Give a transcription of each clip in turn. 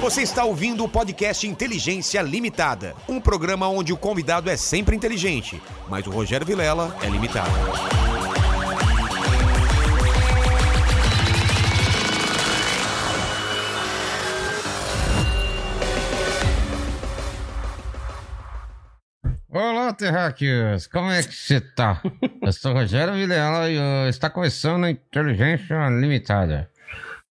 Você está ouvindo o podcast Inteligência Limitada, um programa onde o convidado é sempre inteligente, mas o Rogério Vilela é limitado. Olá, Terráqueos! Como é que você tá? Eu sou Rogério Vilela e eu- está começando a Inteligência Limitada.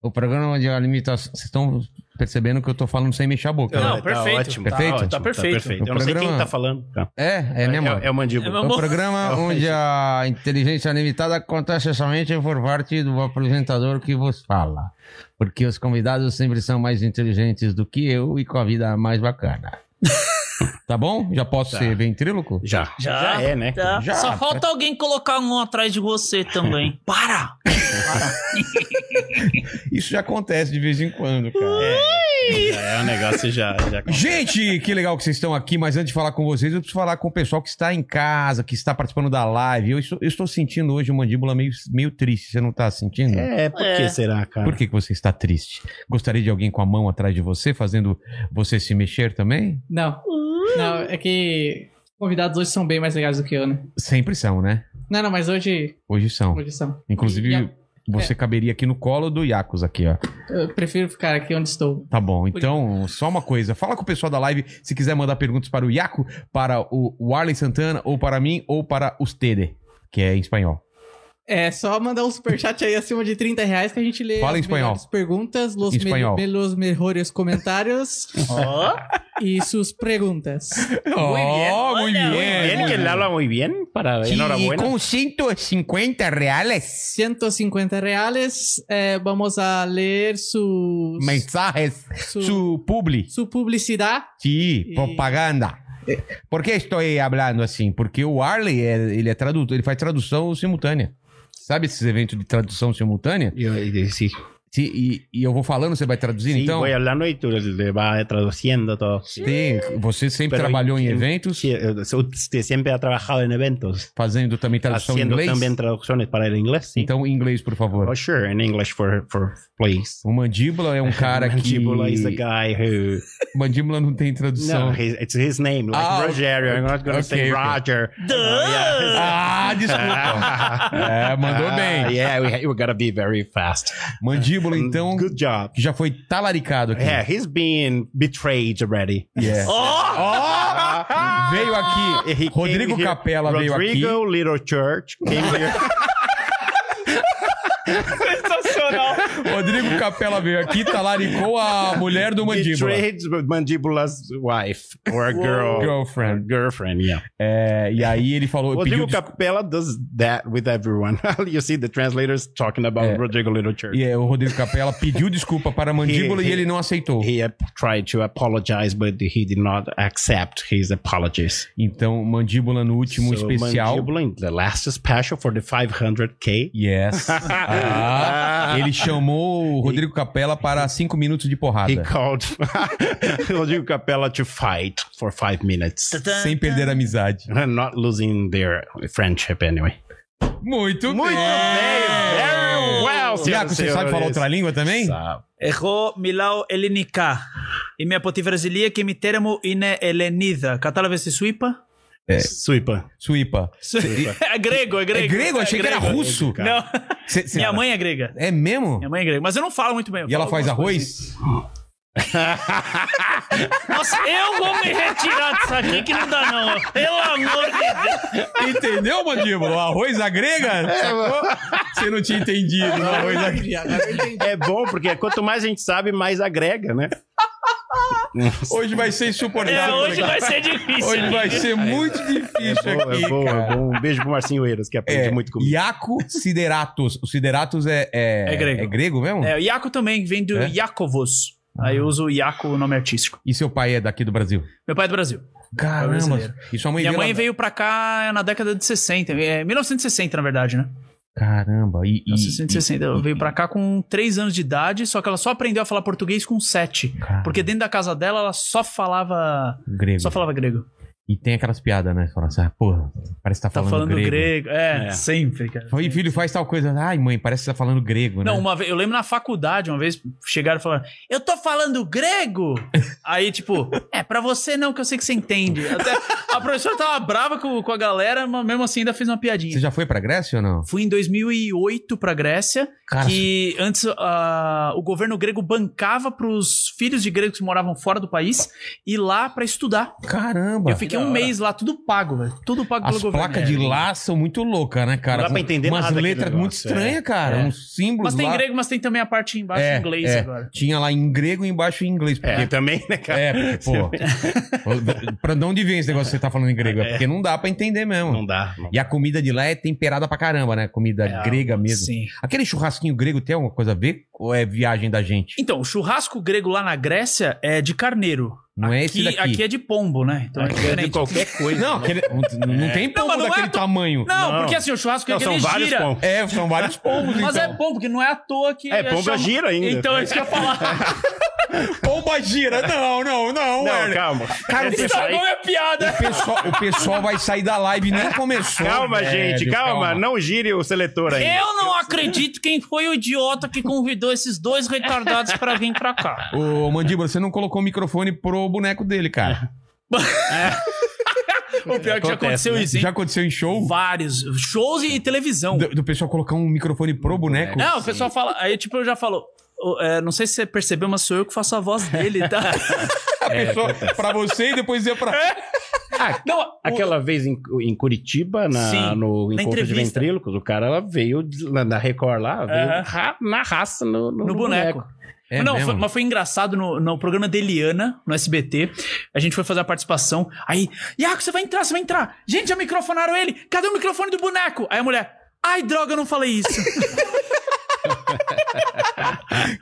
O programa onde a limitação... Vocês estão percebendo que eu tô falando sem mexer a boca, Não, é, né? tá perfeito. tá Perfeito? Tá, perfeito. perfeito. Eu não sei Programa- quem tá falando. Tá. É, é mesmo. É, é o mandíbula. É É um bom. programa onde a inteligência limitada acontece somente por parte do apresentador que vos fala. Porque os convidados sempre são mais inteligentes do que eu e com a vida mais bacana. tá bom? Já posso Tá. ser ventríloco? Já. Já. Já é, né? Tá. Já. Só falta alguém colocar um atrás de você também. Para! Isso já acontece de vez em quando, cara. É. Já é um negócio já. já... Gente, que legal que vocês estão aqui, mas antes de falar com vocês, eu preciso falar com o pessoal que está em casa, que está participando da live. Eu estou, eu estou sentindo hoje o mandíbula meio, meio triste, você não está sentindo? É, por que É. será, cara? Por que, que você está triste? Gostaria de alguém com a mão atrás de você, fazendo você se mexer também? Não. Não, é que os convidados hoje são bem mais legais do que eu, né? Sempre são, né? Não, não, mas hoje, Hoje são. hoje são. Inclusive, Já- é. você caberia aqui no colo do Iacos aqui, ó. Eu prefiro ficar aqui onde estou. Tá bom, então, só uma coisa. Fala com o pessoal da live se quiser mandar perguntas para o Iaco, para o Warley Santana, ou para mim, ou para os Tede, que é em espanhol. É só mandar um superchat aí acima de 30 reais que a gente lê Fala em as espanhol. melhores perguntas, los, Em espanhol. me los melhores comentários Ó, e suas perguntas. bien, Oh, olha, muy muito É, Ele que ele habla muy bien para E enhorabuena. com 150 reais, 150 reais, eh, vamos a ler su, mensagens, su, su publi. su publicidade. Sí, E- propaganda. Por que estou falando assim? Porque o Arley, é- ele é tradutor, ele faz tradução simultânea. Sabe esses eventos de tradução simultânea? Yo, y- sí, Se- e, e eu vou falando, você vai traduzindo, sí, então? voy hablando y tú le vas traduciendo todo. Tem- você sempre Pero- trabalhou em eu- eventos, Sí, eh, usted siempre ha trabajado en eventos, fazendo também tradução em haciendo inglês? también traducciones para el inglés. Sí. Então, em inglês, por Oh, favor. sure, in English for, for please. O Mandíbula é um cara que... Mandíbula is the guy who Mandíbula não tem tradução. No, his, it's his name, like Ah, Rogerio. I'm not gonna okay, okay. say Roger. Duh. Ah, desculpa. é, mandou Ah, bem. yeah, we, we gotta be very fast. Mandíbula, então, Good job. que já foi talaricado aqui. Yeah, he's been betrayed already. Yeah. ó! Ó! veio aqui. He came Rodrigo here- Capela veio aqui. Rodrigo Little Church came here. Sensacional! Rodrigo Capela veio aqui, talaricou a mulher do Mandíbula. betrayed Mandibula's wife or a girl. Girlfriend. Girlfriend, yeah. É, e aí ele falou. Rodrigo pediu desculpa. Capella does that with everyone. you see the translators talking about É. Rodrigo Little Church. E é, o Rodrigo Capela pediu desculpa para a mandíbula He- e ele não aceitou. He uh, tried to apologize, but he did not accept his apologies. Então, mandíbula no último So, especial. Mandíbula in the last special for the 500k. Yes. Ah, ele chamou o Rodrigo Capela para cinco minutos de He porrada. called Rodrigo Capella to fight for five minutes. Sem perder a amizade. Not losing their friendship anyway. Muito, Muito bem, very well, Tiago, senhoras e você sabe falar senhores. outra língua também? Sabe. Errou Milau Elenica. E minha poti brasilia que me termo ine helenida. Catala se suipa? É. Suipa. Suípa. É grego, é grego. É grego? Achei que era russo. cara. Não, Cê- cê- minha mãe é grega. É mesmo? Minha mãe é grega, mas eu não falo muito bem. eu E ela falo faz algumas arroz? coisas. Nossa, eu vou me retirar disso aqui que não dá não. ó. Pelo amor de Deus. Entendeu, mandíbula? O arroz à grega? sacou? Você não tinha entendido no arroz à grega. É bom, porque quanto mais a gente sabe, mais agrega, né? Hoje vai ser insuportável. né, É, hoje cara. vai ser difícil. né? Hoje vai aqui. ser muito difícil Bom, aqui, é bom, cara. é bom. Um beijo pro Marcinho Eiras, que aprende É, muito comigo. Iaco Sideratos. O Sideratos é, é, É grego. é mesmo? É, o Iaco também vem do É? Iacovos. Aí eu uso o Iaco, o nome artístico. E seu pai é daqui do Brasil? Meu pai é do Brasil. Caramba. brasileiro. E sua mãe Minha dela- mãe veio pra cá na década de 60. É, 1960, na verdade, né? Hum, Caramba. E, e, 1960. Ela e- veio pra cá com 3 anos de idade, só que ela só aprendeu a falar português com 7. Caramba, Porque dentro da casa dela, ela só falava... grego. Só falava grego. E tem aquelas piadas, né? Fala assim, ah, porra, parece que tá, Tá falando, falando grego. grego. É, É. sempre, cara. Foi, filho, faz tal coisa. Ai, mãe, parece que tá falando grego, né? Não, uma vez, eu lembro na faculdade, uma vez chegaram e falaram: Eu tô falando grego? Aí, tipo, é, pra você não, que eu sei que você entende. Até a professora tava brava com, com a galera, mas mesmo assim ainda fez uma piadinha. Você já foi pra Grécia ou não? Fui em 2008 pra Grécia, Cara, que antes ah, o governo grego bancava pros filhos de gregos que moravam fora do país ir lá pra estudar. caramba. Eu fiquei um mês lá, tudo pago, velho. Tudo pago As pelo governo. É, placas de lá são muito loucas, né, cara? Não dá pra entender Umas nada daquele letras negócio, muito estranhas, cara. É. Uns símbolos Mas tem lá. grego, mas tem também a parte embaixo É, em inglês é. agora. Tinha lá em grego e embaixo em inglês. É, Porque, também, né, cara? é, porque, pô... pra de onde vem esse negócio que você tá falando em grego? É porque não dá pra entender mesmo. Não dá. não E a comida de lá é temperada pra caramba, né? Comida É, grega mesmo. Sim. Aquele churrasquinho grego tem alguma coisa a ver? Ou é viagem da gente? Então, o churrasco grego lá na Grécia é de carneiro. Não aqui, é esse daqui. Aqui é de pombo, né? Então é Aqui é de diferente. qualquer coisa. Não, aquele- não não tem pombo mas não é daquele to- tamanho. Não, Não. porque assim, o churrasco Não, é que são ele vários gira. pontos. É, são vários pombos, Mas então. é pombo, que não é à toa que... É, pombo é gira ainda. Então, é isso que eu ia falar. Pomba gira. Não, não, não. Não, Werner. calma. Cara, o pessoal, Estragou minha é piada. o pessoal- o pessoal vai sair da live, nem começou. Calma, velho, gente, calma. Não gire o seletor ainda. Eu não acredito quem foi o idiota que convidou esses dois retardados pra vir pra cá. Ô, Mandíbula, você não colocou o microfone pro boneco dele, cara. O pior é que Acontece, já aconteceu né? isso, hein? Já aconteceu em show? Vários shows e televisão. Do, do pessoal colocar um microfone pro boneco? Não, o pessoal fala... Aí, tipo, eu já falo... "Ô, é, não sei se você percebeu, mas sou eu que faço a voz dele, tá? A pessoa pra você e depois ia pra... Não, o- Aquela vez em, em Curitiba, na, Sim, no na encontro de entrevista. ventrílocos, o cara ela veio de- lá na Record lá, veio Aham. ra- na raça no, no, no boneco. É Mas não, mesmo? foi- mas foi engraçado no, no programa da Eliana, no SBT. A gente foi fazer a participação. Aí, Iaco, você vai entrar, você vai entrar. Gente, já microfonaram ele. Cadê o microfone do boneco? Aí a mulher, ai, droga, eu não falei isso.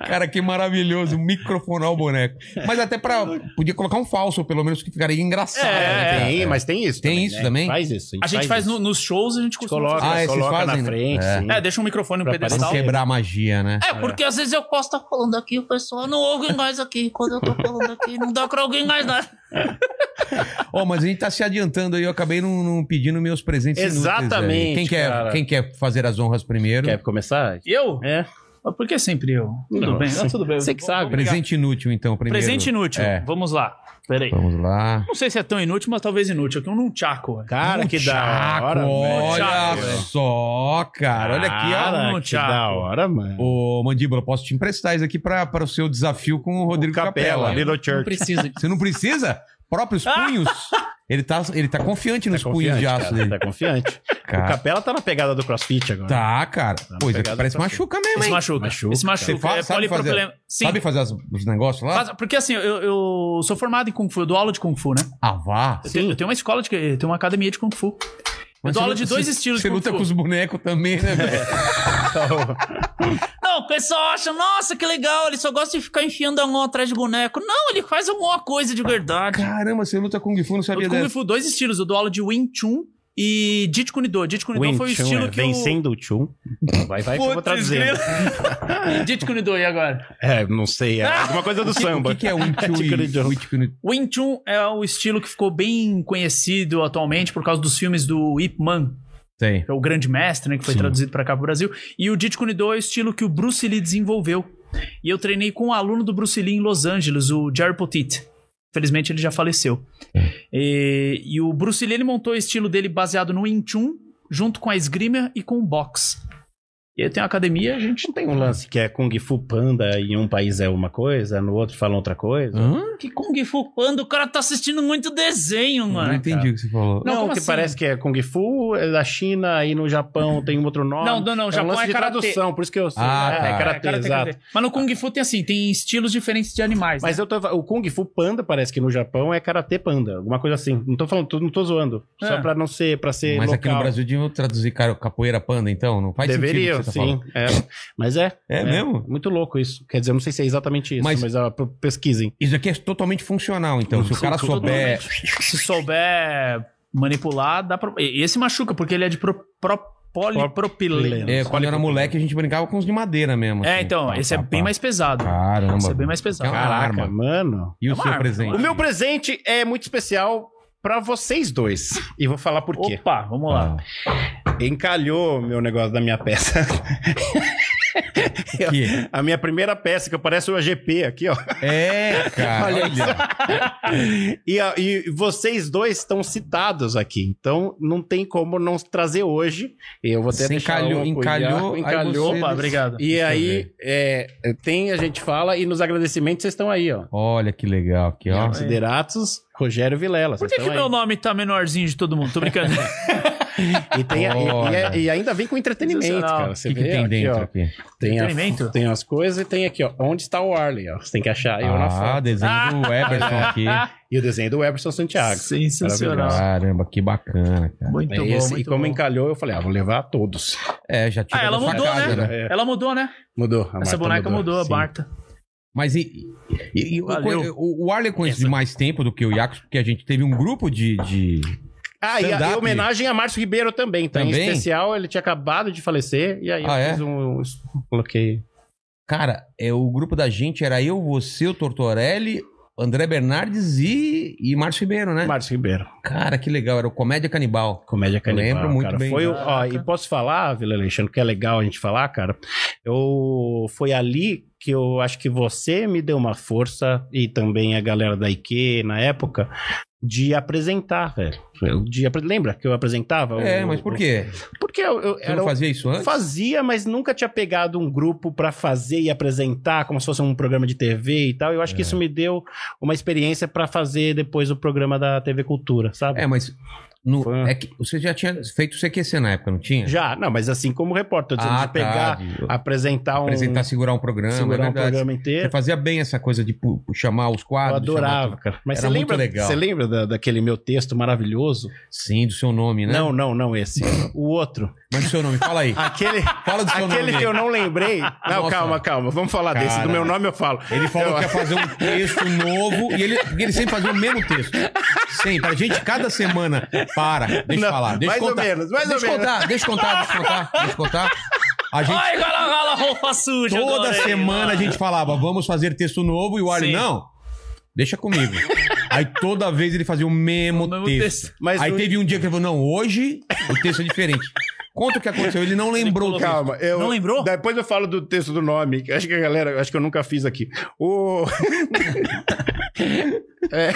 Cara, que maravilhoso. Microfonar o boneco. Mas até pra... Podia colocar um falso, pelo menos, que ficaria engraçado. né, É, cara? tem, mas tem isso. Tem isso né? também? Faz isso. A gente faz isso. no- nos shows, a gente costuma Coloca, fazer. Ah, é, vocês coloca fazem, na né? frente. É. sim. É, deixa o microfone no Pra Pra pedestal. aparecer. quebrar a magia, né? É, porque às vezes eu posso estar falando aqui, o pessoal não ouve mais aqui. Quando eu tô falando aqui, não dá pra alguém mais né? nada. Ó, mas a gente tá se adiantando aí. Eu acabei não, não pedindo meus presentes inúteis, Exatamente, velho. Quem quer, cara. quem quer fazer as honras primeiro? Quer começar? Eu? É. Mas Por que sempre eu? Tudo Não, bem, sim. ah, tudo bem. Você que Vamos- sabe. vamos pegar. Presente inútil, então, primeiro. Presente inútil. É. Vamos lá. Peraí. Vamos lá. Não sei se é tão inútil, mas talvez inútil. Aqui um nunchaku. velho. Cara, que da Chaco, hora. velho. Ah. olha Chaco, só, cara. Olha aqui, ó. um Cara, ó, que Thiago. da hora, mano. Ô, Mandíbula, posso te emprestar isso aqui pra- para o seu desafio com o Rodrigo Capela. Little Não Church. precisa disso. Você não precisa? Próprios Ah! punhos? ele, tá, ele tá confiante nos punhos de aço cara, dele. Tá confiante. O Cara, Capela tá na pegada do crossfit agora. tá, cara. Tá Pois é, pegado parece pra machuca mesmo, Esse hein? machuca. Machuca. Esse machuca. Você fa- é sabe fazer? polipropilen- Sim. Sabe fazer as- os negócios lá? Faz- Porque assim, eu, eu sou formado em Kung Fu, eu dou aula de Kung Fu, né? Ah, vá. Eu tenho, eu tenho uma escola, de, eu tenho uma academia de Kung Fu. Eu dou aula de dois estilos Você de Kung luta Fu. com os bonecos também, né, velho? Tá. Não, o pessoal acha, nossa, que legal, ele só gosta de ficar enfiando a mão atrás de boneco. Não, ele faz alguma coisa de verdade. Caramba, você luta Kung Fu, não Eu sabia dou Kung dessa. Fu, dois estilos. Eu dou aula de Wing Chun e Jeet Kune Do. Jeet Kune Do Wing Então foi o Chun, estilo é, que Vencendo o Chun. Vai, vai, que eu vou Putz, traduzir. o... Jeet Kune Do, e agora? É, não sei. É alguma coisa do um O samba. que, que é o Tipo Intu Ticuri e Joe. o Itikuni? Wing Chun é o estilo que ficou bem conhecido atualmente por causa dos filmes do Ip Man, Tem. que é o grande mestre, né? Que foi Sim. traduzido pra cá pro Brasil. E o Jeet Kune Do é o estilo que o Bruce Lee desenvolveu. E eu treinei com um aluno do Bruce Lee em Los Angeles, o Jerry Petit. Infelizmente ele já faleceu. É. E, e o Bruce Lee ele montou o estilo dele baseado no Wing Chun, junto com a esgrima e com o boxe. E aí tem a academia, a gente Não tem um lance que é Kung Fu Panda em um país é uma coisa, no outro falam outra coisa? Hã? Que Kung Fu Panda, o cara tá assistindo muito desenho, Não é, mano. entendi o que você falou. Não, como que assim? parece que é Kung Fu é da China e no Japão tem um outro nome. Não, não, não, É um Japão lance é de karatê. tradução, por isso que eu sei. Ah, é, tá. é karatê, Karate, exato. karate. Mas no Kung Fu tem assim, tem estilos diferentes de animais. Mas né? eu tô, o Kung Fu Panda parece que no Japão é Karatê Panda, alguma coisa assim. Não tô falando, tô- não tô zoando. É. Só pra não ser, pra ser Mas local. aqui no Brasil deviam traduzir cara, capoeira panda, então? Não faz Deveria, sentido o que você tá sim. falando. é. Mas é. É mesmo? Muito louco isso. Quer dizer, eu não sei se é exatamente isso, Mas- mas, ah, p- pesquisem. Isso aqui é totalmente funcional, então. Se o cara souber... Se souber manipular, dá pra. e- Esse machuca, porque ele é de pro... pro... polipropileno. Polipropileno. É, quando eu era moleque, a gente brincava com os de madeira mesmo. É, assim. então, Pá, esse é pá, bem pá. mais pesado. Caramba. Esse é bem mais pesado. Aquela Caraca, arma. mano. E o É uma seu arma. presente? O meu presente é muito especial. pra vocês dois. E vou falar por quê. Opa, vamos Ah. lá. Encalhou meu negócio da minha peça. Que? A minha primeira peça, que parece o AGP aqui, ó. É, cara. Olha Olha, E, a- e vocês dois estão citados aqui, então não tem como não trazer hoje. Eu vou até Você deixar encalhou, uma coisa- encalhou, aí encalhou. você- Opa, obrigado. E Deixa eu aí, ver. é, tem, a gente fala, e nos agradecimentos vocês estão aí, ó. Olha que legal aqui, ó. Consideratos, Rogério Vilela. Por vocês que, que estão meu aí. nome tá menorzinho de todo mundo? Tô brincando. E, tem a- e- e é- Olha. e ainda vem com entretenimento, Sensacional. cara. O Você que, que vê tem aqui, dentro ó, aqui? tem, a, Entretenimento? tem as coisas e tem aqui, ó. Onde está o Arley, ó. Você tem que achar eu na Ah, foto. desenho do Eberson aqui. E o desenho do Eberson Santiago. Sensacional. Caramba, que bacana, cara. Muito É bom, esse, muito e como bom. encalhou, eu falei, ah, vou levar a todos. É, já tirou Ah, ela da sua mudou, casa, né? É, Ela mudou, né? mudou. a Essa Marta boneca mudou, a sim. Barta. Mas e, e- e o- Valeu. o, o Arley conhece de mais tempo do que o Iax, porque a gente teve um grupo de. de... Ah, e, a, Stand-up. e homenagem a Márcio Ribeiro também. Então, Também? Em especial, ele tinha acabado de falecer. E aí Ah, eu é? fiz um. Coloquei. Cara, é, o grupo da gente era eu, você, o Tortorelli, André Bernardes e, e Márcio Ribeiro, né? Márcio Ribeiro. Cara, que legal, era o Comédia Canibal. Comédia canibal. Lembro muito cara. bem. Foi, o- ó, e posso falar, Vila Alexandre, que é legal a gente falar, cara. Eu, foi ali que eu acho que você me deu uma força e também a galera da IQ na época de apresentar, velho. Eu- De, apre- lembra que eu apresentava? É, o- mas por quê? Porque eu, eu- Você era não o- fazia isso antes? Fazia, mas nunca tinha pegado um grupo pra fazer e apresentar, como se fosse um programa de TV e tal. Eu É. acho que isso me deu uma experiência pra fazer depois o programa da TV Cultura, sabe? É, mas. no- Fã. é que você já tinha feito CQC na época, não tinha? Já, não, mas assim como repórter, tô dizendo É. Ah, de pegar, tá. apresentar um, Apresentar, segurar um programa, segurar é um verdade. programa Você inteiro. fazia bem essa coisa de pu- pu- chamar os Eu quadros. adorava, chamar cara. Mas Era você muito lembra, legal. você lembra da- daquele meu texto maravilhoso? tudo. Sim, do seu nome, né? Não, Ah, não, não esse. O outro. Mas do seu nome, fala aí. Aquele, Fala do seu aquele nome. que eu não lembrei. Não, Nossa. calma, calma. Vamos falar desse. Cara. Do meu nome eu falo. Ele falou Eu- que ia fazer um texto novo e ele, porque ele sempre fazia o mesmo texto. Sempre. A gente, cada semana, para. Deixa eu Não, falar. Deixa eu mais ou contar. menos, mais ou deixa eu menos. contar, deixa eu contar, deixa eu contar, deixa eu contar. A gente, Ai, rola, rola, roupa suja. toda adorei, semana, a mano. gente falava, vamos fazer texto novo e o Arley, Sim. não, deixa comigo. Aí toda vez ele fazia o mesmo, O mesmo texto. texto. Mas Aí o- teve um dia que ele falou, não, hoje o texto é diferente. Conta o que aconteceu, ele não lembrou. o texto. Calma, eu. Não lembrou? Depois eu falo do texto do nome, que acho que a galera, acho que eu nunca fiz aqui. O. É,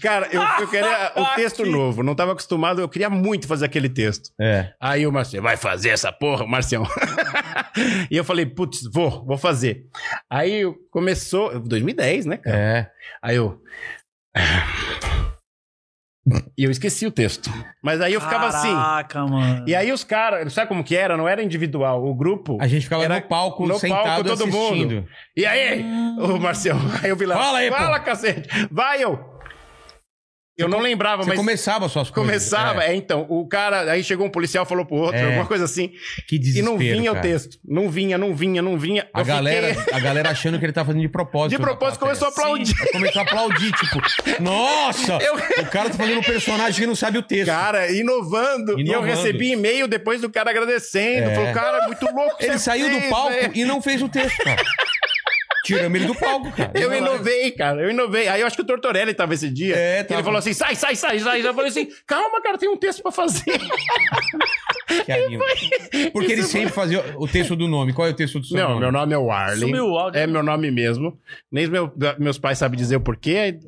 cara, eu, eu queria o texto novo, não tava acostumado, eu queria muito fazer aquele texto. É. Aí o Marcião, vai fazer essa porra, Marcião? e eu falei, putz, vou, vou fazer. Aí eu- começou, 2010, né, cara? É. Aí eu. E eu esqueci o texto. Mas aí eu ficava assim. Caraca, mano. E aí os caras, sabe como que era? Não era individual, o grupo. A gente ficava Era no palco no sentado palco, todo assistindo. E aí, ô Marcel, aí eu vi lá. Fala aí, pô. Fala, cacete. Vai, eu. Eu não lembrava, Você mas começava suas coisas. começava. É. É, então, o cara, aí chegou um policial, falou pro outro, É. alguma coisa assim. Que E desespero, não vinha cara. o texto. Não vinha, não vinha, não vinha. A Eu galera, fiquei- a galera achando que ele tá fazendo de propósito. de propósito, na começou a plateia. aplaudir. Começou a aplaudir, tipo, nossa, o cara tá fazendo um personagem que não sabe o texto. Cara, inovando. E eu Inovando. recebi e-mail depois do cara agradecendo. É. Falou, cara, é muito louco. que ele você saiu do fez, palco né? e não fez o texto, cara. Tiramos ele do palco, cara. Eu inovei, cara, eu inovei. Aí eu acho que o Tortorelli tava esse dia. É, E tava. Ele falou assim: sai, sai, sai, sai. Eu falei assim: calma, cara, tem um texto pra fazer. Que anima. Porque ele sempre fazia o texto do nome. Qual é o texto do seu Não, nome? meu nome é o Arlen. Sumiu o áudio. É meu nome mesmo. Nem os meu- meus pais sabem dizer o porquê.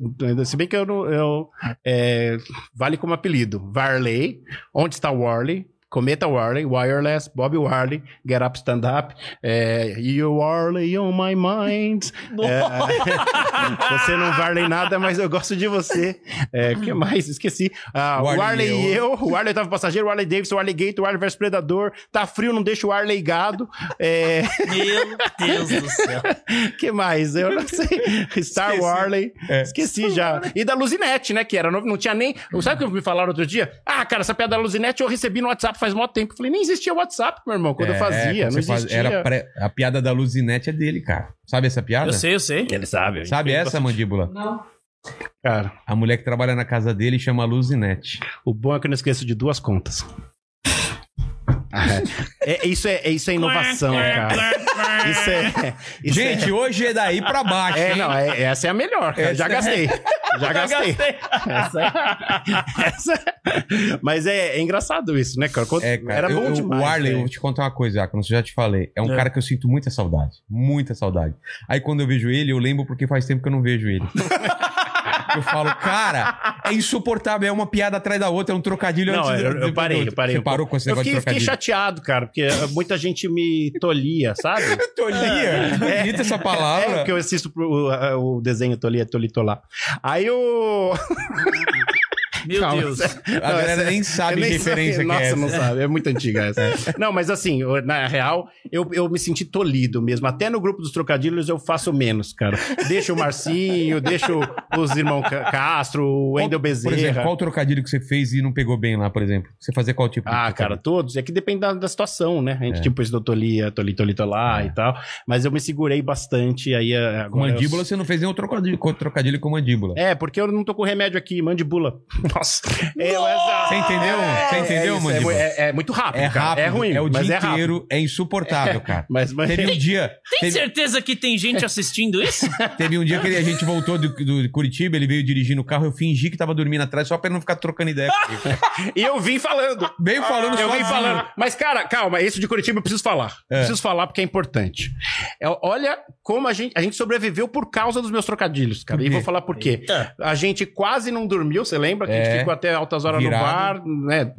Se bem que eu. não- eu é, vale como apelido: Varley. Onde está o Warley? Cometa Warley, Wireless, Bob Warley, Get Up, Stand Up, é, You Warley on My Mind. É, você não Varley nada, mas eu gosto de você. É, O que mais? Esqueci. Ah, Warley Warley, e e eu. eu. O Arley tava passageiro, o Arley Davidson, o Arley Gator, o Arley versus Predador. Tá frio, não deixa o Arley gado. É, Meu Deus do céu. que mais? Eu não sei. Star Warley. É. Esqueci já. E da Luzinete, né? Que era novo, não tinha nem. Sabe o que me falaram outro dia? Ah, cara, essa piada da Luzinete eu recebi no WhatsApp faz mó tempo. Eu falei, nem existia WhatsApp, meu irmão, quando eu É, fazia. quando Não você faz- existia. Era pré- A piada da Luzinete é dele, cara. Sabe essa piada? Eu sei, eu sei. Ele sabe. Sabe essa, mandíbula? Não. Cara, A mulher que trabalha na casa dele chama Luzinete. o bom é que eu não esqueço de duas contas. É, isso, é, é- isso é inovação, cara. Isso é. isso é- Gente, hoje é daí pra baixo. É, hein? não, é- essa é a melhor, cara. Já gastei. Já gastei. gastei. Essa, é. essa- Mas é, é engraçado isso, né, cara? Quando- É, cara, era eu- bom eu- demais. O Arley, né? eu vou te contar uma coisa, como eu já te falei. É um É. cara que eu sinto muita saudade. Muita saudade. Aí quando eu vejo ele, eu lembro porque faz tempo que eu não vejo ele. eu falo, cara, é insuportável. É uma piada atrás da outra, é um trocadilho Não, antes eu, do- eu do- parei, eu parei. um Você parou com esse eu negócio fiquei, de fiquei trocadilho? chateado, cara, porque muita gente me tolia, sabe? Tolia, bonita essa É, palavra. porque eu assisto pro- o, o desenho Tolia, Tolitolá. Aí o... Meu é Calma. Deus. A Não, galera essa- nem sabe Eu que nem referência sei, que é Nossa, essa. não sabe. É muito antiga essa. Não, mas assim, eu- na real, eu, eu me senti tolhido mesmo. Até no grupo dos trocadilhos eu faço menos, cara. Deixa o Marcinho, deixa o- os irmãos Ca- Castro, o Wendel Por Bezerra. exemplo, qual trocadilho que você fez e não pegou bem lá, por exemplo? Você fazia qual tipo de Ah, cara, trocadilho? todos. É que depende da, da situação, né? A gente, É. tipo, esse do Tolia, Toli, Toli, Tolá e tal. Mas eu me segurei bastante. Aí a- Com agora eu- mandíbula, você não fez nenhum trocadilho, co- trocadilho com mandíbula. É, porque eu não tô com remédio aqui, mandibula. Nossa. É, Você entendeu? Você entendeu, isso, mandíbula? É, é muito rápido, É cara. rápido, É ruim, o mas dia é rápido. inteiro, é insuportável, cara. Mas, mas... Teve um dia, Tem teve, certeza que tem gente assistindo isso? teve um dia que ele- a gente voltou do, do Curitiba, ele veio dirigindo o carro, eu fingi que tava dormindo atrás só pra ele não ficar trocando ideia. comigo. E eu vim falando. Veio falando assim, eu vim sozinho. falando. Mas, cara, calma, isso de Curitiba eu preciso falar. É. Preciso falar porque é importante. É, olha como a gente, a gente sobreviveu por causa dos meus trocadilhos, cara. Por E quê? vou falar por quê. Eita. A gente quase não dormiu, você lembra? Que a É. gente ficou até altas horas Virado. no bar, né?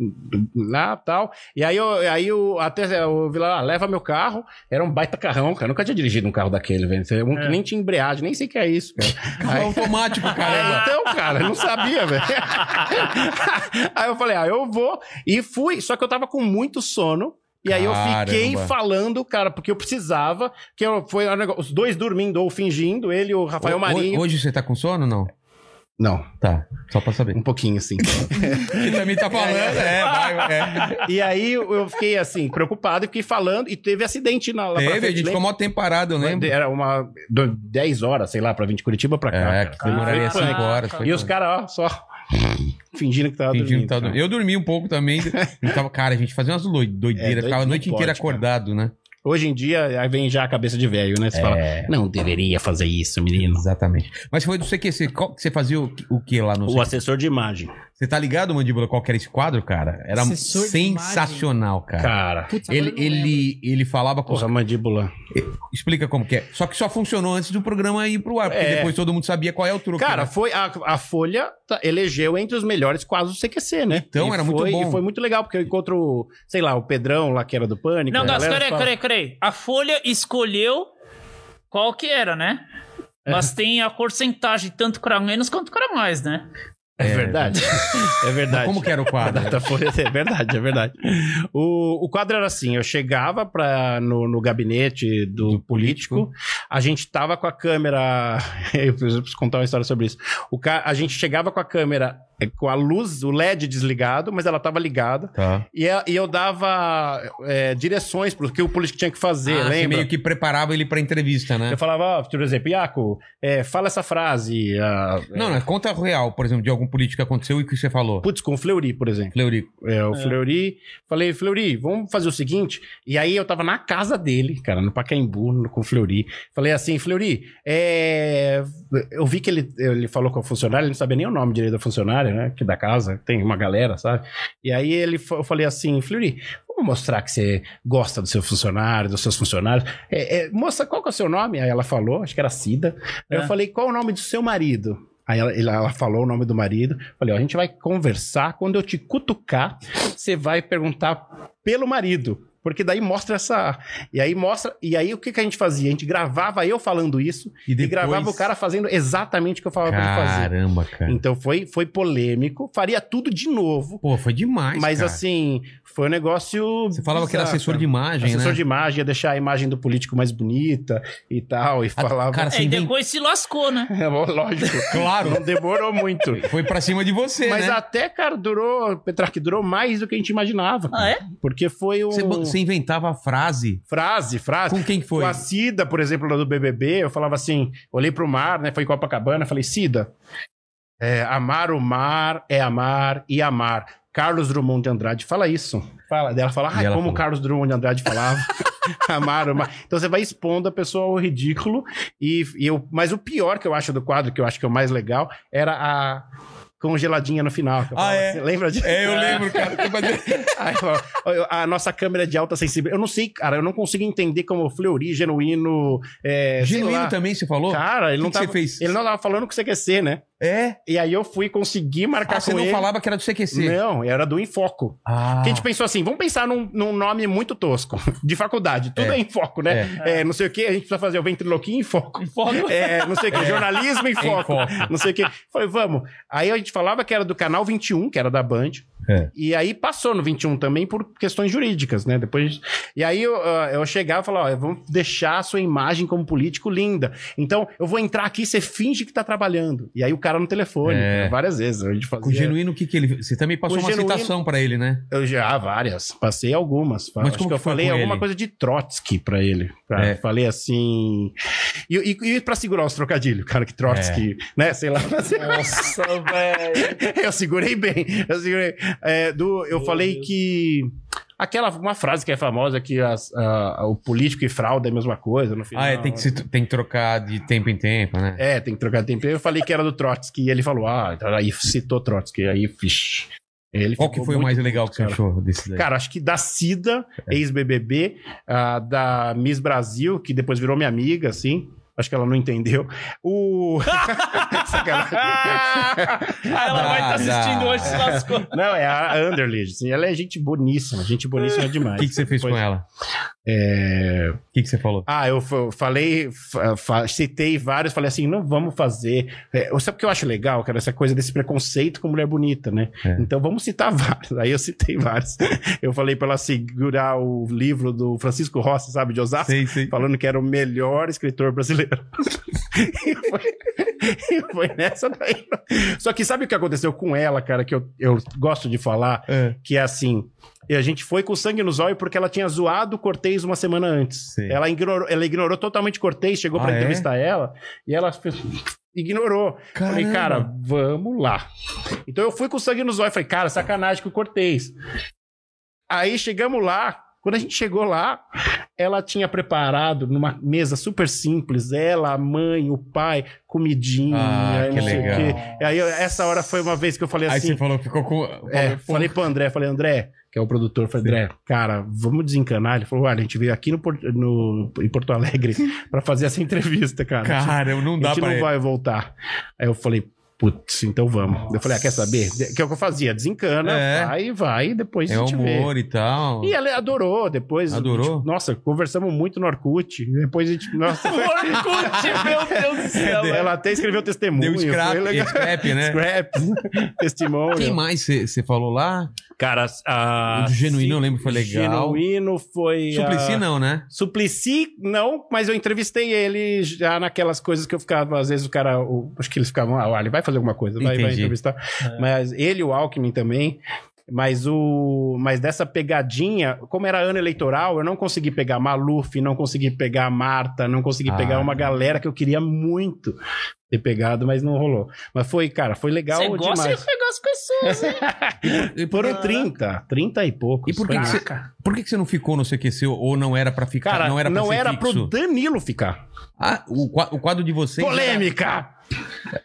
Lá tal. E aí eu, aí eu até eu vi lá, ah, leva meu carro. Era um baita carrão, cara. Eu nunca tinha dirigido um carro daquele, velho. Você- Um que nem tinha embreagem, nem sei o que é isso, cara. É Aí- automático, Aí, É, cara. então, cara, eu não sabia, velho. aí eu falei, ah, eu vou. E fui, só que eu tava com muito sono. E aí eu fiquei Caramba. falando, cara, porque eu precisava. Que eu, foi um negócio- os dois dormindo ou fingindo, ele e o Rafael Ho- Marinho. Hoje você tá com sono ou não? Não, Tá, só pra saber. um pouquinho assim. Que também tá falando, é, vai, é. e aí eu eu fiquei assim, preocupado e fiquei falando. E teve acidente na, lá pra Teve, a frente, gente lembra? ficou mó tempo parado, eu lembro. Era uma do- 10 horas, sei lá, pra vir de Curitiba pra cá. É, cara. que né? demoraria Foi cinco punk. horas. E os caras, ó, só fingindo que tava Fingindo dormindo. que tava cara. dormindo. Eu dormi um pouco também. Eu tava- cara, a gente fazia umas loi- doideiras, É, doido ficava a não noite inteira pode, cara. acordado, né? Hoje em dia, aí vem já a cabeça de velho, né? Você fala, não deveria fazer isso, menino. Exatamente. Mas foi do CQC, qual, você fazia o, o que lá no O assessor de imagem. Você tá ligado, Mandíbula, qual que era esse quadro, cara? Era Assessor de sensacional, cara. Cara, Putz, agora Ele, eu não lembro. ele, ele falava com os... porra, mandíbula. Explica como que é. Só que só funcionou antes do programa ir pro ar, porque É. depois todo mundo sabia qual é o truque. Cara, né? foi a, a Folha tá- elegeu entre os melhores quadros do CQC, né? Então, E era foi, muito bom. E foi muito legal, porque eu encontro, o- sei lá, o Pedrão lá que era do Pânico. Não, a Gas, galera peraí, fala- peraí, peraí. A Folha escolheu qual que era, né? É. Mas tem a porcentagem tanto pra menos quanto pra mais, né? É verdade. É verdade. Como que era o A quadro? Datafolha, é verdade, é verdade. O, o quadro era assim: eu chegava pra, no, no gabinete do, político, a gente tava com a câmera. Eu preciso contar uma história sobre isso. O, ca- a gente chegava com a câmera, eh, com a luz, o LED desligado, mas ela tava ligada. Tá. E, a- e eu dava eh, direções pro que o político tinha que fazer, Ah, você lembra? meio que preparava ele pra entrevista, né? Eu falava, ó, por exemplo, Iaco, eh, fala essa frase. ah, eh, Não, não, conta real, por exemplo, de algum político que aconteceu e que você falou. Putz, com o Fleury, por exemplo. Fleurico. É, o Fleury. Falei, Fleury, vamos fazer o seguinte. E aí eu tava na casa dele, cara, no Pacaembu, no- com o Fleury. Falei assim, Fleury, é, eu vi que ele, ele falou com a funcionária, ele não sabia nem o nome direito da funcionária, né? Que da casa, tem uma galera, sabe? E aí ele, fa- eu falei assim, Fleury, vamos mostrar que você gosta do seu funcionário, dos seus funcionários. É, é, moça, qual que é o seu nome? Aí ela falou, acho que era Cida. Aí É. eu falei, qual é o nome do seu marido? Aí ela, ela- ela falou o nome do marido. Falei, ó, a gente vai conversar. Quando eu te cutucar, você vai perguntar pelo marido. Porque daí mostra essa. E aí mostra. E aí o que, que a gente fazia? A gente gravava eu falando isso E e, depois- gravava o cara fazendo exatamente o que eu falava pra ele fazer. Caramba, cara. Então foi, foi polêmico. Faria tudo de novo. Pô, foi demais, Mas cara. assim, foi um negócio. Você falava que era bizarro, assessor cara. de imagem, Assessor né? de imagem, ia deixar a imagem do político mais bonita e tal. E Ah, falava. Cara, é, você e então, inventou. depois se lascou, né? É, lógico. Claro. Não demorou muito. Foi pra cima de você, Mas né? até, cara, durou, Petrarque, durou mais do que a gente imaginava. Ah, é? Porque foi um... Você, você inventava a frase. Frase, frase. Com quem foi? Com a Cida, por exemplo, lá do BBB, eu falava assim, olhei pro mar, né, foi em Copacabana, falei, Cida, é, amar o mar é amar e amar. Carlos Drummond de Andrade fala isso. Fala, dela fala, E "Ai, ela como falou. o Carlos Drummond de Andrade falava. Amaram. mas- Então você vai expondo a pessoa ao ridículo. E, e eu, mas o pior que eu acho do quadro, que eu acho que é o mais legal, era a congeladinha no final. que eu Ah, falava é? assim, lembra disso? É, eu lembro, cara. Aí eu falava, "Olha, a nossa câmera é de alta sensibilidade. Eu não sei, cara, eu não consigo entender como Fleury, genuíno. É, sei lá. Genuíno também, você falou? Cara, ele O não, que que você tava, fez? ele não tava falando o que você quer ser, né? É? E aí eu fui conseguir marcar Ah, você tá com não ele. falava que era do CQC. Não, era do Infoco. Ah, Que a gente pensou assim, vamos pensar num, num nome muito tosco, de faculdade. Tudo é, em foco, né? É. não sei o que, a gente precisa fazer o ventriloquia em foco. É, não sei o que, jornalismo em foco. foco. Não sei o que. Falei, vamos. Aí a gente falava que era do canal 21, que era da Band. É. E aí passou no 21 também por questões jurídicas, né? Depois. E aí eu, ah, eu chegava e falava, ó, vamos deixar a sua imagem como político linda. Então, eu vou entrar aqui, você finge que tá trabalhando. E aí o cara no telefone, É. né? várias vezes. A gente fazia. Com o Genuíno, o que que ele... Você também passou Com uma Genuíno- citação pra ele, né? Eu já, ah, várias. Passei algumas. Mas Acho como que eu que foi falei com alguma ele? coisa de Trotsky pra ele. Tá? É. Falei assim. E, e, e pra segurar os trocadilhos, cara, que É. Trotsky, né? Sei lá. Nossa, velho. eu segurei bem. Eu segurei. É, do, eu falei que. Aquela, uma frase que é famosa que as- a- o político e fraude é a mesma coisa no final. Ah, é, tem que, se, tem que trocar de tempo em tempo, né? É, tem que trocar de tempo. Eu falei que era do Trotsky e ele falou, ah, então aí citou Trotsky. Aí, vixi. Ele Qual que É, ficou foi o muito mais legal que você cara. achou desse daí? Cara, acho que da Cida, É. ex-BBB, ah, da Miss Brasil, que depois virou minha amiga, assim. Acho que ela não entendeu. O. Sacanagem. ela vai estar Ah, dá. assistindo hoje se lascou. não, é a Underlid. Assim, ela é gente boníssima, gente boníssima demais. O que, que você fez Depois- com ela? É, O que, que você falou? Ah, eu fa- falei, fa- fa- citei vários, falei assim, não vamos fazer. É, sabe o que eu acho legal, cara? Essa coisa desse preconceito com mulher bonita, né? É. Então vamos citar vários. Aí eu citei vários. Eu falei pra ela segurar o livro do Francisco Rossi, sabe, de Osasco. Sei, sei. Falando que era o melhor escritor brasileiro. e, foi, e foi nessa daí. Só que sabe o que aconteceu com ela, cara, que eu, eu gosto de falar? É. Que é assim. E a gente foi com sangue nos olhos porque ela tinha zoado o Cortez uma semana antes. Sim. Ela ignorou, ela ignorou totalmente o Cortez, chegou pra Ah, é? entrevistar ela e ela fez- ignorou. Falei, Caramba. cara, vamos lá. Então eu fui com sangue nos olhos. Falei, cara, sacanagem com o Cortez. Aí chegamos lá. Quando a gente chegou lá, ela tinha preparado numa mesa super simples, ela, a mãe, o pai, comidinha, Ah, não que sei legal. o quê. Aí eu- essa hora foi uma vez que eu falei Aí assim. você falou, ficou com. É, falou, pô, falei pro André, falei, André, que é o produtor, falei, André, cara, vamos desencanar. Ele falou, olha, a gente veio aqui no, Por- no- em Porto Alegre pra fazer essa entrevista, cara. Cara, eu não tipo, a dá gente pra. não ele. vai voltar. Aí eu falei, putz, então vamos. Eu falei, ah, quer saber? De- Que é o que eu fazia, desencana, É. vai, vai, e depois É a gente vê. humor e tal. E é ela adorou, depois... Adorou? tipo, nossa, conversamos muito no Orkut, depois a gente... Nossa, O Orkut, meu Deus do céu. é. velho. ela até escreveu testemunho, É, né? Deu foi scrap, legal. scrap, né? Scraps, testemunho. Quem mais você você falou lá? Cara, a... O do Genuíno eu lembro que foi legal. Genuíno foi... a- Suplicy não, né? Suplicy, não, mas eu entrevistei ele já naquelas coisas que eu ficava, às vezes o cara, o- acho que eles ficavam, ah, olha, vai fazer alguma coisa, vai, vai Entendi. É. entrevistar. Mas ele, o Alckmin também, mas o, mas dessa pegadinha, como era ano eleitoral, eu não consegui pegar Maluf, não consegui pegar Marta, não consegui Ah, pegar uma não. galera que eu queria muito ter pegado, mas não rolou. Mas foi, cara, foi legal Você gosta Ah. demais. de pegar as pessoas. E foram 30, 30 e poucos. E por que que Caraca. você Por que, que você não ficou no CQC ou não era pra ficar? Cara, não era pra ser pro fixo? Danilo ficar. Ah, o, qua- o quadro de é. vocês. Polêmica! era-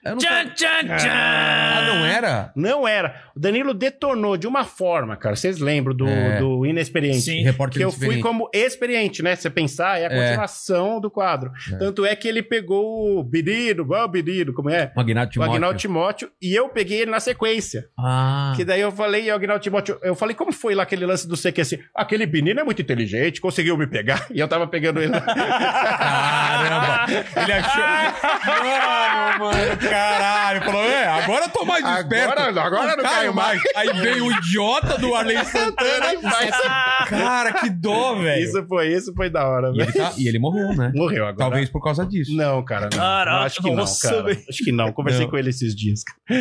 eu não- Tchan, tchan, Ah, tchan. não era? Não era. O Danilo detonou de uma forma, cara. Vocês lembram do, É. do Inexperiente? Sim. Repórter Que eu fui diferente. como experiente, né? Se você pensar, é a É. continuação do quadro. É. Tanto é que ele pegou o Birido, o Birido, como é? Magnado O Timóteo. Agnaldo Timóteo, e eu peguei ele na sequência. Ah, Que daí eu falei, e o Agnaldo Timóteo, eu falei, como foi lá aquele lance do CQC? Aquele menino é muito inteligente, conseguiu me pegar, e eu tava pegando ele. caramba. Ele achou... Mano, mano, caralho. Falou, é, agora eu tô mais Agora- esperto. agora não caio Aí veio o idiota do Arley Santana. Cara, que dó, velho. isso foi, isso foi da E hora, ele, velho. tá- e ele morreu, né? Morreu agora. Talvez por causa disso. Não, cara. Não. Caraca, acho que não, nossa, cara. velho. Acho que não. Conversei Não. com ele esses dias.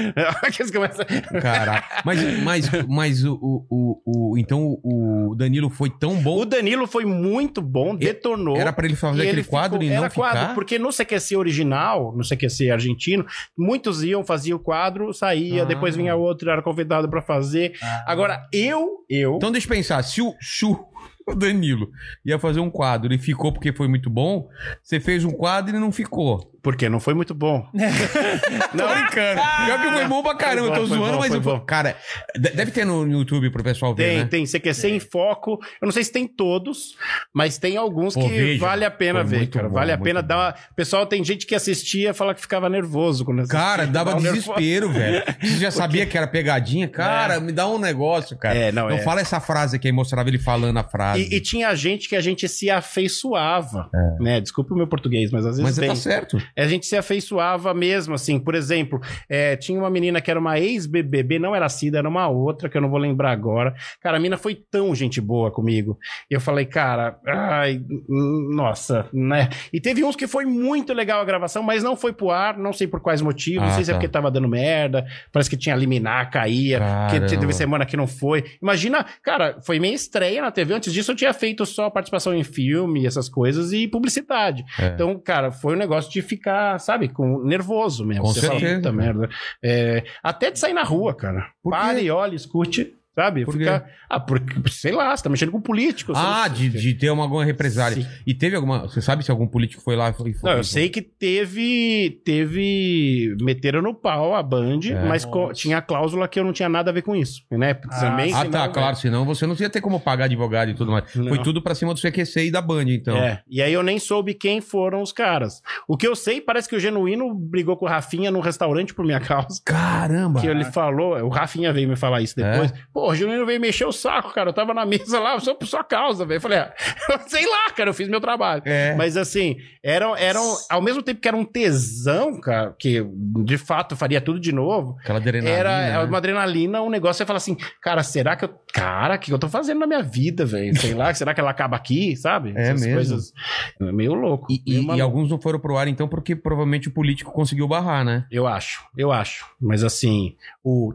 Que eles começam- Caraca. Mas, mas, mas o, o, o, o- Então o Danilo foi tão bom. O Danilo foi muito bom, detonou. Era pra ele fazer E aquele ele quadro ficou- e não era quadro, ficar? porque no CQC original, no CQC argentino. Muitos iam, faziam o quadro, saía, Ah. depois vinha outro, era convidado pra fazer. Agora, eu, eu. Então deixa eu pensar, se o Chu, o Danilo, ia fazer um quadro e ficou porque foi muito bom, você fez um quadro e não ficou. Porque não foi muito bom. então, Tô brincando. Pior que foi bom pra caramba, eu Foi tô bom, foi zoando, bom, mas foi eu bom. Cara, de- deve ter no YouTube pro pessoal ver, Tem, né? tem CQC em foco. Eu não sei se tem todos, mas tem alguns Pô, que veja. vale a pena Foi ver, muito cara. bom, vale a muito pena bom. dar uma... Pessoal, tem gente que assistia e fala que ficava nervoso quando assistia. Cara, dava um nervoso. desespero, velho. Você já sabia que era pegadinha? Cara, me dá um negócio, cara. É, não, não é. fala essa frase que aí mostrava ele falando a frase. E, e tinha gente que a gente se afeiçoava, né? Desculpa o meu português, mas às vezes É. Mas tem. tá certo. A gente se afeiçoava mesmo, assim. Por exemplo, é, tinha uma menina que era uma ex-BBB, não era a Cida, era uma outra, que eu não vou lembrar agora. Cara, a mina foi tão gente boa comigo. E eu falei, cara, ai, hum, nossa, né? E teve uns que foi muito legal a gravação, mas não foi pro ar, não sei por quais motivos, Ah, não sei se é tá. porque tava dando merda, parece que tinha liminar, caía, Caramba. que teve semana que não foi. Imagina, cara, foi minha estreia na TV. Antes disso eu tinha feito só participação em filme, essas coisas e publicidade. É. Então, cara, foi um negócio de ficar, sabe, com nervoso mesmo. Com fala, certeza. "Puta merda. É, até de sair na rua, cara. Por quê? Pare, olhe, escute. Sabe? Por Fica- Ah, porque, sei lá, você tá mexendo com político. você Ah, não- de, de ter uma, alguma represália. né? Sim. E teve alguma. Você sabe se algum político foi lá e foi. Não, eu sei que teve. Teve. Meteram no pau a Band, É. mas co- tinha a cláusula que eu não tinha nada a ver com isso, né? Também, Ah, tá, senão- claro, senão você não ia ter como pagar advogado e tudo mais. é. Não. Foi tudo pra cima do CQC e da Band, então. É, e aí eu nem soube quem foram os caras. O que eu sei, parece que o Genuíno brigou com o Rafinha num restaurante por minha causa. Caramba! Que ele falou, o Rafinha veio me falar isso depois. É? Pô, o Genuíno veio mexer o saco, cara. Eu tava na mesa lá, só por sua causa, velho. Eu Falei, ah, sei lá, cara, eu fiz meu trabalho. É. Mas assim, eram, eram, ao mesmo tempo que era um tesão, cara, que de fato eu faria tudo de novo, Aquela adrenalina. era é né? uma adrenalina, um negócio, você fala assim, cara, será que eu. Cara, o que eu tô fazendo na minha vida, velho? Sei lá, será que ela acaba aqui, sabe? É mesmo. coisas. É meio louco. E, meio e- e maluco, alguns não foram pro ar, então, porque provavelmente o político conseguiu barrar, né? Eu acho, eu acho. Mas assim, o.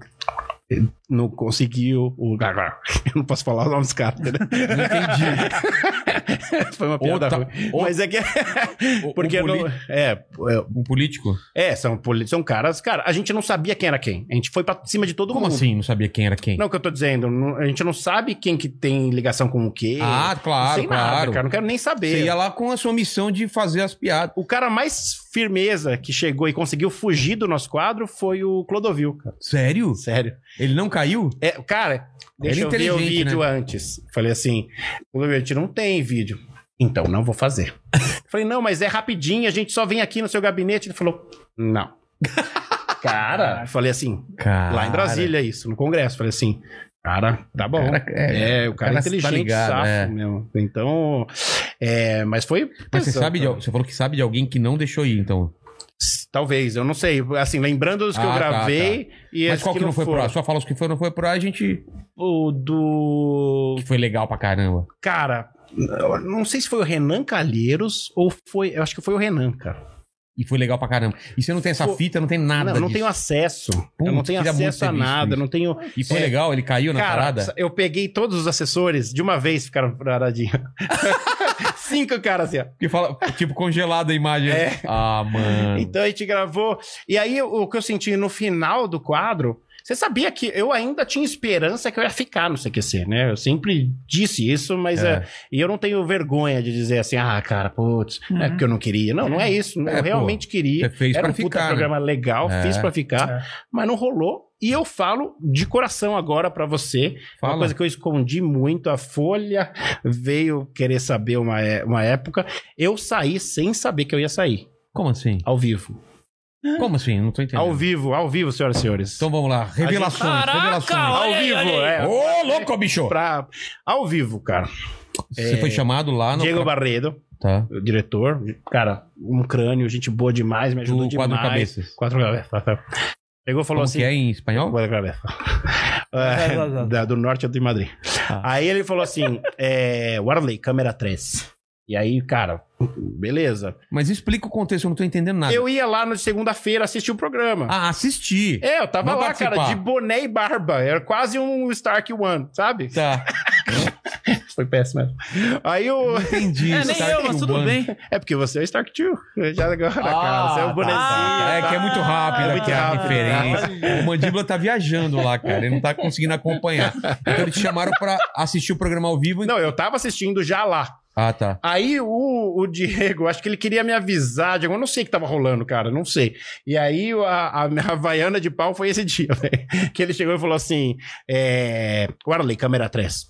Não conseguiu o. Eu não posso falar o nome dos caras, né? Não entendi. Foi uma piada. Outra- ruim. outra- Mas é que. tá, O- Porque o, poli- não. É, é, o político? é, são, poli- são caras. Cara, a gente não sabia quem era quem. A gente foi pra cima de todo Como mundo. assim? Não sabia quem era quem? Não, é o que eu tô dizendo, não- a gente não sabe quem que tem ligação com o quê. ah, Não claro, sei nada, claro. cara. Não quero nem Você saber. ia lá com a sua missão de fazer as piadas. O cara mais firmeza que chegou e conseguiu fugir do nosso quadro foi o Clodovil, cara. Sério? Sério. Ele não caiu? É, cara, deixa eu Ele é ver o inteligente, vídeo antes. Falei assim, Clodovil, a gente não tem vídeo. Então, não vou fazer. Falei, não, mas é rapidinho, a gente só vem aqui no seu gabinete. Ele falou, não. Cara, falei assim, Cara. lá em Brasília isso, no Congresso. Falei assim, cara, tá bom. Cara, é, o cara cara, é tá inteligente, ligado, safo é. mesmo. Então, é, mas foi... Mas você, pesado, sabe de, cara. al- você falou que sabe de alguém que não deixou ir, então. Talvez, eu não sei. Assim, lembrando dos que eu Ah, tá, gravei e Mas esses qual que, não foi pro foram. ar? Só fala os que foram, não foi pro ar, a gente. O do. Que foi legal pra caramba. Cara, eu não sei se foi o Renan Calheiros ou foi. Eu acho que foi o Renan, cara. E foi legal pra caramba. E você não tem essa Foi- fita, não tem nada. não, eu não disso. tenho acesso. eu não Putz, tenho queria muito acesso ter a visto nada. isso. eu Não tenho. E foi É. legal, ele caiu na parada. eu peguei todos os assessores de uma vez, ficaram paradinhos. Cinco caras assim, ó. Porque fala, tipo, congelada a imagem. É. Ah, mano. Então a gente gravou. E aí o que eu senti no final do quadro. Você sabia que eu ainda tinha esperança que eu ia ficar no CQC, né? Eu sempre disse isso, mas É. é, e eu não tenho vergonha de dizer assim, ah, cara, putz, é porque eu não queria. Não, não é isso. Uhum. É, eu pô, realmente queria. você fez Era pra um puta ficar, né? programa legal, É. fiz pra ficar, É. mas não rolou. E eu falo de coração agora pra você, Fala. uma coisa que eu escondi muito, a Folha veio querer saber uma, é- uma época. Eu saí sem saber que eu ia sair, Como assim? ao vivo. Como assim? Não tô entendendo. Ao vivo, ao vivo, senhoras e senhores. Então vamos lá. Revelações, Caraca, revelações. ao olha aí, vivo, olha aí. é. Ô, louco, bicho! Pra, ao vivo, cara. Você É, foi chamado lá no. Diego Barredo, Tá. o diretor, cara, um crânio, gente boa demais, me ajudou Do demais. quadro cabeças. Quatro cabeças. tá, Pegou e falou Como assim. que é em espanhol? Quatro cabeças. É, da- do norte de Madrid. Ah. Aí ele falou assim: é, Warley, câmera 3. E aí, cara, beleza. Mas explica o contexto, eu não tô entendendo nada. Eu ia lá na segunda-feira assistir o programa. Ah, assisti. É, eu tava Não lá, participar. cara, de boné e barba. Era quase um Stark One, sabe? Tá. Foi péssimo. Aí o. Entendi. Tá É, nem Stark eu, mas tudo Cubano. bem. É porque você é Stark Tio. Já agora, cara. Você é tá. o bonezinho. É que é muito rápido É muito aqui a rápido. né? diferença. O Mandíbula tá viajando lá, cara. Ele não tá conseguindo acompanhar. Então eles te chamaram pra assistir o programa ao vivo. Não, eu tava assistindo já lá. Ah, tá. Aí o, o Diego, acho que ele queria me avisar, Diego, eu não sei o que tava rolando, cara, não sei. E aí a, a minha Havaiana de pau foi esse dia, velho. Que ele chegou e falou assim: é, Warley, câmera atrás.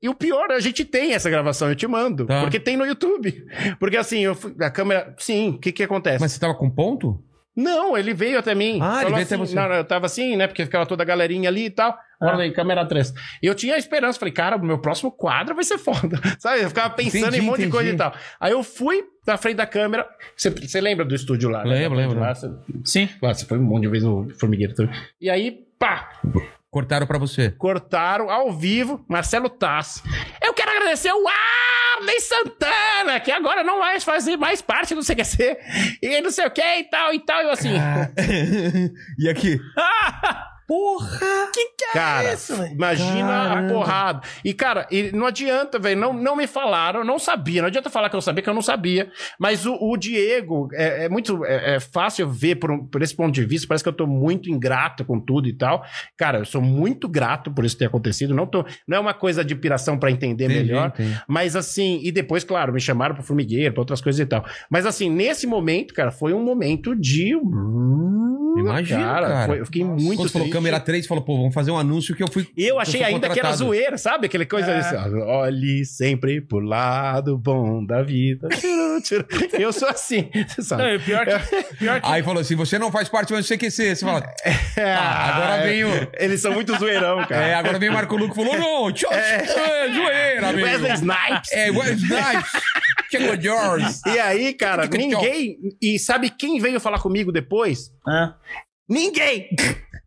E o pior, a gente tem essa gravação, eu te mando. Tá. Porque tem no YouTube. Porque assim, eu fui- a câmera. Sim, o que que acontece? Mas você tava com ponto? Não, ele veio até mim. Ah, ele Falou veio até assim, você. Ah. Não, não, eu tava assim, né? Porque ficava toda a galerinha ali e tal. Olha aí, câmera 3. Eu tinha a esperança, falei, cara, o meu próximo quadro vai ser foda. Sabe? Eu ficava pensando Entendi, em um monte entendi. de coisa e tal. Aí eu fui na frente da câmera. Você- Você lembra do estúdio lá? Lembro, lembro. Lá, você, Sim. lá, você foi um monte de vez no Formigueiro também. E aí, pá, Cortaram pra você. cortaram ao vivo Marcelo Tassi. Eu quero agradecer o Arley Santana, que agora não vai fazer mais parte do CQC, e não sei o que e tal e tal. E eu assim, e aqui? Ah, cara, imagina a porrada. E cara, e não adianta, velho, não, não me falaram, eu não sabia, não adianta falar que eu sabia, que eu não sabia. Mas o, o Diego, é, é muito é, é fácil ver por, um- por esse ponto de vista, parece que eu tô muito ingrato com tudo e tal. Cara, eu sou muito grato por isso ter acontecido, não, tô, não é uma coisa de piração pra entender Entendi, É melhor. entendi. Mas assim, e depois, claro, me chamaram pro formigueiro, pra outras coisas e tal. Mas assim, nesse momento, cara, foi um momento de. Imagina, cara. foi- eu fiquei muito Quando você falou triste. câmera 3, falou, pô, vamos fazer um anúncio que eu fui. Eu achei fui ainda que era contratado. zoeira, sabe? Aquele coisa É. assim, ó, olhe sempre pro lado bom da vida. Eu sou assim, você sabe. Não, e o pior que, pior que Aí falou assim: você não faz parte mais do CQC. Você fala, Ah, É, agora vem o- Eles são muito zoeirão, cara. é, agora vem o Marco Luco e falou: não, tchau, é, zoeira, amigo. Wesley Snipes. É, Wesley Snipes. Chegou George. E aí, cara, ninguém. E sabe quem veio falar comigo depois? Ah. Ninguém!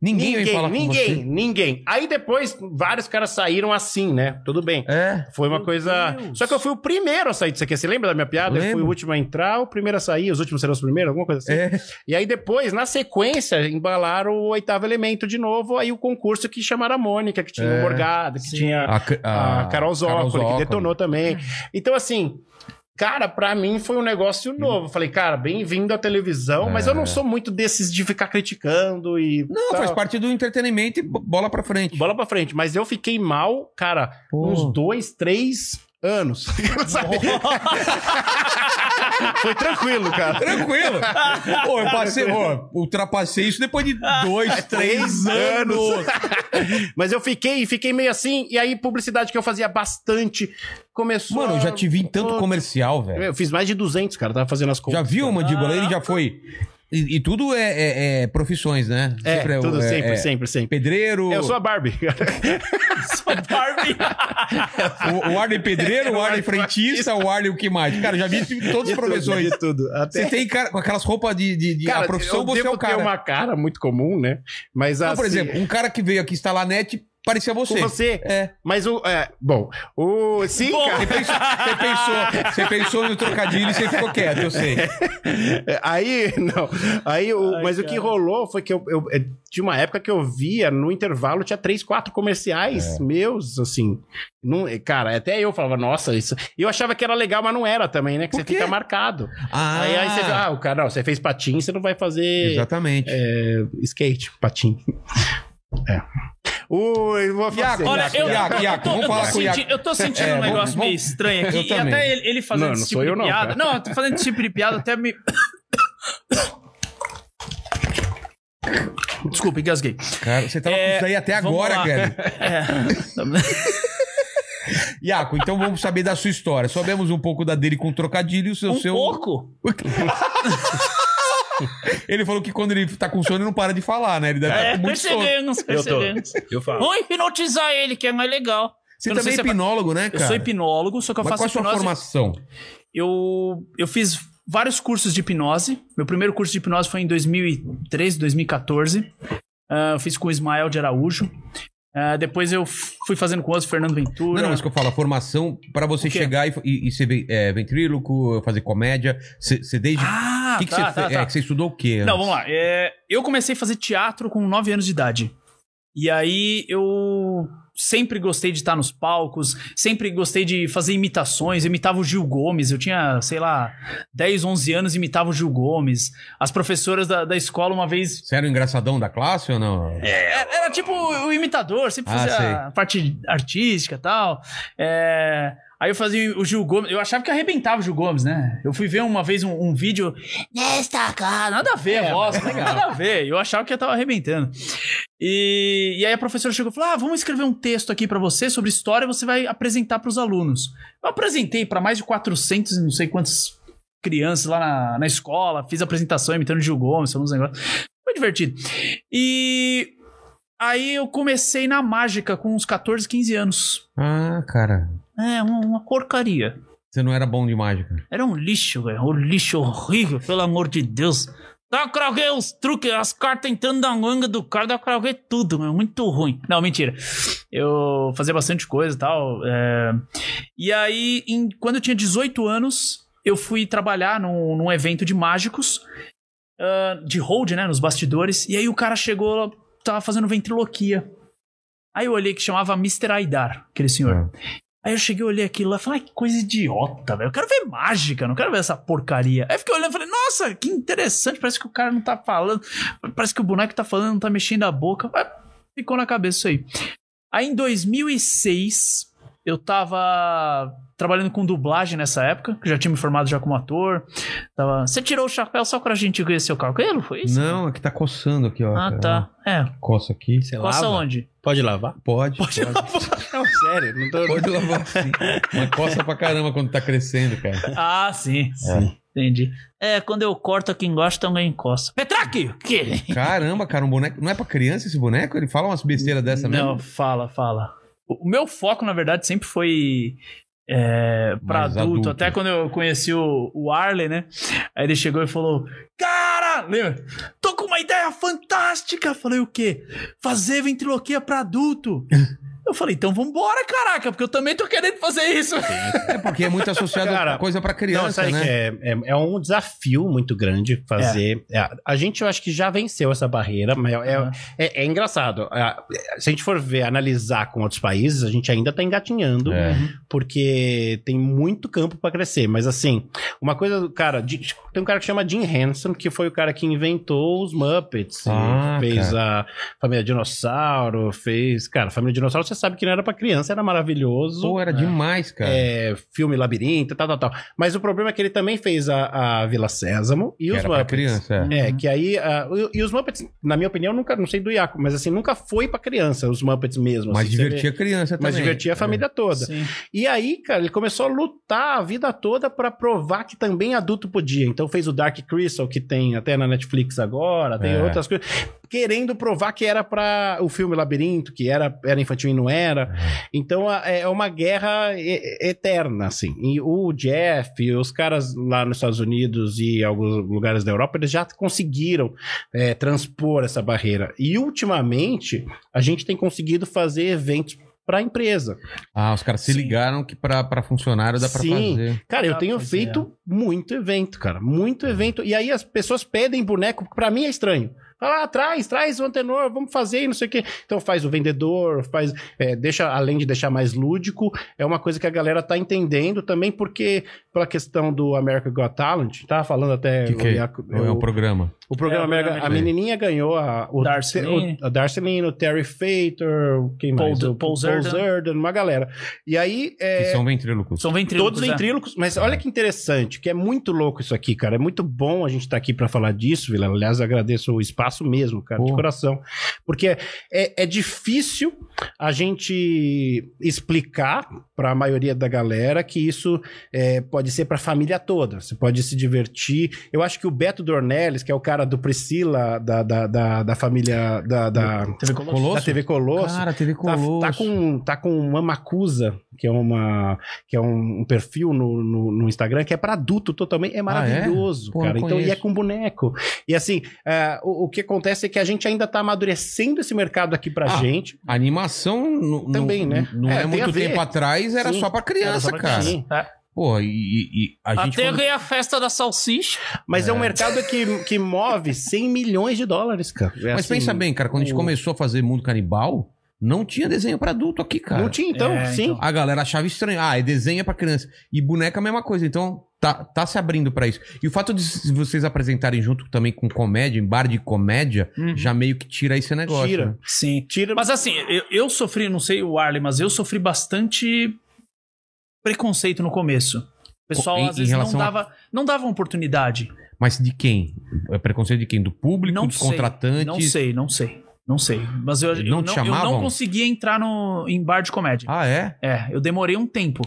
Ninguém, Ninguém, veio falar ninguém, com ninguém. Aí depois, vários caras saíram assim, né? Tudo bem. você. É. Foi uma coisa. Só que eu fui o primeiro a sair disso aqui. Você lembra da minha piada? Eu fui Lembro. o último a entrar, o primeiro a sair, os últimos serão os primeiros, alguma coisa assim. É. E aí depois, na sequência, embalaram o oitavo elemento de novo, aí o concurso que chamaram a Mônica, que tinha É. o Morgado, que tinha A, Ca- a, a Ah, Carol Zócoli, Ah, Zócoli. que detonou também. Então, assim. Cara, pra mim foi um negócio Hum. novo. Eu Falei, cara, bem-vindo à televisão, mas eu não sou muito desses de ficar criticando e. É. Não, tal. faz parte do entretenimento e bo- bola pra frente. Tá. Bola pra frente, mas eu fiquei mal, cara, Pô. uns dois, três anos. Sabe? Foi tranquilo, cara. Tranquilo. Pô, eu passei, ó, ultrapassei isso depois de dois, É três anos. Mas eu fiquei, fiquei meio assim, e aí publicidade que eu fazia bastante começou. Mano, eu já a- te vi em tanto comercial, velho. Eu fiz mais de 200, cara, tava fazendo as contas. Já viu, Mandíbula? Ele já foi. E, e tudo é, é- é profissões, né? É, o- tudo, é- sempre, é sempre, sempre. Pedreiro, Eu sou a Barbie. sou Barbie. o, o Arley pedreiro, o Arley frentista, o Arley o que mais? Cara, já vi de todas as profissões. De tudo, até... Você tem cara, com aquelas roupas de, de, de- a profissão, eu você é devo o cara. ter uma cara muito comum, né? Mas Não, assim... por exemplo, um cara que veio aqui instalar a net parecia com você. você. É. Mas o... é, bom, o... Sim, cara. Você pensou, você, pensou, você pensou no trocadilho e você ficou quieto, eu sei. É, Aí, não. Aí, o, mas o que rolou foi que eu, eu- é, tinha uma época que eu via no intervalo, tinha três, quatro comerciais meus, assim. Não, é, cara, até eu falava, nossa, isso. E eu achava que era legal, mas não era também, né? Que Por você quê? fica marcado. Ah, Aí, aí você fala, ah, o cara, não, você fez patins, você não vai fazer exatamente. é, skate, patim. É. O, eu vou E agora, Olha, Iaco, eu, Iaco, eu Iaco, tô, vamos eu tô falar com o senti- Iaco. eu tô sentindo É, um vamos- negócio vamos- meio estranho aqui. Eu e também. até ele, ele fazendo Não, não esse sou tipo eu de não, cara. piada. Não, eu tô fazendo esse tipo de piada até me. Desculpa, engasguei. Cara, você tava com É, isso aí até vamos agora, lá. cara. Iaco, então vamos saber da sua história. Sabemos um pouco da dele com trocadilho, o seu... Um seu... pouco? Ele falou que quando ele tá com sono, ele não para de falar, né? Ele deve estar É, com muito sono. percebemos, percebemos. Eu falo. Vamos hipnotizar ele, que é mais legal. Você Eu não também é sei se hipnólogo, né, Eu cara? sou hipnólogo, só que eu Mas qual faço a sua hipnose. formação? Eu, eu fiz vários cursos de hipnose. Meu primeiro curso de hipnose foi em 2013, 2014. Ah, eu fiz com o Ismael de Araújo. Ah, depois eu f- fui fazendo com o outro, Fernando Ventura. Não, não, mas que eu falo, a formação pra você O quê? chegar e, e, e ser ve- é, ventríloco, fazer comédia, você você desde... Ah, o que, que tá, você tá, fez? tá. É, que você estudou o quê? Não, vamos lá. É, eu comecei a fazer teatro com 9 anos de idade. E aí eu sempre gostei de estar nos palcos, sempre gostei de fazer imitações, eu imitava o Gil Gomes, eu tinha, sei lá, 10, 11 anos e imitava o Gil Gomes. As professoras da, da escola uma vez... Você era o engraçadão da classe ou não? Era, era tipo o imitador, sempre Ah, fazia sei. a parte artística e tal. É, Aí eu fazia o Gil Gomes, eu achava que arrebentava o Gil Gomes, né? Eu fui ver uma vez um, um vídeo, nesta cara, nada a ver, a voz, É, nada a ver. Eu achava que eu tava arrebentando. E, e aí a professora chegou e falou: Ah, vamos escrever um texto aqui pra você sobre história, você vai apresentar pros alunos. Eu apresentei pra mais de 400 e não sei quantas crianças lá na, na escola, fiz apresentação imitando Gil Gomes, uns negócios. Foi divertido. E aí eu comecei na mágica com uns 14, 15 anos. Ah, cara. É, uma, uma porcaria. Você não era bom de mágica. Era um lixo, velho. Um lixo horrível, pelo amor de Deus. Tá, craguei os truques, as cartas entrando na manga do cara, da craguei tudo, meu. Muito ruim. Não, mentira. Eu fazia bastante coisa e tal. é. E aí, em- quando eu tinha 18 anos, eu fui trabalhar num, num evento de mágicos, ah, de hold, né, nos bastidores. E aí o cara chegou, tava fazendo ventriloquia. Aí eu olhei que chamava Mr. Aidar, aquele senhor. Aí eu cheguei, olhei aquilo lá e falei, ai, que coisa idiota, velho. Eu quero ver mágica, não quero ver essa porcaria. Aí fiquei olhando e falei, nossa, que interessante, parece que o cara não tá falando, parece que o boneco tá falando, não tá mexendo a boca. Mas ficou na cabeça isso aí. Aí em 2006, eu tava trabalhando com dublagem nessa época, que eu já tinha me formado já como ator. Tava, você tirou o chapéu só pra gente ver seu cabelo, "Ah, foi isso? Não, aqui tá coçando aqui, ó. Ah, tá. É, Coça aqui. Você coça lava? onde? Pode lavar? Pode. Pode, Não, sério. Não tô... pode lavar sim. Mas coça pra caramba quando tá crescendo, cara. Ah, sim. sim. Entendi. É, quando eu corto aqui embaixo, também encosta. Petraque! Hum. Que? Caramba, cara, um boneco. Não é pra criança esse boneco? Ele fala umas besteiras dessa mesmo? Não, fala, fala. O o meu foco, na verdade, sempre foi é, pra Mais adulto. adulto. Até quando eu conheci o, o Arley, né? Aí ele chegou e falou: Cara, lembra? Tô com uma ideia fantástica. Falei: O quê? Fazer ventriloquia pra adulto. Eu falei: Então vambora, caraca, porque eu também tô querendo fazer isso. É porque é muito associado Cara, a coisa pra Não, criança, sabe né? que é, é, é um desafio muito grande fazer. é, a gente, eu acho que já venceu essa barreira, mas é, Uhum. é, é engraçado. É, é, se a gente for ver, analisar com outros países, a gente ainda tá engatinhando, É. porque tem muito campo pra crescer. Mas assim, uma coisa, cara, de- tem um cara que chama Jim Henson, que foi o cara que inventou os Muppets, e Ah, fez a Família Dinossauro, fez. Cara, Família Dinossauro, você sabe que não era pra criança, era maravilhoso Pô, era demais, cara. é, filme Labirinto, tal, tal, tal. Mas o problema é que ele também fez a, a Vila Sésamo e Que os era pra Muppets. criança. é. É, que aí. ah, e, e os Muppets, na minha opinião, nunca, não sei do Iaco, mas assim, nunca foi pra criança, os Muppets mesmo. Mas assim, você vê- divertia a criança também. É. Mas divertia a família toda. E aí, cara, ele começou a lutar a vida toda pra provar que também adulto podia. Então fez o Dark Crystal, que tem até na Netflix agora, tem É. outras coisas, querendo provar que era pra o filme Labirinto, que era, era infantil e não era. Então a- é uma guerra e- eterna, assim. E o Jeff, e os caras lá nos Estados Unidos e alguns lugares da Europa, eles já conseguiram é, transpor essa barreira. E ultimamente a gente tem conseguido fazer eventos pra empresa. Ah, os caras se Sim. ligaram que pra, pra funcionário dá pra Sim. fazer. Cara, eu Ah, tenho é. pois feito muito evento, cara. Uhum. Muito evento. E aí as pessoas pedem boneco, pra mim é estranho. Fala, ah, traz, traz o antenor, vamos fazer e não sei o quê. Então faz o vendedor, faz. é, deixa, além de deixar mais lúdico, é uma coisa que a galera tá entendendo também, porque pela questão do America Got Talent, tava falando até. Que que é? Iaco- Ou É um o- programa. o programa É, o America- programa A de- menininha ganhou a, o, Darcy o- Lynn. a Darcy Lynn, o Terry Fator, quem Paul mais? D- O Paul Zurdan. uma galera. E aí. é, Que são ventrílocos. São ventrílocos. Todos é. ventrílocos, mas olha que interessante, que é muito louco isso aqui, cara. É muito bom a gente estar aqui para falar disso, Vila. Aliás, agradeço o espaço mesmo, cara, de Pô. coração. Porque é, é difícil a gente explicar para a maioria da galera que isso é, pode ser para a família toda. Você pode se divertir. Eu acho que o Beto Dornelles, que é o cara do Priscila, da, da, da, da família da, da, TV Colosso. da Colosso? TV Colosso, Cara, TV Tá, Colosso. tá com, tá com uma Macusa, que é, uma, que é um, um perfil no, no, no Instagram, que é pra adulto totalmente. É maravilhoso, Ah, Pô, cara. não Então, e é conheço. com boneco. E assim, ah, o, o que acontece é que a gente ainda tá amadurecendo esse mercado aqui pra Ah, gente. A Animação no- no- Também, né? Não É, é, tem a muito ver. tempo atrás, era Sim. só pra criança, Sim. cara. Sim. Porra, e, e- e a gente. Até quando- ganhei a festa da salsicha. Mas é, um mercado que, que move 100 milhões de dólares, cara. É Mas assim, pensa bem, cara, quando a gente o- começou a fazer Mundo Canibal, não tinha desenho pra adulto aqui, cara. Não tinha então, É, sim. então. A galera achava estranho. Ah, é desenho é pra criança. E boneca é a mesma coisa. Então, tá, tá se abrindo pra isso. E o fato de s- vocês apresentarem junto também com comédia, em bar de comédia, Uhum. já meio que tira esse negócio. Tira. né? Sim. Tira. Mas assim, eu, eu sofri, não sei o Arley, mas eu sofri bastante preconceito no começo. O pessoal Em- em às vezes não relação a- dava, não dava oportunidade. Mas de quem? É preconceito de quem? Do público, Não dos sei, contratantes? Não sei, não sei. Não sei. Mas eu Não eu não, te eu não chamavam? conseguia entrar no, em bar de comédia. Ah, é? É, eu demorei um tempo.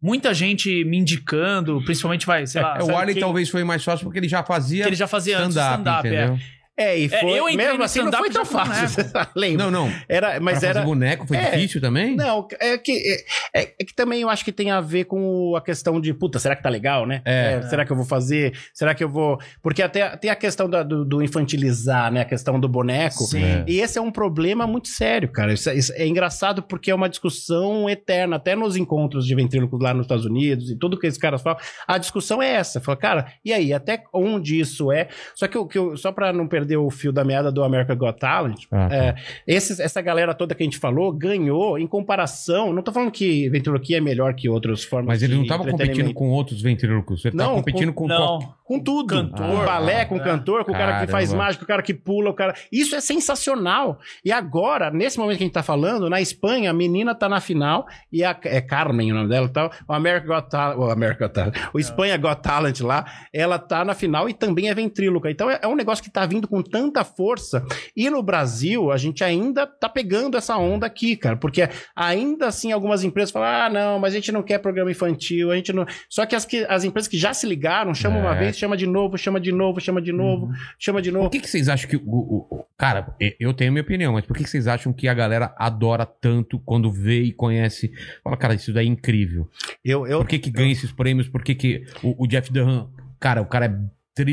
Muita gente me indicando, principalmente vai, sei lá, É, o Ah, sabe Arley quem- talvez foi mais fácil porque ele já que fazia ele já fazia antes stand-up, stand-up. é. entendeu? É, e É, foi. eu entrei mesmo no assim, não foi stand-up já tão né? foi na fácil. Lembra? Não, não. Era, Mas mas pra fazer era. boneco foi É. difícil também? Não, é que, é, é- é que também eu acho que tem a ver com a questão de, puta, será que tá legal, né? É. será que eu vou fazer? Será que eu vou. Porque até tem a questão da- do, do infantilizar, né? A questão do boneco. Sim. É. E esse é um problema muito sério, cara. Isso é, isso é engraçado porque é uma discussão eterna. Até nos encontros de ventrílocos lá nos Estados Unidos e tudo que esses caras falam, a discussão é essa. Fala, cara, e aí? Até onde isso é? Só que, o que eu- só pra não perder o fio da meada do America Got Talent, Ah, tá. é, esses- essa galera toda que a gente falou ganhou em comparação. Não tô falando que ventriloquia é melhor que outras formas Mas ele de não tava competindo entretenimento. com outros ventrílocos. Ele tava Não, competindo com, Não, qualquer- Com tudo. Cantor. com balé, Ah, com é. cantor, com o cara que faz Caramba. mágica, o cara que pula, o cara. Isso é sensacional. E agora, nesse momento que a gente tá falando, na Espanha, a menina tá na final e a. É Carmen o nome dela e tal. O America Got Talent. O America Got Talent. O Espanha Got Talent lá. Ela tá na final e também é ventríloca. Então é, é um negócio que tá vindo com tanta força. E no Brasil, a gente ainda tá pegando essa onda aqui, cara. Porque ainda assim algumas empresas falam: ah, não, mas a gente não quer programa infantil, a gente não. Só que as, que, as empresas que já se ligaram, chamam É. Uhum. uma vez, chama de novo, chama de novo, chama de novo, chama de Por novo. que, que vocês acham que. O, o- o- cara, e- eu tenho a minha opinião, mas por que, que vocês acham que a galera adora tanto quando vê e conhece? Fala, cara, isso daí é incrível. Eu, eu, Por que, que ganha esses prêmios? Por que, que o, o Jeff Dunham. Cara, o cara é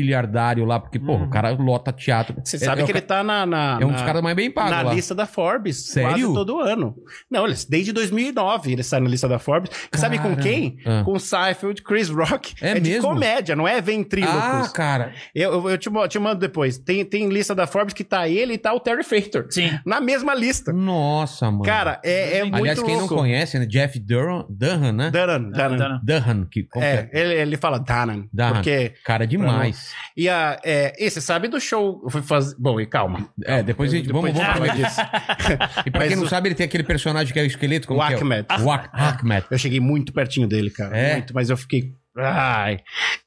trilhardário lá, porque, pô, o cara lota teatro. Uhum. você É- sabe é, o que ele ca- tá na. na É um na- dos caras mais bem pagos. na lá. lista da Forbes, Sério? quase todo ano. Não, eles, desde 2009 ele sai na lista da Forbes. E Sabe com Caramba. quem? Ah. Com Seinfeld, Chris Rock. É de mesmo? comédia, não é Ah, ventrílocos. cara. eu eu, eu te, mo- te mando depois. Tem, tem lista da Forbes que tá ele e tá o Terry Fator. Sim. Na mesma lista. Nossa, mano. Cara, é, é muito Aliás, quem louco. não conhece, né? Jeff Durham, Dunham, né? Ah, Danan, Danan. Danan. Dunham, que. como que É, é? ele, ele fala Danan. Danan. Porque. Cara, demais. E, a, é, e você sabe do show. eu fui fazer- Bom, e calma. É, depois a gente. Vamos, vamos falar disso. E pra Mas quem não o- sabe, ele tem aquele personagem que é o esqueleto. Como O Ah, que é? Ahmed. O Ak- Ahmed. Eu cheguei muito pertinho dele, cara. É? Muito, mas eu fiquei. Ai,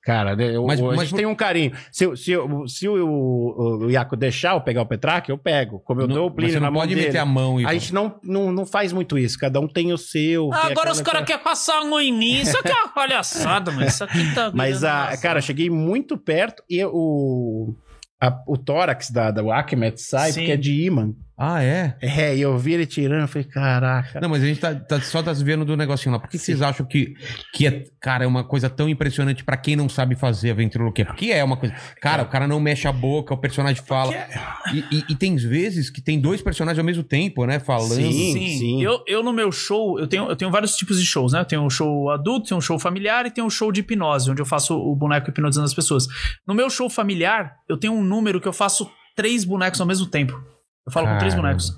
cara, né, eu, Mas- a mas gente por- tem um carinho. Se, eu- se, eu- se o, o, o Iaco deixar eu pegar o Petraque, eu pego. Como eu dou o mas Plínio você na não mão pode dele. meter a mão e. A gente não, não, não faz muito isso. Cada um tem o Ah, seu. tem Agora aquela- os caras querem passar um a mão em mim. Isso aqui é uma palhaçada, mano. Isso aqui tá. Mas, a, Nossa. cara, eu cheguei muito perto e o, a- o tórax da, da Acmet sai Sim. porque é de imã. Ah, é? É, e eu vi ele tirando, eu falei, caraca. Não, mas a gente tá, tá- só tá se vendo do negocinho lá. Por que, que vocês acham que, que é, cara, é uma coisa tão impressionante pra quem não sabe fazer a ventriloquia? Porque é uma coisa. Cara, o cara não mexe a boca, o personagem fala. é. E, e- e tem vezes que tem dois personagens ao mesmo tempo, né? Falando. Sim. Eu, eu no meu show, eu tenho, eu tenho vários tipos de shows, né? Eu tenho um show adulto, tenho um show familiar e tenho um show de hipnose, onde eu faço o boneco hipnotizando as pessoas. No meu show familiar, eu tenho um número que eu faço três bonecos ao mesmo tempo. Eu falo com três Caramba. bonecos.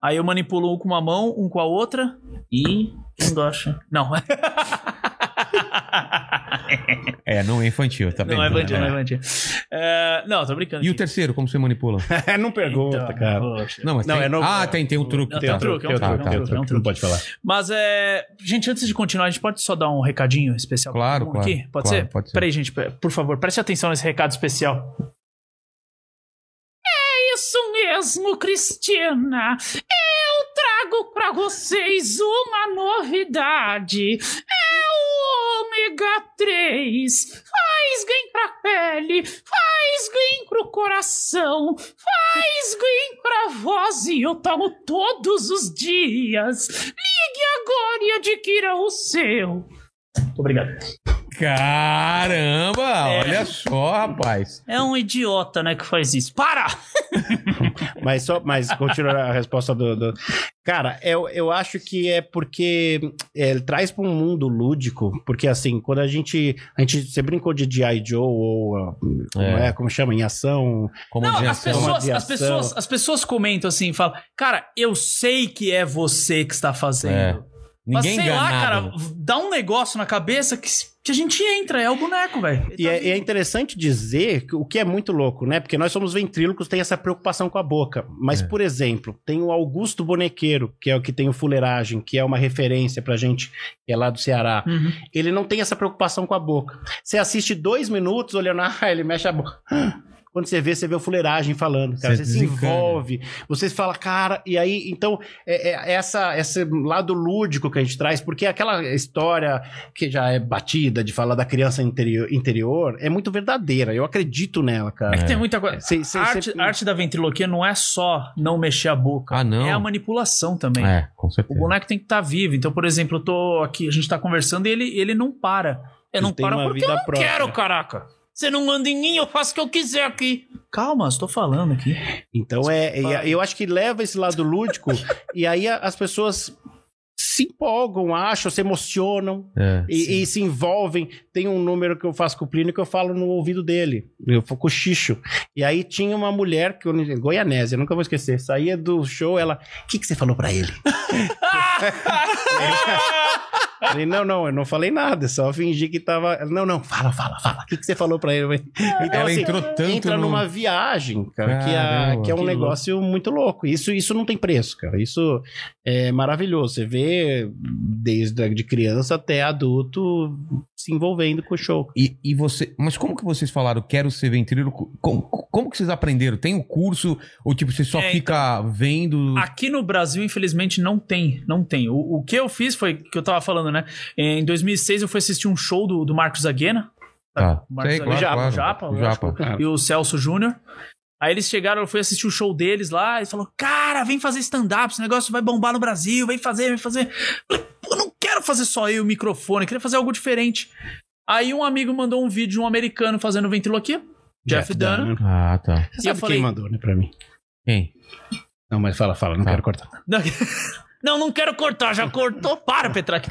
Aí eu manipulo um com uma mão, um com a outra e. Quem gosta? Não. Tá É, não é infantil, tá não é vendo, bandido, né? não é bandido. É, não, tô brincando. E o aqui. terceiro, como você manipula? não pergunta, Então, cara. poxa. Não, mas Não, tem... é no- Ah, tem, tem um truque. Não, tá. tem um truque, é um Tá, truque, é um tá, truque. tá. Não pode falar. Mas é. Gente, antes de continuar, a gente pode só dar um recadinho especial pra Claro, todo mundo claro, aqui? Pode claro, ser? pode ser. Peraí, gente, pe- por favor, preste atenção nesse recado especial. É Isso mesmo, Cristina. Eu trago pra vocês uma novidade. É o ômega 3. Faz bem pra pele, faz bem pro coração, faz bem pra voz e eu tomo todos os dias. Ligue agora e adquira o seu. Muito obrigado. Caramba, olha só, rapaz. É um idiota, né, que faz isso. Para! Mas só, mas continua a resposta do, do- Cara, eu, eu acho que é porque é, ele traz para um mundo lúdico, porque assim, quando a gente a gente você brincou de G.I. Joe ou ah, como É. é, como chama em ação, Como assim, Não, de as ação. pessoas, Uma as, adiação. pessoas, as pessoas comentam assim, falam, cara, eu sei que é você que está fazendo. Mas Ninguém sei ganha lá, nada. cara, dá um negócio na cabeça que, que a gente entra, é o boneco, velho. E é, e é interessante dizer que- o que é muito louco, né? Porque nós somos ventrílocos, tem essa preocupação com a boca. Mas, por exemplo, tem o Augusto Bonequeiro, que é o que tem o Fuleiragem, que é uma referência pra gente, que é lá do Ceará. Uhum. Ele não tem essa preocupação com a boca. Você assiste dois minutos olhando, ah, ele mexe a boca. Quando você vê, você vê o fuleiragem falando, cara. Você Você, se desencana. envolve, você fala, cara, e aí, então, é, é essa, esse lado lúdico que a gente traz, porque aquela história que já é batida de falar da criança interior, interior é muito verdadeira. Eu acredito nela, É cara. que tem muita coisa. Cê- cê- a, arte, cê- a arte da ventriloquia não é só não mexer a boca. Ah, não. É a manipulação também. É, com O certeza. boneco tem que estar vivo. Então, por exemplo, eu tô aqui, a gente tá conversando e ele, ele não para. Eu Ele não tem para uma porque vida eu não própria. quero, caraca. Você não manda em mim, eu faço o que eu quiser aqui. Calma, estou falando aqui. Então é, é- eu acho que leva esse lado lúdico e aí a- as pessoas se empolgam, acham, se emocionam. É. E, e se envolvem. Tem um número que eu faço com o Plínio que eu falo no ouvido dele. Eu falo cochicho. E aí tinha uma mulher que eu não- goianésia, nunca vou esquecer. Saía do show, ela. O que, que você falou pra ele? Eu falei, não, não, eu não falei nada, só fingi que tava. Ela, Não, não, fala, fala, fala. O que, que você falou pra ele? Eu falei, É. Então, Ela assim, entrou tanto entra no- numa viagem, cara, que, é- Caramba, que é um que negócio muito louco. Isso, isso não tem preço, cara. Isso é maravilhoso. Você vê desde a- de criança até adulto se envolvendo com o show. E, e você. Mas como que vocês falaram, quero ser ventríloco? Como, como que vocês aprenderam? Tem um curso? Ou tipo, você só É, fica vendo. Aqui no Brasil, infelizmente, não tem. Não tem. O, o que eu fiz foi que eu tava falando, né? Em 2006, eu fui assistir um show do, do Marcos Aguena. Tá. O Marcos Sei, Aguena, claro, o Japa, claro. é o O Japa, Japa. lógico, Tá. e o Celso Júnior. Aí eles chegaram, eu fui assistir o show deles lá e falou: Cara, vem fazer stand-up, esse negócio vai bombar no Brasil, vem fazer, vem fazer. Eu falei, "Pô, Eu não quero fazer só eu e o microfone, eu queria fazer algo diferente. Aí um amigo mandou um vídeo de um americano fazendo ventriloquia, Jeff, Dunham. Ah, tá. Você E eu sabe falei- quem mandou, né, pra mim? Quem? Não, mas fala, fala, não Tá. quero cortar. Não, não quero cortar, já cortou. Para, Petraque.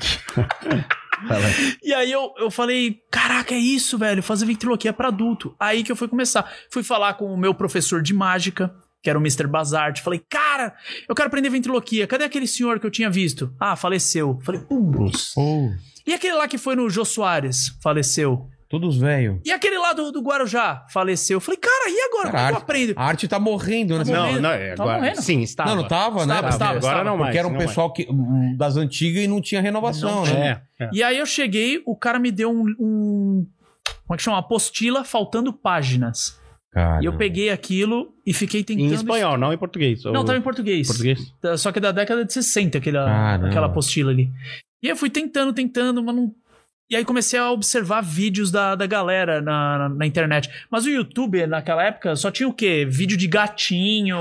Fala. E aí eu, eu falei, caraca, é isso, velho, fazer ventriloquia pra adulto. Aí que eu fui começar. Fui falar com o meu professor de mágica, que era o Mr. Bazart. Falei, cara, eu quero aprender ventriloquia. Cadê aquele senhor que eu tinha visto? Ah, faleceu. Falei, putz. Pô, E aquele lá que foi no Jô Soares? Faleceu. todos velho. E aquele lá do, do Guarujá? Faleceu. Falei, cara, e agora? Como é que Cara, eu aprendo? A arte tá morrendo, né? Tá Não, morrendo. não, é Tá agora. morrendo. Sim, estava. Não, não tava, né? Estava, Estava, estava, agora estava. não mais. Porque era um não pessoal que, hum, das antigas e não tinha renovação, Não né? tinha. mais. É, é. E aí eu cheguei, o cara me deu um. um- como é que chama? Uma apostila faltando páginas. Cara, e eu peguei aquilo e fiquei Em tentando. espanhol, não em português. Então, Não, Ou- tava em português. português. Da- Só que da década de 60, aquela, Caramba. aquela apostila ali. E eu fui tentando, tentando, mas não. E aí comecei a observar vídeos da, da galera na, na, na internet. Mas o YouTube, naquela época, só tinha o quê? Vídeo de gatinho,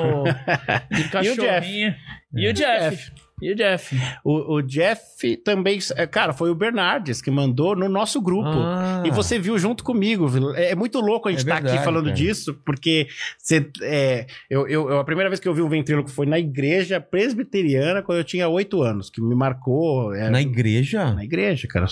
de cachorrinho. E É. o Jeff. E o Jeff. O, o Jeff também. é, Cara, foi o Bernardes que mandou no nosso grupo. Ah. E você viu junto comigo. viu? É é muito louco a gente É estar aqui verdade, falando cara. disso, porque você, é, eu, eu- eu- a primeira vez que eu vi um ventríloco foi na igreja presbiteriana, quando eu tinha oito anos, que me marcou. é, Na igreja? na igreja, cara.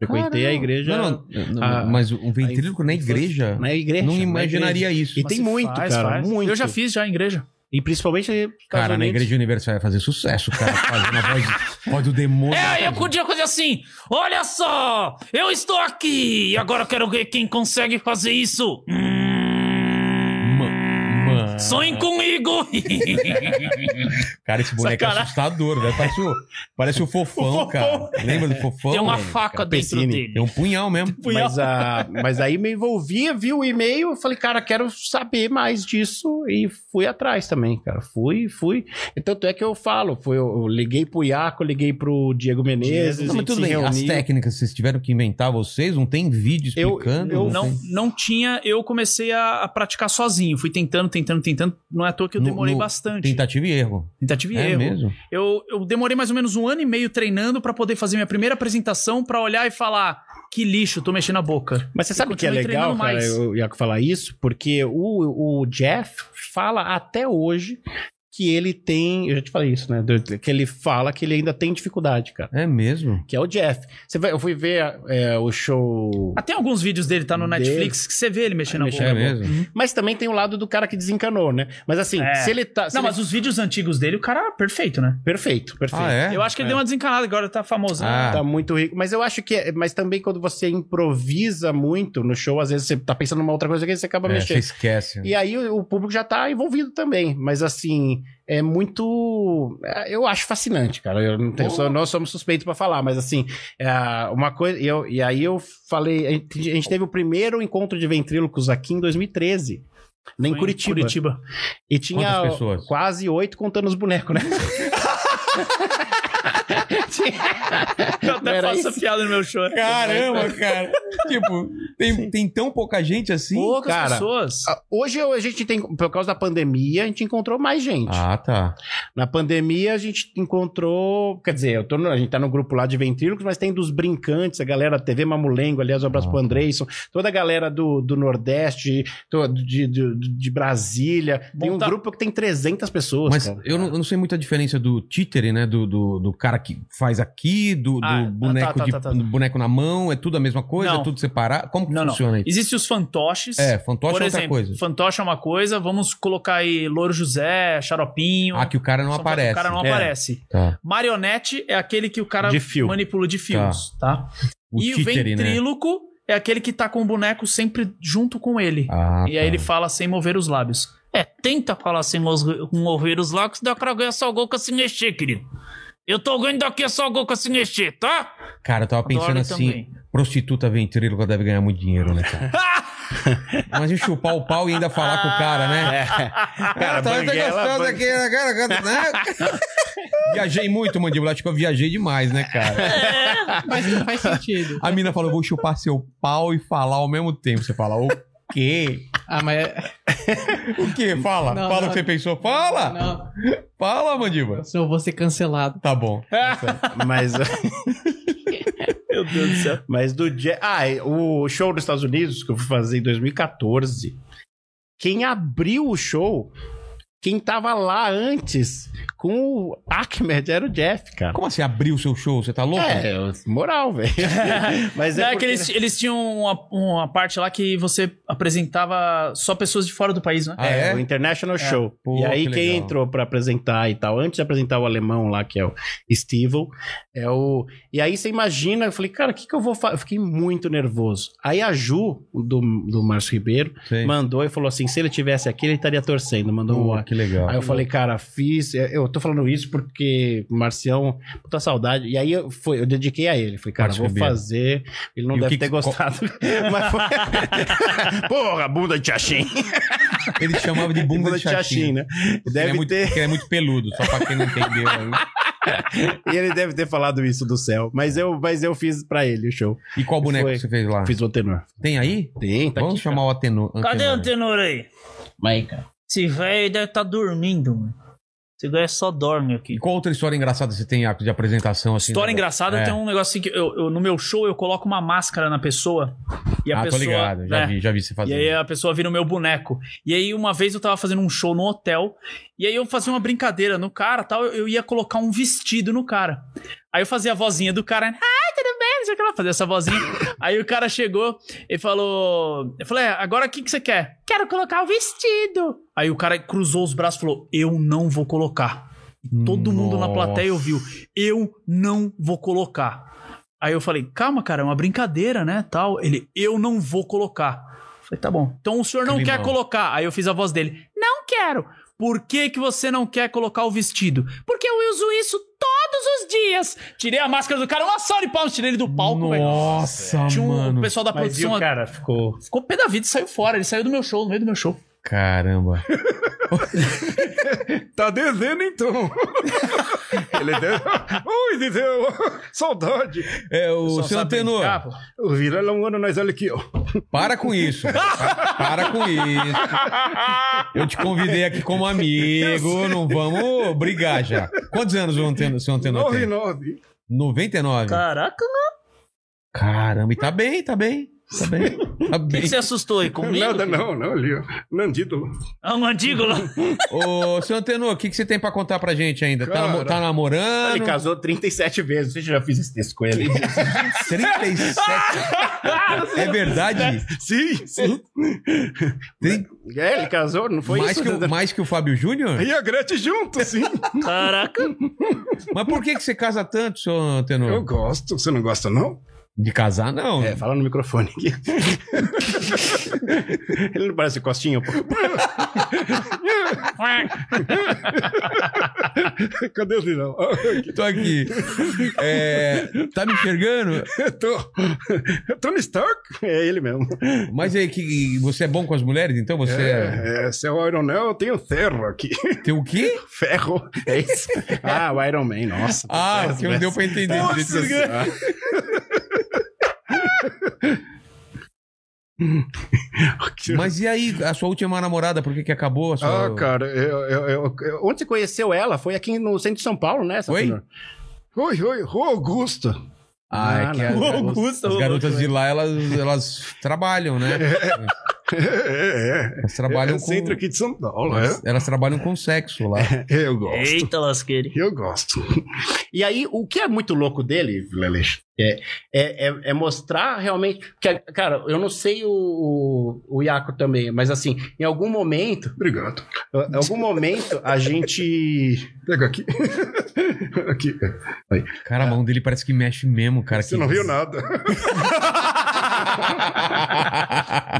Eu Frequentei a Caramba. igreja. Não, não, não, Ah, mas um ventríloco na igreja? Na igreja. Não na imaginaria isso. E tem muito, cara, muito. Eu já fiz já em igreja. igreja. E principalmente. nos Cara, Estados na Unidos. Igreja Universal ia fazer sucesso, cara. Fazendo a voz, voz do demônio. É, eu podia fazer assim. Olha só, eu estou aqui. E agora eu quero ver quem consegue fazer isso. Hum, Ma- Ah. Mano. Sonhe comigo. Cara, esse boneco Sacanagem. é assustador, velho. Parece o, parece o fofão, cara. Lembra do fofão? Tem uma velho? faca dentro Pessini. dele. Tem um punhal mesmo. Mas, a, mas aí me envolvia, vi o e-mail, eu falei, cara, quero saber mais disso e fui atrás também, cara. Fui, fui. E tanto é que eu falo, fui, eu, eu liguei pro Iaco, liguei pro Diego Não, Menezes, a mas gente tudo se bem. As reuniu. técnicas vocês tiveram que inventar vocês? Não tem vídeo Eu- explicando? eu- Não, tem? não tinha. Eu comecei a, a praticar sozinho. Fui tentando, tentando, tentando. Não é à toa que eu No- demorei no- bastante. Tentativa e erro. Tentativa e é erro. mesmo? Eu, eu demorei mais ou menos um ano e meio treinando pra poder fazer minha primeira apresentação, pra olhar e falar: Que lixo, tô mexendo a boca. Mas você sabe que é continue legal, treinando cara, mais. eu ia falar isso, porque o, o Jeff fala até hoje que ele tem. Eu já te falei isso, né? do- Que ele fala que ele ainda tem dificuldade, cara. É mesmo? Que é o Jeff. Você vai, eu fui ver é, o show. Até alguns vídeos dele tá no Dele. Netflix que você vê ele mexendo a Mexendo boca. É mesmo? Mas também tem o lado do cara que desencanou, né? Mas assim, É. se ele tá. se Não, ele- tá mas os vídeos antigos dele, o cara é perfeito, né? Perfeito, perfeito. Ah, é? Eu acho que ele deu uma desencanada, agora tá famoso. Ah. Tá muito rico. Mas eu acho que. é- Mas também quando você improvisa muito no show, às vezes você tá pensando numa outra coisa que você acaba É, você mexendo. esquece. E aí o o público já tá envolvido também. Mas assim, é muito. é, Eu acho fascinante, cara. Eu não tenho, só- nós somos suspeitos pra falar, mas assim, é, uma coisa. e eu- e aí eu falei. A gente, a gente teve o primeiro encontro de ventrílocos aqui em 2013. Lá né, em Foi Curitiba. Curitiba. E tinha Quantas pessoas? quase oito contando os bonecos, né? Eu até Era faço isso? a piada no meu show. Caramba, cara. tipo, tem, tem tão pouca gente assim? Poucas cara. pessoas. Ah, Hoje eu- a gente tem, por causa da pandemia, a gente encontrou mais gente. Ah, tá. Na pandemia a gente encontrou, quer dizer, eu tô no- a gente tá no grupo lá de ventrílocos, mas tem dos brincantes, a galera TV Mamulengo, aliás, um abraço Ah. pro Andreyson, toda a galera do, do Nordeste, to- de, de, de Brasília. tem um Monta- grupo que tem 300 pessoas, Mas cara. eu não, eu não sei muita diferença do títere, né? Do, do, do cara que faz aqui, do, do Ah, tá, boneco, tá, de, tá, tá. do boneco na mão. É tudo a mesma coisa? Não. É tudo separado? Como que Não, não. funciona isso? Existem os fantoches. É, fantoche Por é outra exemplo, coisa. fantoche é uma coisa, vamos colocar aí Louro José, Xaropinho. Ah, que o cara não São- aparece. é O cara não É. aparece. Tá. Marionete é aquele que o cara De fio. manipula de fios, tá? O e títere, o né? ventríloco é aquele que tá com o boneco sempre junto com ele. Ah, e aí tá. ele fala sem mover os lábios. É, tenta falar sem mos- mover os lábios, dá pra ganhar só o Goku se mexer, querido. Eu tô ganhando daqui só o Goku se mexer, tá? Cara, eu tava pensando Adoro assim, também. prostituta ventríloca deve ganhar muito dinheiro, né, cara? Imagina chupar o pau e ainda falar com o cara, né? Ah, é. tá Cara, banguela, ban- aqui, né, cara, cara, né? viajei muito, mandíbula. Acho que eu viajei demais, né, cara? Mas não faz sentido. A mina falou, vou chupar seu pau e falar ao mesmo tempo. Você fala, o quê? Ah, mas. O quê? Fala. Não, fala não. o que você pensou. Fala. Não, Fala, mandíbula. senão eu vou ser cancelado. Tá bom. Mas, Meu Deus do céu. mas do dia. Ah, e o show dos Estados Unidos, que eu fui fazer em 2014. Quem abriu o show, quem tava lá antes com o Ahmed era o Jeff, cara. Como assim abriu o seu show? Você tá louco? É, moral, velho. Mas É, é, que porque... eles, eles tinham uma, uma parte lá que você apresentava só pessoas de fora do país, né? Ah, é, é? o International Show. Pô, e aí que quem legal. entrou pra apresentar e tal, antes de apresentar o alemão lá, que é o Steven, é o... E aí você imagina, eu falei, cara, o que que eu vou fazer? Eu fiquei muito nervoso. Aí a Ju, do, do Márcio Ribeiro, Sei. mandou e falou assim, se ele tivesse aqui, ele estaria torcendo. Mandou um Pô, like. que legal. Aí eu falei, cara, fiz. Eu eu tô falando isso porque Marcião, puta saudade. E aí eu, foi, eu dediquei a ele. Falei, cara, Márcio vou Ribeiro. fazer. Ele não E o deve que ter que- gostado. Mas foi. Porra, bunda de Tchachim. Ele te chamava de bunda de chachim, né? Porque ele Deve é muito, ter. porque ele é muito peludo, só pra quem não entendeu. aí. E ele deve ter falado isso do céu. Mas eu, mas eu fiz pra ele o show. E qual boneco Foi. que você fez lá? Fiz o tenor. Tem aí? Tem, tá Ah. Vamos aqui. chamar o Atenor. Cadê o tenor aí? Vai, cara. Esse velho deve tá dormindo, mano. Esse velho só dorme aqui. E qual outra história engraçada você tem Iaco, de apresentação? Assim, História né? engraçada É. tem um negócio assim que eu, eu- no meu show eu coloco uma máscara na pessoa e a ah, pessoa. tô ligado. Já né? vi, já vi você E fazer. aí a pessoa vira o meu boneco. E aí uma vez eu tava fazendo um show no hotel e aí eu fazia uma brincadeira no cara, tal, eu- eu ia colocar um vestido no cara. Aí eu fazia a vozinha do cara, ah, tudo bem, não sei o que lá, fazia essa vozinha. aí o cara chegou e falou, eu falei, "É, agora o que que você quer? Quero colocar o vestido. Aí o cara cruzou os braços e falou, eu não vou colocar. E todo mundo na Nossa. plateia ouviu, eu não vou colocar. Aí eu falei, calma, cara, é uma brincadeira, né? Tal. Ele, eu não vou colocar. Eu Falei, tá bom. Então o senhor não Climão. quer colocar. Aí eu fiz a voz dele, não quero. Por que, que você não quer colocar o vestido? Porque eu uso isso todos os dias. Tirei a máscara do cara, uma sala de palmas, tirei ele do palco, velho. Nossa, Tinha um mano. o pessoal da Mas e produção. o cara ficou. Ficou pé da vida e saiu fora. Ele saiu do meu show, no meio do meu show. Caramba. Tá devendo então. Ele deu. Ui, deu. Saudade. É, o Só seu sabe Atenor, brincar, pô. O Vila Longano, nós olha aqui, ó. para com isso. Pa- para com isso. Eu te convidei aqui como amigo. Não vamos brigar já. Quantos anos o Antenor, seu Antenor tem? 99. 99. Caraca, Caramba, e tá bem, tá bem. Tá bem. Tá O que, bem. que você assustou aí comigo? Nada não, não, ali, ó. Nandito. Ah, um andígula. Ô, seu Antenor, o que, que você tem pra contar pra gente ainda? Tá, namo- Cara. tá namorando? Ele casou 37 vezes. Você já fiz esse texto com ele? 37. é verdade? Sim, sim. Tem é, ele casou, não foi mais, isso? que o, mais que o Fábio Júnior? E a Gretchen junto, sim. Caraca. Mas por que, que você casa tanto, seu Antenor? Eu gosto. Você não gosta, não? De casar, não. É, fala no microfone aqui. ele não parece costinho, pô. Cadê o Lirão? Tô aqui. É, tá me enxergando? Eu tô... Eu tô no Stark. É ele mesmo. Mas aí, que, você é bom com as mulheres? Então você é... É, se é o Iron Man, eu tenho ferro aqui. Tem o quê? Ferro. É isso. Ah, o Iron Man, nossa. tá Ah, Nossa, que não deu pra entender. Mas e aí, a sua última namorada, por que que acabou a sua... Ah, cara, eu, eu, eu, eu... Onde você conheceu ela? Foi aqui no centro de São Paulo, né? essa Oi? senhora? Oi, oi, Rua Augusta. Ah, é Ah, que não. as, Ô, garotas- Augusto, as ô, garotas de lá, elas, elas trabalham, né? É, é, é. Elas é trabalham o com... centro aqui de São Paulo, é? Elas, elas trabalham com sexo lá. Eu gosto. Eita, lasqueira. Eu gosto. E aí, o que é muito louco dele, Leleix, é, é, é- é mostrar realmente. Porque, cara, eu não sei o, o, o Iaco também, mas assim, em algum momento, Obrigado. em algum momento, a gente. Pega aqui. aqui. Cara, a mão dele parece que mexe mesmo, cara. Você que- não viu nada.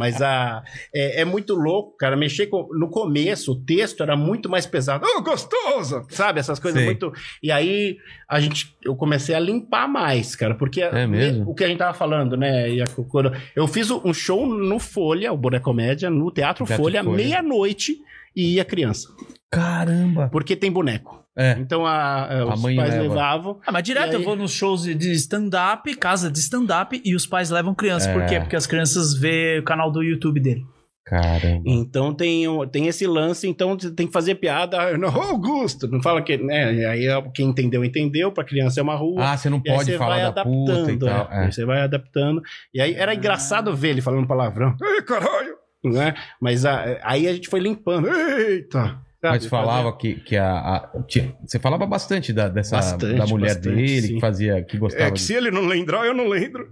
Mas a, é, é muito louco, cara. Mexer com. No começo, o texto era muito mais pesado. Ô, gostosa! Sabe, essas coisas Sei. muito. E aí a gente, eu comecei a limpar mais, cara, porque É mesmo? o que a gente tava falando, né? e a- quando- Eu fiz um show no Folha, o Boné Comédia, no Teatro, Teatro Folha, Folha. meia-noite e ia criança, Caramba! porque tem boneco. É. Então a, a- A os mãe pais leva. levavam. Ah, mas direto E aí? eu vou nos shows de stand-up, casa de stand-up, e os pais levam crianças. É. Por quê? Porque as crianças vê o canal do YouTube dele. Caramba. Então tem, o- tem esse lance, então você tem que fazer piada. ah, Não, Augusto, não fala que, né? e Aí quem entendeu, entendeu. Pra criança é uma rua. Ah, você não E aí pode você falar vai da puta e adaptando, tal. é. É. Você vai adaptando. E aí era engraçado ver ele falando palavrão, Ei, caralho! né? Mas a- aí a gente foi limpando. Eita! sabe? Mas falava que, que a, a- ti- Você falava bastante da, dessa, Bastante, da mulher bastante, dele, sim. que fazia, que gostava É que de- se ele não lembrar, eu não lembro.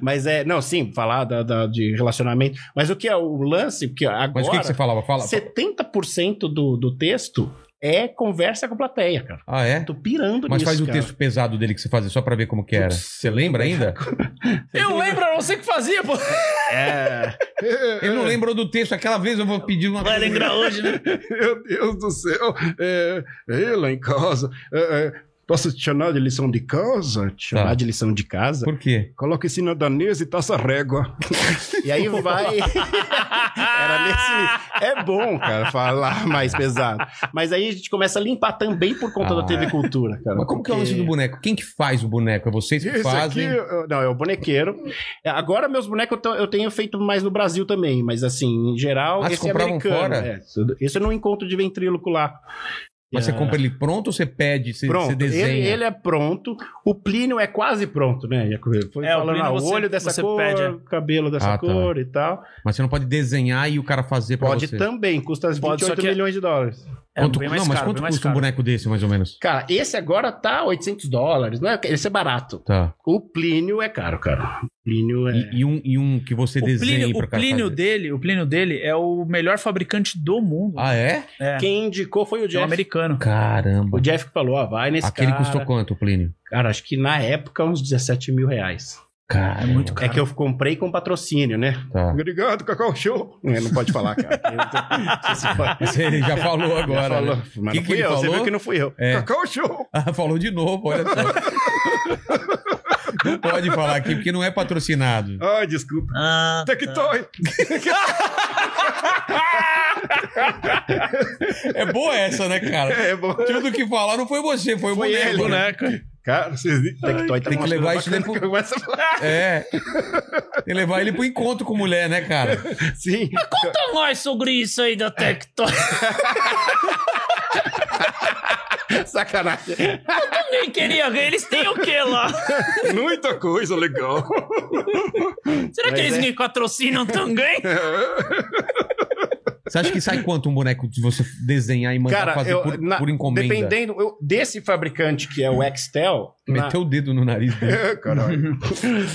Mas é, não, sim, falar da- da- de relacionamento. Mas o que é o lance? Porque Mas agora o que, que você falava? Fala. 70% do, do texto é conversa com a plateia, cara. Ah, é? Tô pirando Mas nisso, faz o cara. texto pesado dele que você fazia, só pra ver como que era. Você lembra ainda? Eu lembro, era você que fazia, pô. É, Ele não lembrou do texto. Aquela vez eu vou pedir uma. Vai lembrar hoje, né? Meu Deus do céu! É, é, lá em casa. É, é, posso te chamar de lição de casa? Te Tá. chamar- chamar de lição de casa. Por quê? Coloca esse na danesa e taça régua. E aí vai. Era nesse. É bom, cara, falar mais pesado. Mas aí a gente começa a limpar também por conta Ah. da TV Cultura, cara. Mas como que é o lance do boneco? Quem que faz o boneco? É vocês que Esse fazem? aqui. Eu- Não, é o bonequeiro. É, Agora, meus bonecos eu tô- eu tenho feito mais no Brasil também, mas assim, em geral, Ah, vocês esse é compravam americano. fora? É, esse eu não encontro de ventríloco lá. Mas você É. compra ele pronto ou você pede, você, Pronto, você desenha? ele, ele é pronto. O Plínio é quase pronto, né? Iacob? Foi É, o falando, Plínio ah, o você- olho dessa você cor, pede, é. o cabelo dessa Ah, tá. cor e tal. Mas você não pode desenhar e o cara fazer pra Pode você? também, custa Pode, só 28 que- milhões de dólares. Quanto- É bem Não, mais mas caro, quanto bem mais custa um caro. boneco desse, mais ou menos? Cara, esse agora tá 800 dólares. Não é, esse é barato. Tá. O Plínio é caro, cara. O Plínio é. E, e um, e um que você O desenha Plínio, pro o cara Plínio fazer. dele, o Plínio dele é o melhor fabricante do mundo. Ah, é? é, Quem indicou foi o é um Jeff. americano. Caramba. O Jeff que falou: ó, vai nesse Aquele cara. custou quanto, Plínio? Cara, acho que na época uns 17 mil reais. Cara, É muito É caro. que eu comprei com patrocínio, né? Tá. Obrigado, Cacau Show. É, não pode falar, cara. Eu Mas Ele já falou tô... agora. falou, né? mas não Que que fui ele eu, você falou? viu que não fui eu. É. Cacau Show! Ah, falou de novo, olha só. não pode falar aqui porque não é patrocinado. Ai, desculpa. Ah, Tectoy! É boa essa, né, cara? É, bom. Tudo que falar não foi você, foi o Foi boneco. né? ele, né? boneco. Cara, vocês. Tectoy tá Tem que mostrando levar isso bacana daí pro- que começa a falar. É. Tem que levar ele pro encontro com mulher, né, cara? Sim. Então É. Conta mais sobre isso aí da Tectoy. Sacanagem. Nem queria ver. Eles têm o que lá? Muita coisa legal. Será Mas que eles é. me patrocinam também? Você acha que sai quanto um boneco de você desenhar e mandar Cara, fazer eu- por, na- por encomenda? Dependendo eu- desse fabricante que é o Xtel, na- Meteu o dedo no nariz dele. É, caralho.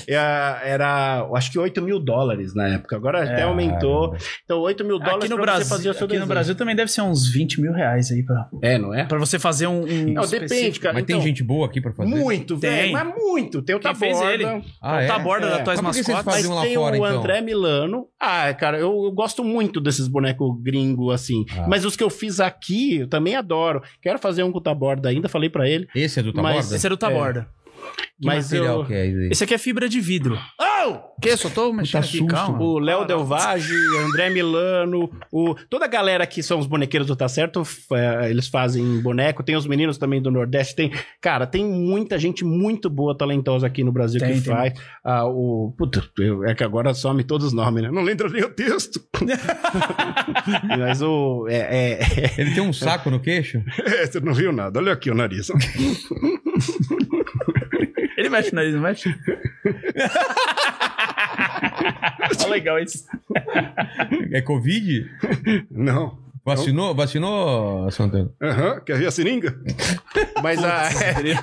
era, É, era, eu acho que 8 mil dólares na época. Agora até aumentou. Então, 8 mil dólares É, Aqui no, pra você fazer Brasil, o seu aqui no desenho. Brasil também deve ser uns 20 mil reais aí pra, É, não é? pra você fazer um. um Não, específico. depende, cara. Mas Então, tem gente boa aqui pra fazer? Muito, Tem. velho. Mas muito. Tem o Quem fez Taborda. ele? Ah, é? Tá a borda É. da Toys Mas por que vocês Mascotes. fazem Mas um lá tem fora, o então. André Milano. Ah, cara, eu, eu gosto muito desses bonecos gringo assim. Ah. Mas os que eu fiz aqui, eu também adoro. Quero fazer um com o Taborda ainda, falei pra ele. Esse é do Mas- É. Taborda? Esse era o Taborda. Que mas material eu- que é esse? Esse aqui é fibra de vidro. Oh! O quê? Só tô mexendo aqui, susto, calma. O Léo Caralho. Delvage, o André Milano, o... toda a galera que são os bonequeiros do Tá Certo, f- é, eles fazem boneco. Tem os meninos também do Nordeste. Tem, cara, tem muita gente muito boa, talentosa aqui no Brasil Tem, que tem. faz. Ah, o... Puta, eu- é que agora some todos os nomes, né? Não lembro nem o texto. Mas o... é- é, Ele tem um saco no queixo? É, você não viu nada. Olha aqui o nariz. Ele mexe o nariz, não mexe? Tá legal isso. É Covid? Não. Vacinou, vacinou, Santana? Aham, quer ver a seringa? Mas a-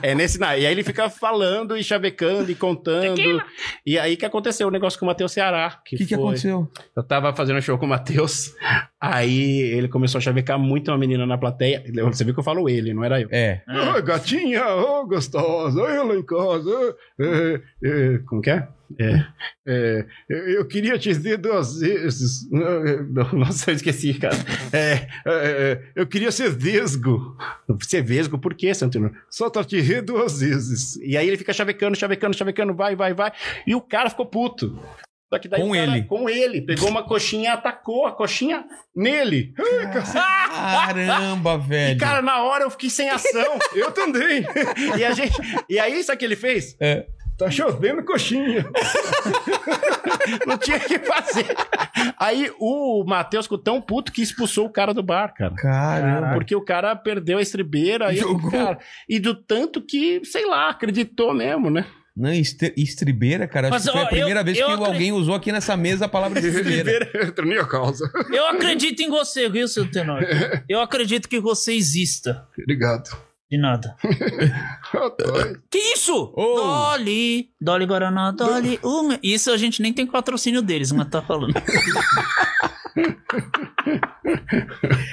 é, é nesse. na- E aí ele fica falando e chavecando e contando. E aí que aconteceu o negócio com o Matheus Ceará. O Que, que, que foi- aconteceu? Eu tava fazendo um show com o Matheus. Aí ele começou a chavecar muito uma menina na plateia. Você viu que eu falo ele, não era eu. É. Ô, gatinha, ô, gostosa, olha lá em casa. ô, é, é, Como que é? é, eu queria te dizer duas vezes. é, Nossa, eu esqueci, cara. É, é, é, eu queria ser vesgo. Você é vesgo, por quê, Santino? Só tá te rir duas vezes. E aí ele fica chavecando, chavecando, chavecando, vai, vai, vai. E o cara ficou puto. Só que daí Com o cara- ele. Com ele. Pegou uma coxinha, atacou a coxinha nele. Caramba, E, velho. cara, na hora eu fiquei sem ação. Eu também. E, a gente, e aí, sabe o que ele fez? Tá chovendo coxinha. Não tinha o que fazer. Aí o Matheus ficou tão puto que expulsou o cara do bar, cara. Caramba. Porque o cara perdeu a estribeira aí, Jogou. cara, e do tanto que, sei lá, acreditou mesmo, né? Não, estre- estribeira, cara. Acho Mas, que foi ó, a primeira eu- vez eu que acredito- alguém usou aqui nessa mesa a palavra estribeira. Entra nem a causa. Eu acredito em você, viu, seu Tenório? Eu acredito que você exista. Obrigado. De nada. Rapaz. Que isso? Oh. Dolly. Dolly Guaraná, Dolly. Uma. Isso a gente nem tem patrocínio deles, mas tá falando.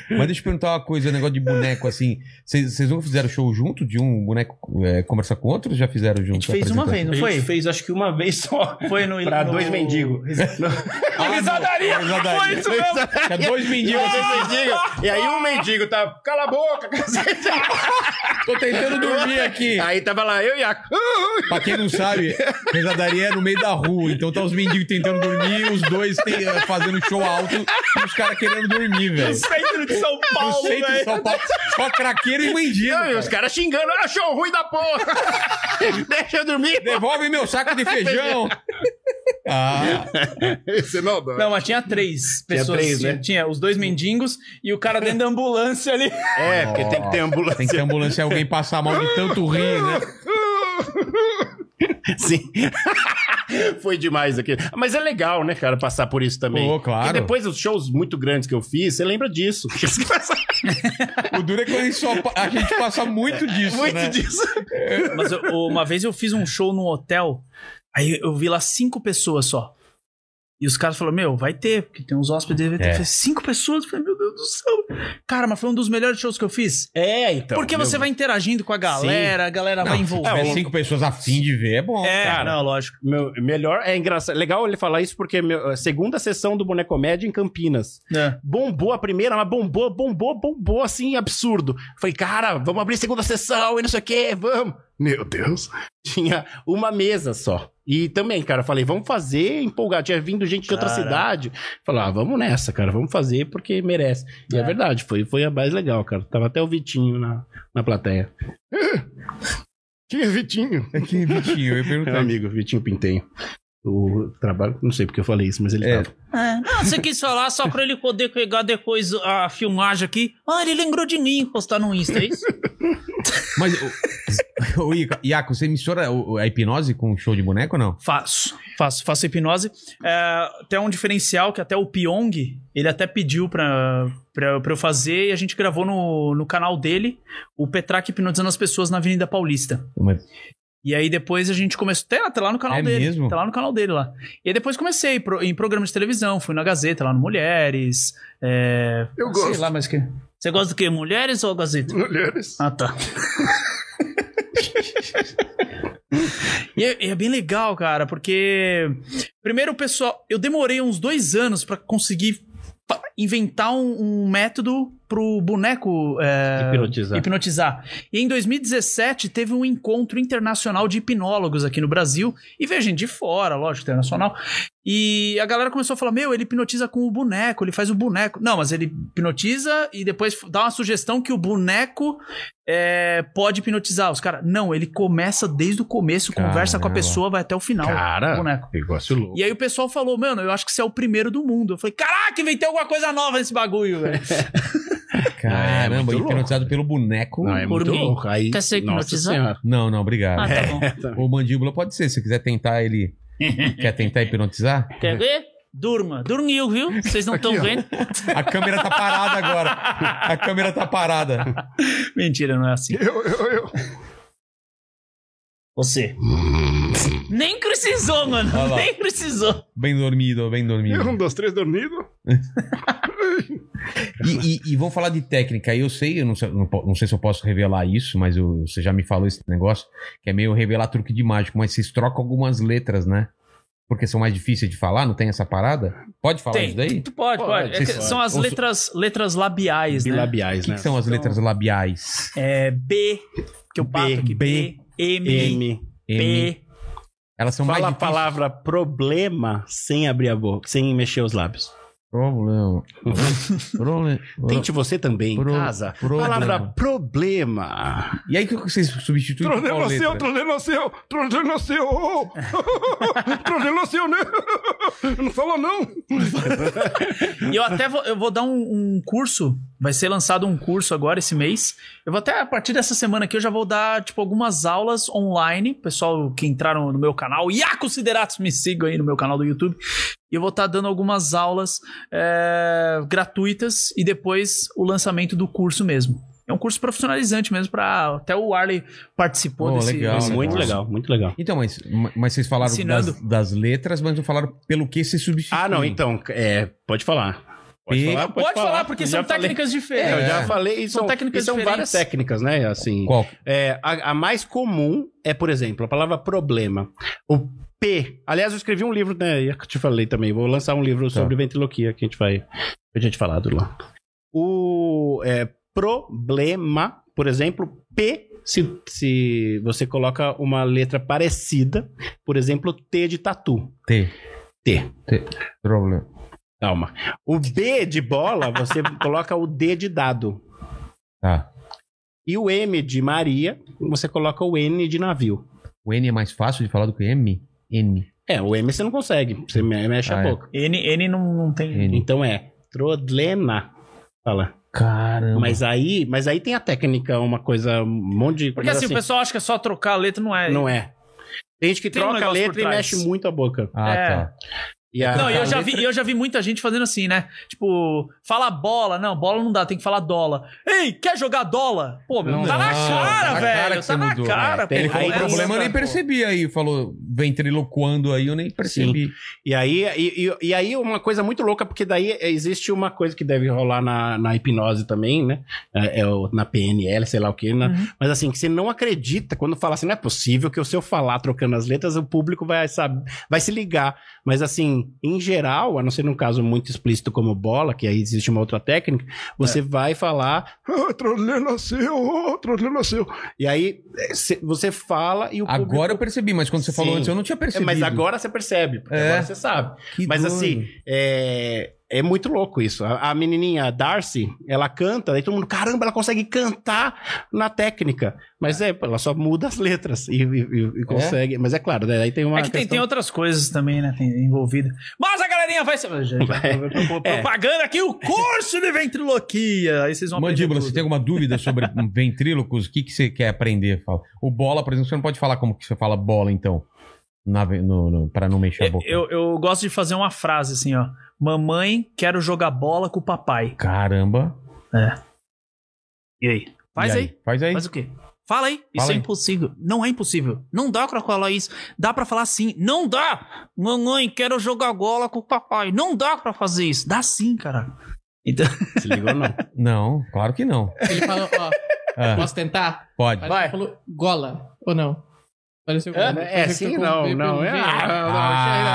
Mas deixa eu perguntar uma coisa, um negócio de boneco, assim. Vocês vocês nunca fizeram show junto? De um boneco é, conversar com outro? ou Já fizeram A junto? gente fez uma vez, não foi? fez acho que uma vez só. Foi no. Pra no- dois mendigos. Ah, não. Risadaria! Risadaria. Foi isso mesmo! Ah! É dois mendigos. assim, dois mendigos. E aí um mendigo tá, cala a boca, cacete. Tô tentando dormir aqui. Aí tava lá eu e a... Pra quem não sabe, risadaria é no meio da rua. Então tá os mendigos tentando dormir, os dois tem- é, fazendo show alto e os caras querendo dormir, velho. Centro de São No Paulo, centro de velho. São Paulo, só craqueiro e mendigo. Não, e cara. os caras xingando, olha show ruim da porra. Deixa eu dormir. Devolve meu saco de feijão. Ah, Esse não dá. Não, mas tinha três Tinha pessoas. Tinha, três, né? tinha os dois mendigos e o cara dentro da ambulância ali. É, porque tem que ter ambulância. tem que ter um- ambulância e alguém passar mal de tanto rir, né? Sim. Foi demais aqui. Mas é legal, né, cara, passar por isso também. Pô, claro. Porque depois dos shows muito grandes que eu fiz, você lembra disso. O duro é que a gente, só pa- a gente passa muito disso, muito né? disso. Mas eu- uma vez eu fiz um show num hotel, aí eu vi lá cinco pessoas só. E os caras falaram, meu, vai ter, porque tem uns hóspedes, vai ter. É. Eu falei, cinco pessoas? Eu falei, meu Deus do céu. Cara, mas foi um dos melhores shows que eu fiz. É, então. porque você vai é, interagindo com a galera, a galera vai Se tiver envolvendo. cinco pessoas afim de ver, é bom. É, cara. não, né, lógico. Meu, melhor é engraçado. Legal ele falar isso porque meu, a segunda sessão do Bonecomédia em Campinas. É. Bombou a primeira, mas bombou, bombou, bombou, assim, absurdo. Falei, cara, vamos abrir segunda sessão e não sei o quê, vamos. Meu Deus. Tinha uma mesa só. E também, cara, falei, vamos fazer empolgado. Tinha vindo gente de outra Caraca. cidade. Falei, ah, vamos nessa, cara, vamos fazer porque merece. E é, É. verdade, foi, foi a mais legal, cara. Tava até o Vitinho na, na plateia. Tinha Vitinho. É que Vitinho, eu ia Meu perguntar. amigo, Vitinho um Pintenho. O trabalho, não sei porque eu falei isso, mas ele É. tava. Ah, Não, você quis falar só pra ele poder pegar depois a filmagem aqui. Ah, ele lembrou de mim postar no Insta, é isso? Mas, o, o Ica- Iaco, você mistura o- o- a hipnose com um show de boneco ou não? Faço, faço, faço hipnose. É, até um diferencial que até o Pyong, ele até pediu pra, pra, pra eu fazer e a gente gravou no, no canal dele o Petraque hipnotizando as pessoas na Avenida Paulista. Mas- E aí depois a gente começou. Tá, tá lá no canal É dele. mesmo? Tá lá no canal dele lá. E aí depois comecei pro- em programa de televisão, fui na Gazeta, lá no Mulheres. é, Eu sei gosto. lá mais o que. Você gosta do quê? Mulheres ou Gazeta? Mulheres. Ah, tá. E é, e é bem legal, cara, porque. Primeiro, pessoal, eu demorei uns dois anos pra conseguir fa- inventar um, um método pro boneco é, Hipnotizar. hipnotizar. E em 2017 teve um encontro internacional de hipnólogos aqui no Brasil. E veio gente de fora, lógico, internacional. E a galera começou a falar: Meu, ele hipnotiza com o boneco, ele faz o boneco. Não, mas ele hipnotiza e depois dá uma sugestão que o boneco é, pode hipnotizar. Os caras, não, ele começa desde o começo, conversa com a Caramba. pessoa, vai até o final. Cara, boneco. negócio louco. E aí o pessoal falou, mano, eu acho que você é o primeiro do mundo. Eu falei, caraca, inventei alguma coisa nova nesse bagulho, velho. É, Caramba, muito louco. hipnotizado pelo boneco. Não, é Por muito mim. louco. Aí, Quer ser nossa hipnotizado? senhora. Não, não, Ah, obrigado. tá É, bom. Ou mandíbula pode ser, se quiser tentar ele. Quer tentar hipnotizar? Quer ver? Durma. Dormiu, viu? Vocês não estão vendo. A câmera tá parada agora. A câmera tá parada. Mentira, não é assim. Eu, eu, eu. Você. Nem precisou, mano. Olha lá. Nem precisou. Bem dormido, bem Eu, dormido. um, dois, três, dormido. E, e, e vamos falar de técnica. Eu sei, eu não sei, não, po- não sei se eu posso revelar isso, mas eu- você já me falou esse negócio, que é meio revelar truque de mágico, mas vocês trocam algumas letras, né? Porque são mais difíceis de falar, não tem essa parada? Pode falar Tem. isso daí? O Tu pode, pode. Pode, É que pode. São as Ou so- letras, letras labiais, né? Bilabiais, que, né? que são as letras labiais? É B, que eu bato B, aqui. B, M, M. M. P. Elas são Fala mais a difíceis. palavra problema sem abrir a boca, sem mexer os lábios. Problema. Problema. Tente você também, em Pro- casa. problema. Palavra problema. E aí o que vocês substituem por qual Tronelo é um seu, letra? tronelo seu, tronelo seu. Tronelo seu, né? Não fala não. E eu até vou, eu vou dar um, um curso. Vai ser lançado um curso agora esse mês. Eu vou até, a partir dessa semana aqui, eu já vou dar, tipo, algumas aulas online. Pessoal que entraram no meu canal, Iaco Sideratos, me sigam aí no meu canal do YouTube. E eu vou estar dando algumas aulas é, gratuitas e depois o lançamento do curso mesmo. É um curso profissionalizante mesmo, para até o Arley participou Oh, desse, legal, desse legal. muito curso. legal, muito legal. Então, mas, mas vocês falaram Ensinando. das, das letras, mas não falaram pelo que se substitui. Ah, não, então, é, pode falar. P- Pode, falar, porque Eu são já falei. técnicas É, diferentes. eu já falei. E São são, técnicas e são várias diferentes. técnicas, né? Assim, Qual? é, a, a mais comum é, por exemplo, a palavra problema. O P. Aliás, eu escrevi um livro, né? Eu te falei também. Vou lançar um livro sobre ventriloquia que a gente vai. Eu tinha te falado lá. O é, problema, por exemplo, P. Se, se você coloca uma letra parecida, por exemplo, T de tatu. T. T. Problema. Calma. O B de bola, você coloca o D de dado. Tá. E o M de Maria, você coloca o N de navio. O N é mais fácil de falar do que M? N. É, o M você não consegue, você me- mexe Ah, a é. boca. N, N não, não tem. N. Então é Trodlena. Fala. Caramba. Mas aí, mas aí tem a técnica, uma coisa, um monte de Porque mas assim, o pessoal acha que é só trocar a letra, não é. não é. Tem gente que Tem um troca a negócio letra por e trás. mexe muito a boca. Ah, É. tá. E a- Não, e eu a já, letra- vi, eu já vi muita gente fazendo assim, né? Tipo, fala bola. Não, bola não dá, tem que falar dólar. Ei, quer jogar dólar? Pô, meu, Não, tá na não, cara, tá na velho. cara que tá você na mudou, cara, né? pô. Tem- Ele falou Aí- o problema, eu nem é pô. percebi aí. Falou ventriloquando aí, eu nem percebi. E aí, e, e- e aí uma coisa muito louca, porque daí existe uma coisa que deve rolar na, na hipnose também, né? É, é o- na PNL, sei lá o que. Uhum. Mas assim, que você não acredita quando fala assim, não é possível que se eu falar trocando as letras, o público vai, sabe, vai se ligar. Mas assim, em geral, a não ser num caso muito explícito como bola, que aí existe uma outra técnica, você É. vai falar, Ah, Tronelo seu, oh, tronelo seu. e aí é, cê- você fala e o público... Agora eu percebi, mas quando você Sim. falou Putz, eu não tinha É, percebido. mas agora você percebe, porque É. agora você sabe. Que mas doido. assim, é, é muito louco isso. A, a menininha Darcy, ela canta, aí todo mundo, caramba, ela consegue cantar na técnica. Mas é, ela só muda as letras e, e- e- e consegue. Mas é claro, né, aí tem uma É que tem, tem questão- outras coisas também, né? Tem envolvida. Mas a galerinha vai. Já, já, É. Propaganda aqui o curso de ventriloquia. Aí vocês vão aprender Mandíbula, tudo. você tem alguma dúvida sobre um ventrílocos? O que, que você quer aprender? Fala. O bola, por exemplo, você não pode falar como que você fala bola, então. Na, ve- no, no- pra não mexer a boca. É, Eu, eu gosto de fazer uma frase assim, ó. Mamãe, quero jogar bola com o papai. Caramba. E aí? Faz E aí. Faz aí. Faz o quê? Fala aí. isso Fala é aí. impossível. Não é impossível. Não dá pra falar isso. Dá pra falar sim. Não dá. Mamãe, quero jogar bola com o papai. Não dá pra fazer isso. Dá sim, cara. Então, Se ligou, não. Não, claro que não. Ele falou, ó, Ah, posso tentar? pode. Parece que ele falou gola, ou não? Pareceu É, gola. é sim, não, não. É, Ah.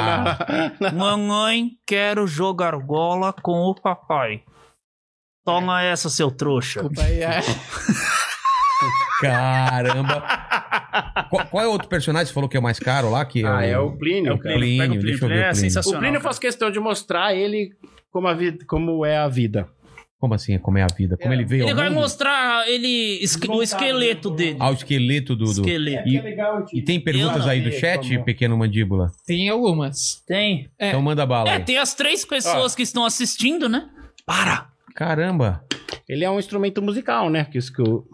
ah, não, não, não, não. mamãe, quero jogar bola com o papai. Toma É. essa, seu trouxa. Desculpa aí, é. Caramba. qual, qual é o outro personagem que você falou que é o mais caro lá? Que Ah, é o Plínio. cara. Plínio, Pega deixa eu ver o É Plínio. O sensacional. Plínio eu faço questão de mostrar ele como, a vida, como é a vida. Como assim? Como é a vida? Como ele veio Ele ao vai mundo? mostrar ele, esque- o esqueleto dele. Ao esqueleto do... do- Esqueleto. né? E, e tem perguntas aí do chat, pequeno mandíbula? Tem algumas. Tem. É. Então manda bala É, aí. Ah. tem as três pessoas que estão assistindo, né? Para. Caramba. Ele é um instrumento musical, né? Que isso que eu...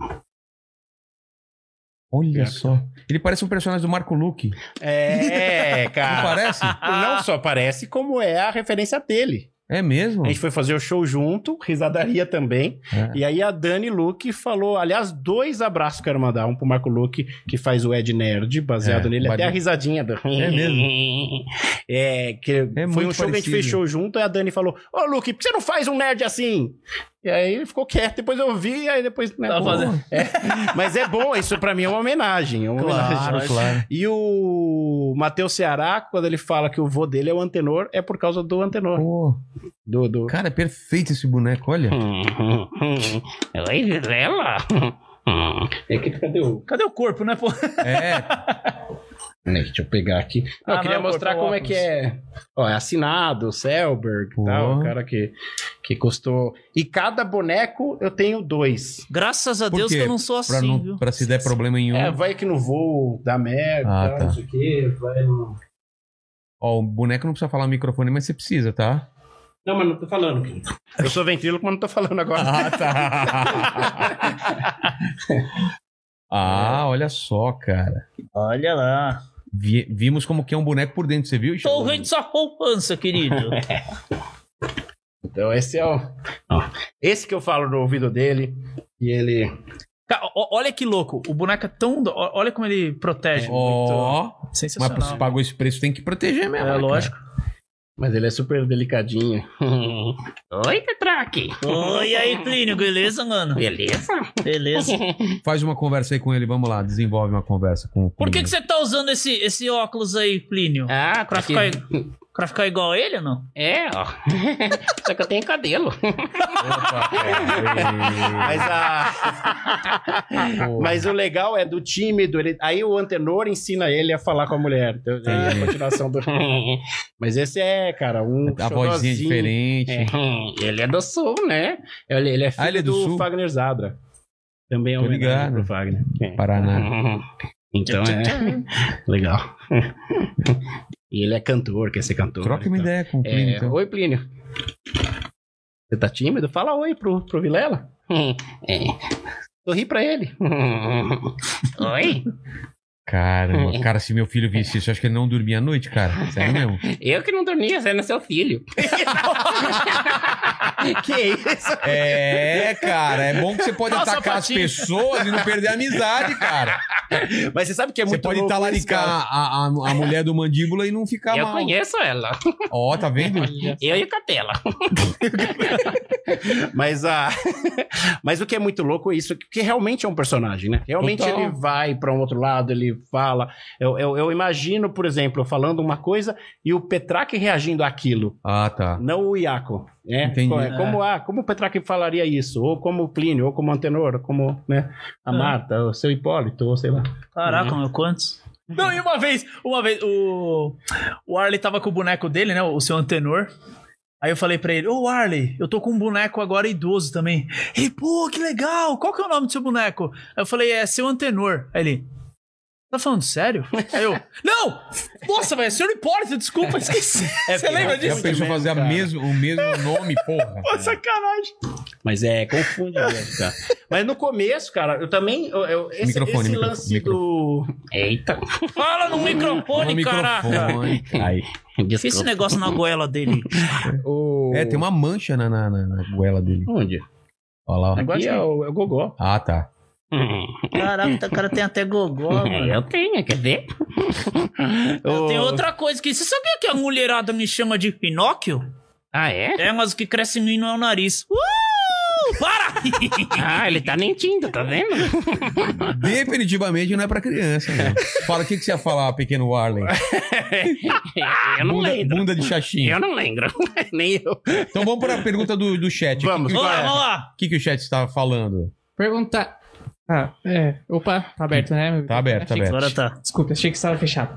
Olha só. Ele parece um personagem do Marco Luque. É, Não cara. parece? Ah. Não só parece, como é a referência dele. É mesmo? A gente foi fazer o show junto, risadaria também. É. E aí a Dani Luke falou, aliás, dois abraços quero mandar. Um pro Marco Luke, que faz o Ed Nerd, baseado É, nele. o Até Ed- a risadinha. Do... É mesmo? É, que foi um muito show que a gente parecido. fez show junto. E a Dani falou, ô Luke, por que você não faz um nerd assim? E aí ele ficou quieto, depois eu vi, aí depois... né, Tá pô. fazendo. Mas é bom, isso pra mim é uma homenagem. É uma homenagem. Claro, claro. E o Matheus Ceará, quando ele fala que o vô dele é o Antenor, é por causa do Antenor. Pô, Do, do... cara, é perfeito esse boneco, olha. Oi, Vilela. É que cadê o... Cadê o corpo, né, pô? É, Né, Deixa eu pegar aqui. Não, Ah, eu queria não, mostrar cortou como é que óculos. é. Ó, é assinado, Selberg, Pô. tal, o cara que, que custou... E cada boneco eu tenho dois. Graças a Por Deus quê? que eu não sou assim, pra, não- viu? pra se der problema em um. É, vai que no voo dá merda, Ah, tá. não sei o quê, vai no... Ó, o boneco não precisa falar no microfone, mas você precisa, tá? Não, mas não tô falando. querido. Eu sou ventríloco, mas não tô falando agora. Ah, tá. É. ah, olha só, cara. Olha lá. Vi- vimos como que é um boneco por dentro, você viu? Tô Sheldon? vendo sua poupança, querido. Então esse é o. ó, Esse que eu falo no ouvido dele. E ele. Ca- o- olha que louco. O boneco é tão. do- o- Olha como ele protege. muito. Ó, mas Sensacional. se pagou esse preço, tem que proteger mesmo. É né, lógico. Mas ele é super delicadinho. Oi, Tetraque. Oi, e aí, Plínio, beleza, mano? Beleza? Beleza. cara? Faz uma conversa aí com ele, vamos lá, desenvolve uma conversa com o Por que, Plínio. que você tá usando esse, esse óculos aí, Plínio? Ah, Pra ficar, pra ficar igual a ele ou não? É, ó. Só que eu tenho cabelo. Opa, é, Mas a. Boa. Mas o legal é do tímido. Ele... Aí o antenor ensina ele a falar com a mulher. Então, aí é a continuação do. Mas esse é, cara, um. a vozinha xodózinho. diferente. É, ele é do sul, né? Ele, ele é filho Ah, ele é do do, sul? Fagner Zadra. Também é Tô um ligado. pro Fagner. É. Paraná. Então é legal. E ele é cantor, quer ser cantor. Troca uma então. ideia com o É, Plínio, então. Oi, Plínio. Você tá tímido? Fala oi pro, pro Vilela. É. Sorri pra ele. Oi? Caramba, cara, se meu filho visse isso, eu acho que ele não dormia à noite, cara. Sério mesmo? Eu que não dormia, você é seu filho. que isso? É, cara, é bom que você pode Nossa, atacar Patinho. as pessoas e não perder a amizade, cara. Mas você sabe que é você muito pode louco isso, talaricar cara. a, a, a mulher do mandíbula e não ficar Eu mal. conheço ela. Ó, tá vendo? Eu e o Capela. mas, a... mas o que é muito louco é isso, que realmente é um personagem, né? Realmente Total. ele vai para um outro lado, ele fala. Eu, eu, eu imagino, por exemplo, eu falando uma coisa e o Petraque reagindo àquilo, Ah, tá. não o Iaco. Né? Entendi. Co- é Como, ah, como o Petraque falaria isso? Ou como o Plínio, ou como o Antenor, ou como né, a É. Marta, ou o seu Hipólito, ou sei lá. Uhum. Caraca, meu, quantos? Não, e uma vez, uma vez, o, o Arley tava com o boneco dele, né? O seu antenor. Aí eu falei pra ele, ô Arley, eu tô com um boneco agora idoso também. Ele, pô, que legal, qual que é o nome do seu boneco? Aí eu falei, é seu antenor. Aí ele, tá falando sério? Aí eu, não! Nossa, velho, senhor Hipólito, desculpa, esqueci. É Você lembra Já disso? pensou fazer a mesmo, o mesmo nome, porra? Pô, sacanagem. Mas é, confunde mesmo, cara. Mas no começo, cara, eu também. eu- eu- esse, Microfone, esse microfone, lance do. Eita! Fala no microfone, No microfone. Aí. Esse Desculpa. negócio na goela dele. O... É, tem uma mancha na, na, na, na goela dele. Onde? Olha lá. ó. Aqui é o, é o Gogó. Ah, tá. Caraca, o cara tem até gogó, mano. Eu tenho, quer ver? Tem O- outra coisa que. Você sabia que a mulherada me chama de Pinóquio? Ah, é? É, mas o que cresce em mim não é o nariz. Uh! Para! Ah, ele tá mentindo, tá vendo? Definitivamente não é pra criança, né? Fala, o que, que você ia falar, pequeno Warley? Eu Ah, não Bunda, lembro. bunda de chaxinha. Eu não lembro. Nem eu. Então vamos pra pergunta do, do chat. Vamos, O que, Vamos lá, vai. vamos lá. o que, que o chat estava falando? Pergunta. Ah, é. Opa, tá aberto, né? Tá aberto, tá Achei que- aberto. Agora tá. Desculpa, achei que estava fechado.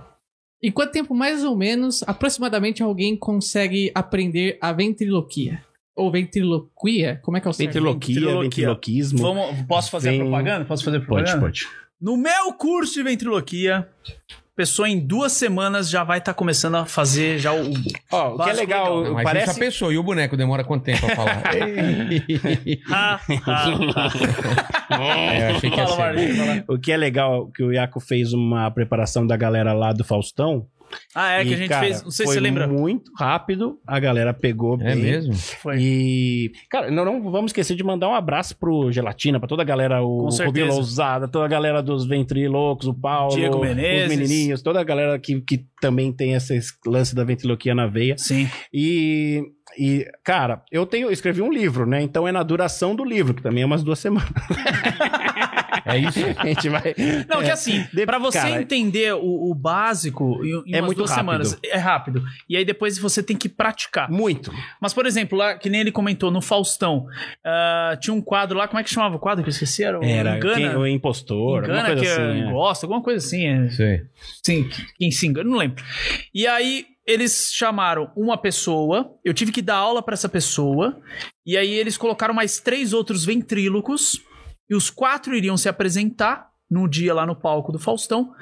Em quanto tempo, mais ou menos, aproximadamente, alguém consegue aprender a ventriloquia? Ou ventriloquia? Como é que é o certo? Ventriloquia, Ventriloquia. ventriloquismo. Vamos, posso fazer a Vem- propaganda? Posso fazer a propaganda? Pode, pode. No meu curso de ventriloquia, a pessoa em duas semanas já vai estar começando a fazer já o. Ó, o que é Vasco então. legal, legal. Não, mas tá parece... parece... já pensou, e o boneco demora quanto tempo pra falar? Ha, ha, ha. é, eu achei que ia Fala, ser. Marley, fala. O que é legal que o Iaco fez uma preparação da galera lá do Faustão. Ah, é que E, a gente cara, fez. Não sei se foi você lembra. Muito rápido, a galera pegou É bem. mesmo? E, cara, não, não vamos esquecer de mandar um abraço pro Gelatina, pra toda a galera, o Com Rubinho certeza. Lousada, toda a galera dos Ventrilocos, o Paulo, Diego Menezes. os menininhos, toda a galera que, que também tem esse lance da ventriloquia na veia. Sim. E, e, cara, eu tenho eu escrevi um livro, né? Então é na duração do livro, que também é umas duas semanas. É isso? A gente vai. Não, É. que assim, De- pra você cara, entender o, o básico em, em É umas muito duas rápido. semanas, é rápido. E aí depois você tem que praticar. Muito. Mas, por exemplo, lá, que nem ele comentou, no Faustão, ah, tinha um quadro lá, como é que chamava o quadro que eu esqueci? Era o Era quem, Engana. o impostor, alguma Engana coisa que assim. é. gosta, alguma coisa assim. é. Sim. Sim, quem se engana, não lembro. E aí eles chamaram uma pessoa, eu tive que dar aula pra essa pessoa, e aí eles colocaram mais três outros ventrílocos, e os quatro iriam se apresentar num dia lá no palco do Faustão,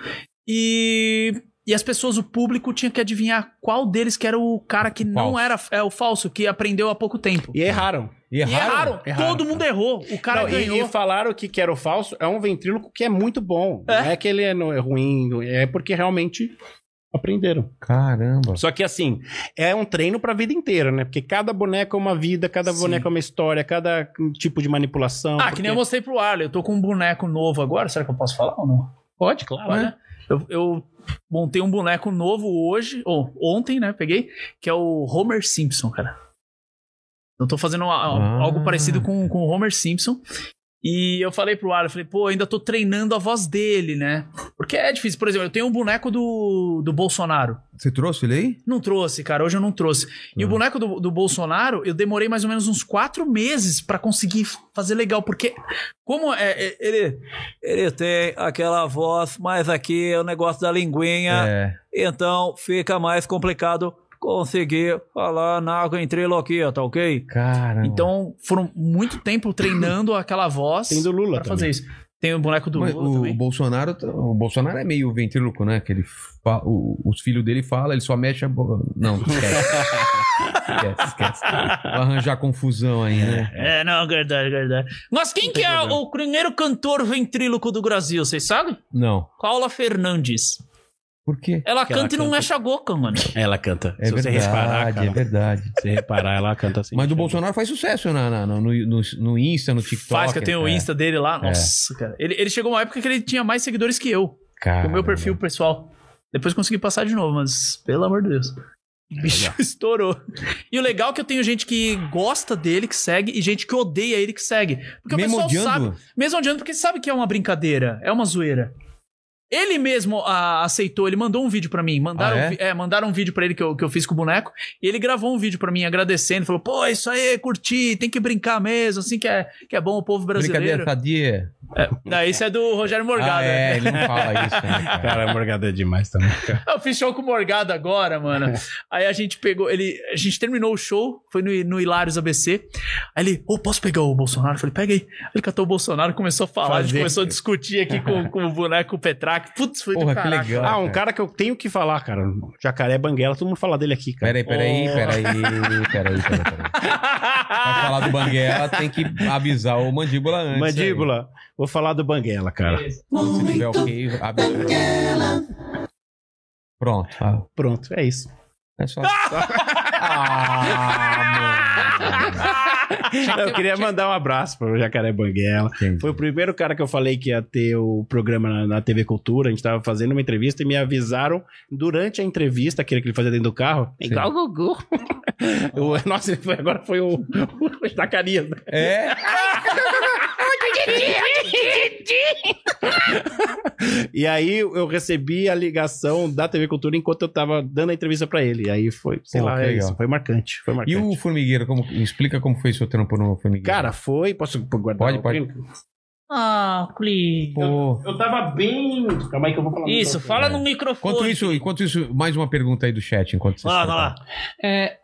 e, e as pessoas, o público, tinha que adivinhar qual deles que era o cara que não Falso. era é, o falso, que aprendeu há pouco tempo. E erraram. E é E é erraram? erraram, todo mundo errou, o cara Não, e- ganhou. E, falaram que, que era o falso. É um ventríloco que é muito bom. É? Não é que ele é, não é ruim, é porque realmente aprenderam. Caramba. Só que assim, é um treino pra vida inteira, né? Porque cada boneco é uma vida, cada Sim. boneco é uma história, cada tipo de manipulação. Ah, porque- que nem eu mostrei pro Arley. Eu tô com um boneco novo agora. Será que eu posso falar ou não? Pode, claro. né? Eu, eu montei um boneco novo hoje, ou ontem, né? Peguei, que é o Homer Simpson, cara. Eu tô fazendo a- a- Ah. algo parecido com, com o Homer Simpson. E eu falei pro Arley, eu falei, pô, ainda tô treinando a voz dele, né? Porque é difícil. Por exemplo, eu tenho um boneco do, do Bolsonaro. Você trouxe ele aí? Não trouxe, cara. Hoje eu não trouxe. E o Uhum. boneco do, do Bolsonaro, eu demorei mais ou menos uns quatro meses pra conseguir fazer legal, porque como é, é- ele ele tem aquela voz, mas aqui é o negócio da linguinha, É. então fica mais complicado conseguir falar na ventriloquia, tá ok? Uhum. Caramba. Então foram muito tempo treinando aquela voz Tem do Lula pra também. fazer isso. Tem o boneco do Mas Lula o, também. Bolsonaro, tá- o Bolsonaro é meio ventríloco, né? Que ele fa- o- os filhos dele falam, ele só mexe a boca. Não, esquece. esquece, esquece. Vai arranjar confusão aí, né? É, não, verdade, verdade. Mas quem que é o primeiro cantor ventríloco do Brasil, vocês sabem? Não. Paula Fernandes. Por quê? Ela Que ela canta e não canta. mexe a boca, mano. Ela canta. É Se verdade, você reparar, cara, é verdade. se você reparar, ela canta assim. Mas do Bolsonaro faz sucesso na, na- no, no, no Insta, no TikTok. Faz que eu tenho o é. Insta dele lá. Nossa, cara. Ele, ele chegou uma época que ele tinha mais seguidores que eu. Cara, o meu perfil pessoal. Depois consegui passar de novo, mas pelo amor de Deus. O bicho estourou. E o legal é que eu tenho gente que gosta dele, que segue, e gente que odeia ele, que segue. Porque mesmo o pessoal sabe. odiando, Mesmo adiando, porque sabe que é uma brincadeira, é uma zoeira. Ele mesmo ah, aceitou, ele mandou um vídeo pra mim. Mandaram, Ah, é? um vi- é, mandaram um vídeo pra ele que eu, que eu fiz com o boneco. E ele gravou um vídeo pra mim agradecendo. Falou: pô, é isso aí, curti, tem que brincar mesmo, assim que é, que é bom o povo brasileiro. brincadeira sadia. Não, isso é do Rogério Morgado. Ah, é, né? ele não fala isso, né, cara? Cara, a morgada é demais também. cara. Eu fiz show com o Morgado agora, mano. Aí a gente pegou, ele, a gente terminou o show, foi no, no Hilários ABC. Aí ele, ô, posso pegar o Bolsonaro? Eu falei, pega aí. Ele catou o Bolsonaro, começou a falar, a gente Fazer. começou a discutir aqui com, com o boneco, com o Petraque. Putz, foi Porra, do que caralho. legal. Ah, um cara que eu tenho que falar, cara. Jacaré Banguela, todo mundo fala dele aqui, cara. Peraí, peraí, peraí, peraí, peraí, peraí. peraí. Pra falar do Banguela, tem que avisar o Mandíbula antes. Mandíbula, vou falar do Banguela, cara. aí. Se tiver ok, avisa. Pronto. ah, Pronto, é isso. É só... ah, mano. Eu queria mandar um abraço pro Jacaré Banguela. Entendi. Foi o primeiro cara que eu falei que ia ter o programa na, na TV Cultura. A gente tava fazendo uma entrevista e me avisaram durante a entrevista, aquele que ele fazia dentro do carro. É Igual o Gugu. Eu- nossa, ele foi- agora foi o, o Zacarias. né? É? E aí eu recebi a ligação da TV Cultura enquanto eu tava dando a entrevista pra ele. E aí foi, sei Pô, lá, que é legal. isso. Foi marcante. Foi E marcante. o Formigueiro, como... explica como foi seu trampo no Formigueiro. Cara, foi. Posso Pode, guardar? o- pode. Ah, please. Pô. Eu tava bem. Calma aí que eu vou falar. um no Isso, microfone. fala no microfone. é. Enquanto isso, enquanto isso, mais uma pergunta aí do chat. Enquanto Vai lá, vocês vai lá. tratam. É...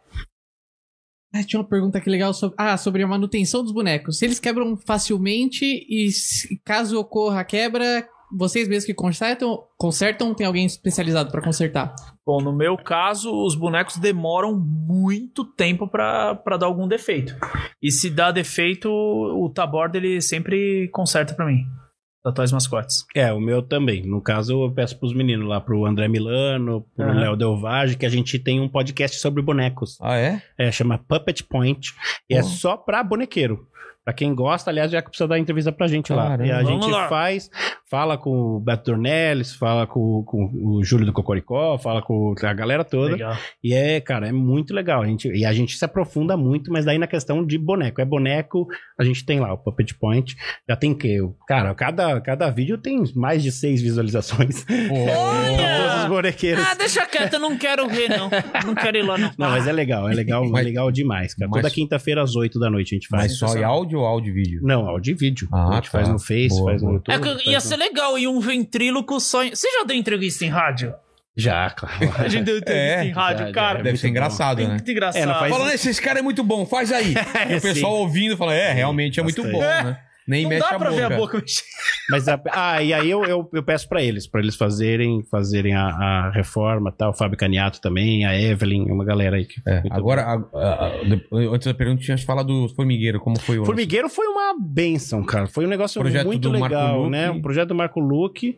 Ah, tinha uma pergunta aqui legal sobre, ah, sobre a manutenção dos bonecos. Se eles quebram facilmente e se- caso ocorra a quebra, vocês mesmos que consertam, consertam ou tem alguém especializado pra consertar? Bom, no meu caso, os bonecos demoram muito tempo pra pra dar algum defeito. E se dá defeito, o Taborda ele sempre conserta pra mim. Da Toys Mascotes. É, o meu também. No caso, eu peço pros meninos lá, pro André Milano, pro Aham. Léo Delvage, que a gente tem um podcast sobre bonecos. Ah, é? É, chama Puppet Point. E é Oh. só pra bonequeiro. Pra quem gosta, aliás, já que precisa dar entrevista pra gente Caramba. lá. E a Vamos gente lá. faz, fala com o Beto Dornelles, fala com, com o Júlio do Cocoricó, fala com a galera toda. Legal. E é, cara, é muito legal. A gente, e a gente se aprofunda muito, mas daí na questão de boneco. É boneco, a gente tem lá o Puppet Point. Já tem que. Cara, cada, cada vídeo tem mais de seis visualizações. Todos os bonequeiros. Ah, deixa quieto, eu não quero ver, não. Não quero ir lá, não. Não, mas é legal, é legal, Mas- é legal demais, cara. mas- Toda quinta-feira às oito da noite a gente faz. Mas só em áudio ou áudio e vídeo? Não, áudio e vídeo. Ah, a gente tá. faz no Face, Boa, faz no boa. YouTube. É que ia faz ser no... legal e um ventríloco só. em- Você já deu entrevista em rádio? Já, claro. A gente deu entrevista É, em rádio, já, cara. já. Deve muito ser bom. engraçado, Tem né? muito engraçado. É, não faz- Falando, esse cara é muito bom, faz aí. E o pessoal ouvindo fala, é, realmente é muito Bastante. bom, né? Nem Não mexe dá a pra boca. ver a boca mexer. Mas a- ah, e aí eu, eu, eu peço pra eles, pra eles fazerem, fazerem a, a reforma, tal, o Fábio Caniato também, a Evelyn, uma galera aí que É, Muito agora, a- a- a- de- antes da pergunta, tinha falado do formigueiro, como foi o. Formigueiro foi uma benção, cara. Foi um negócio Projeto muito do Marco legal, Luque. né? O projeto do Marco Luque.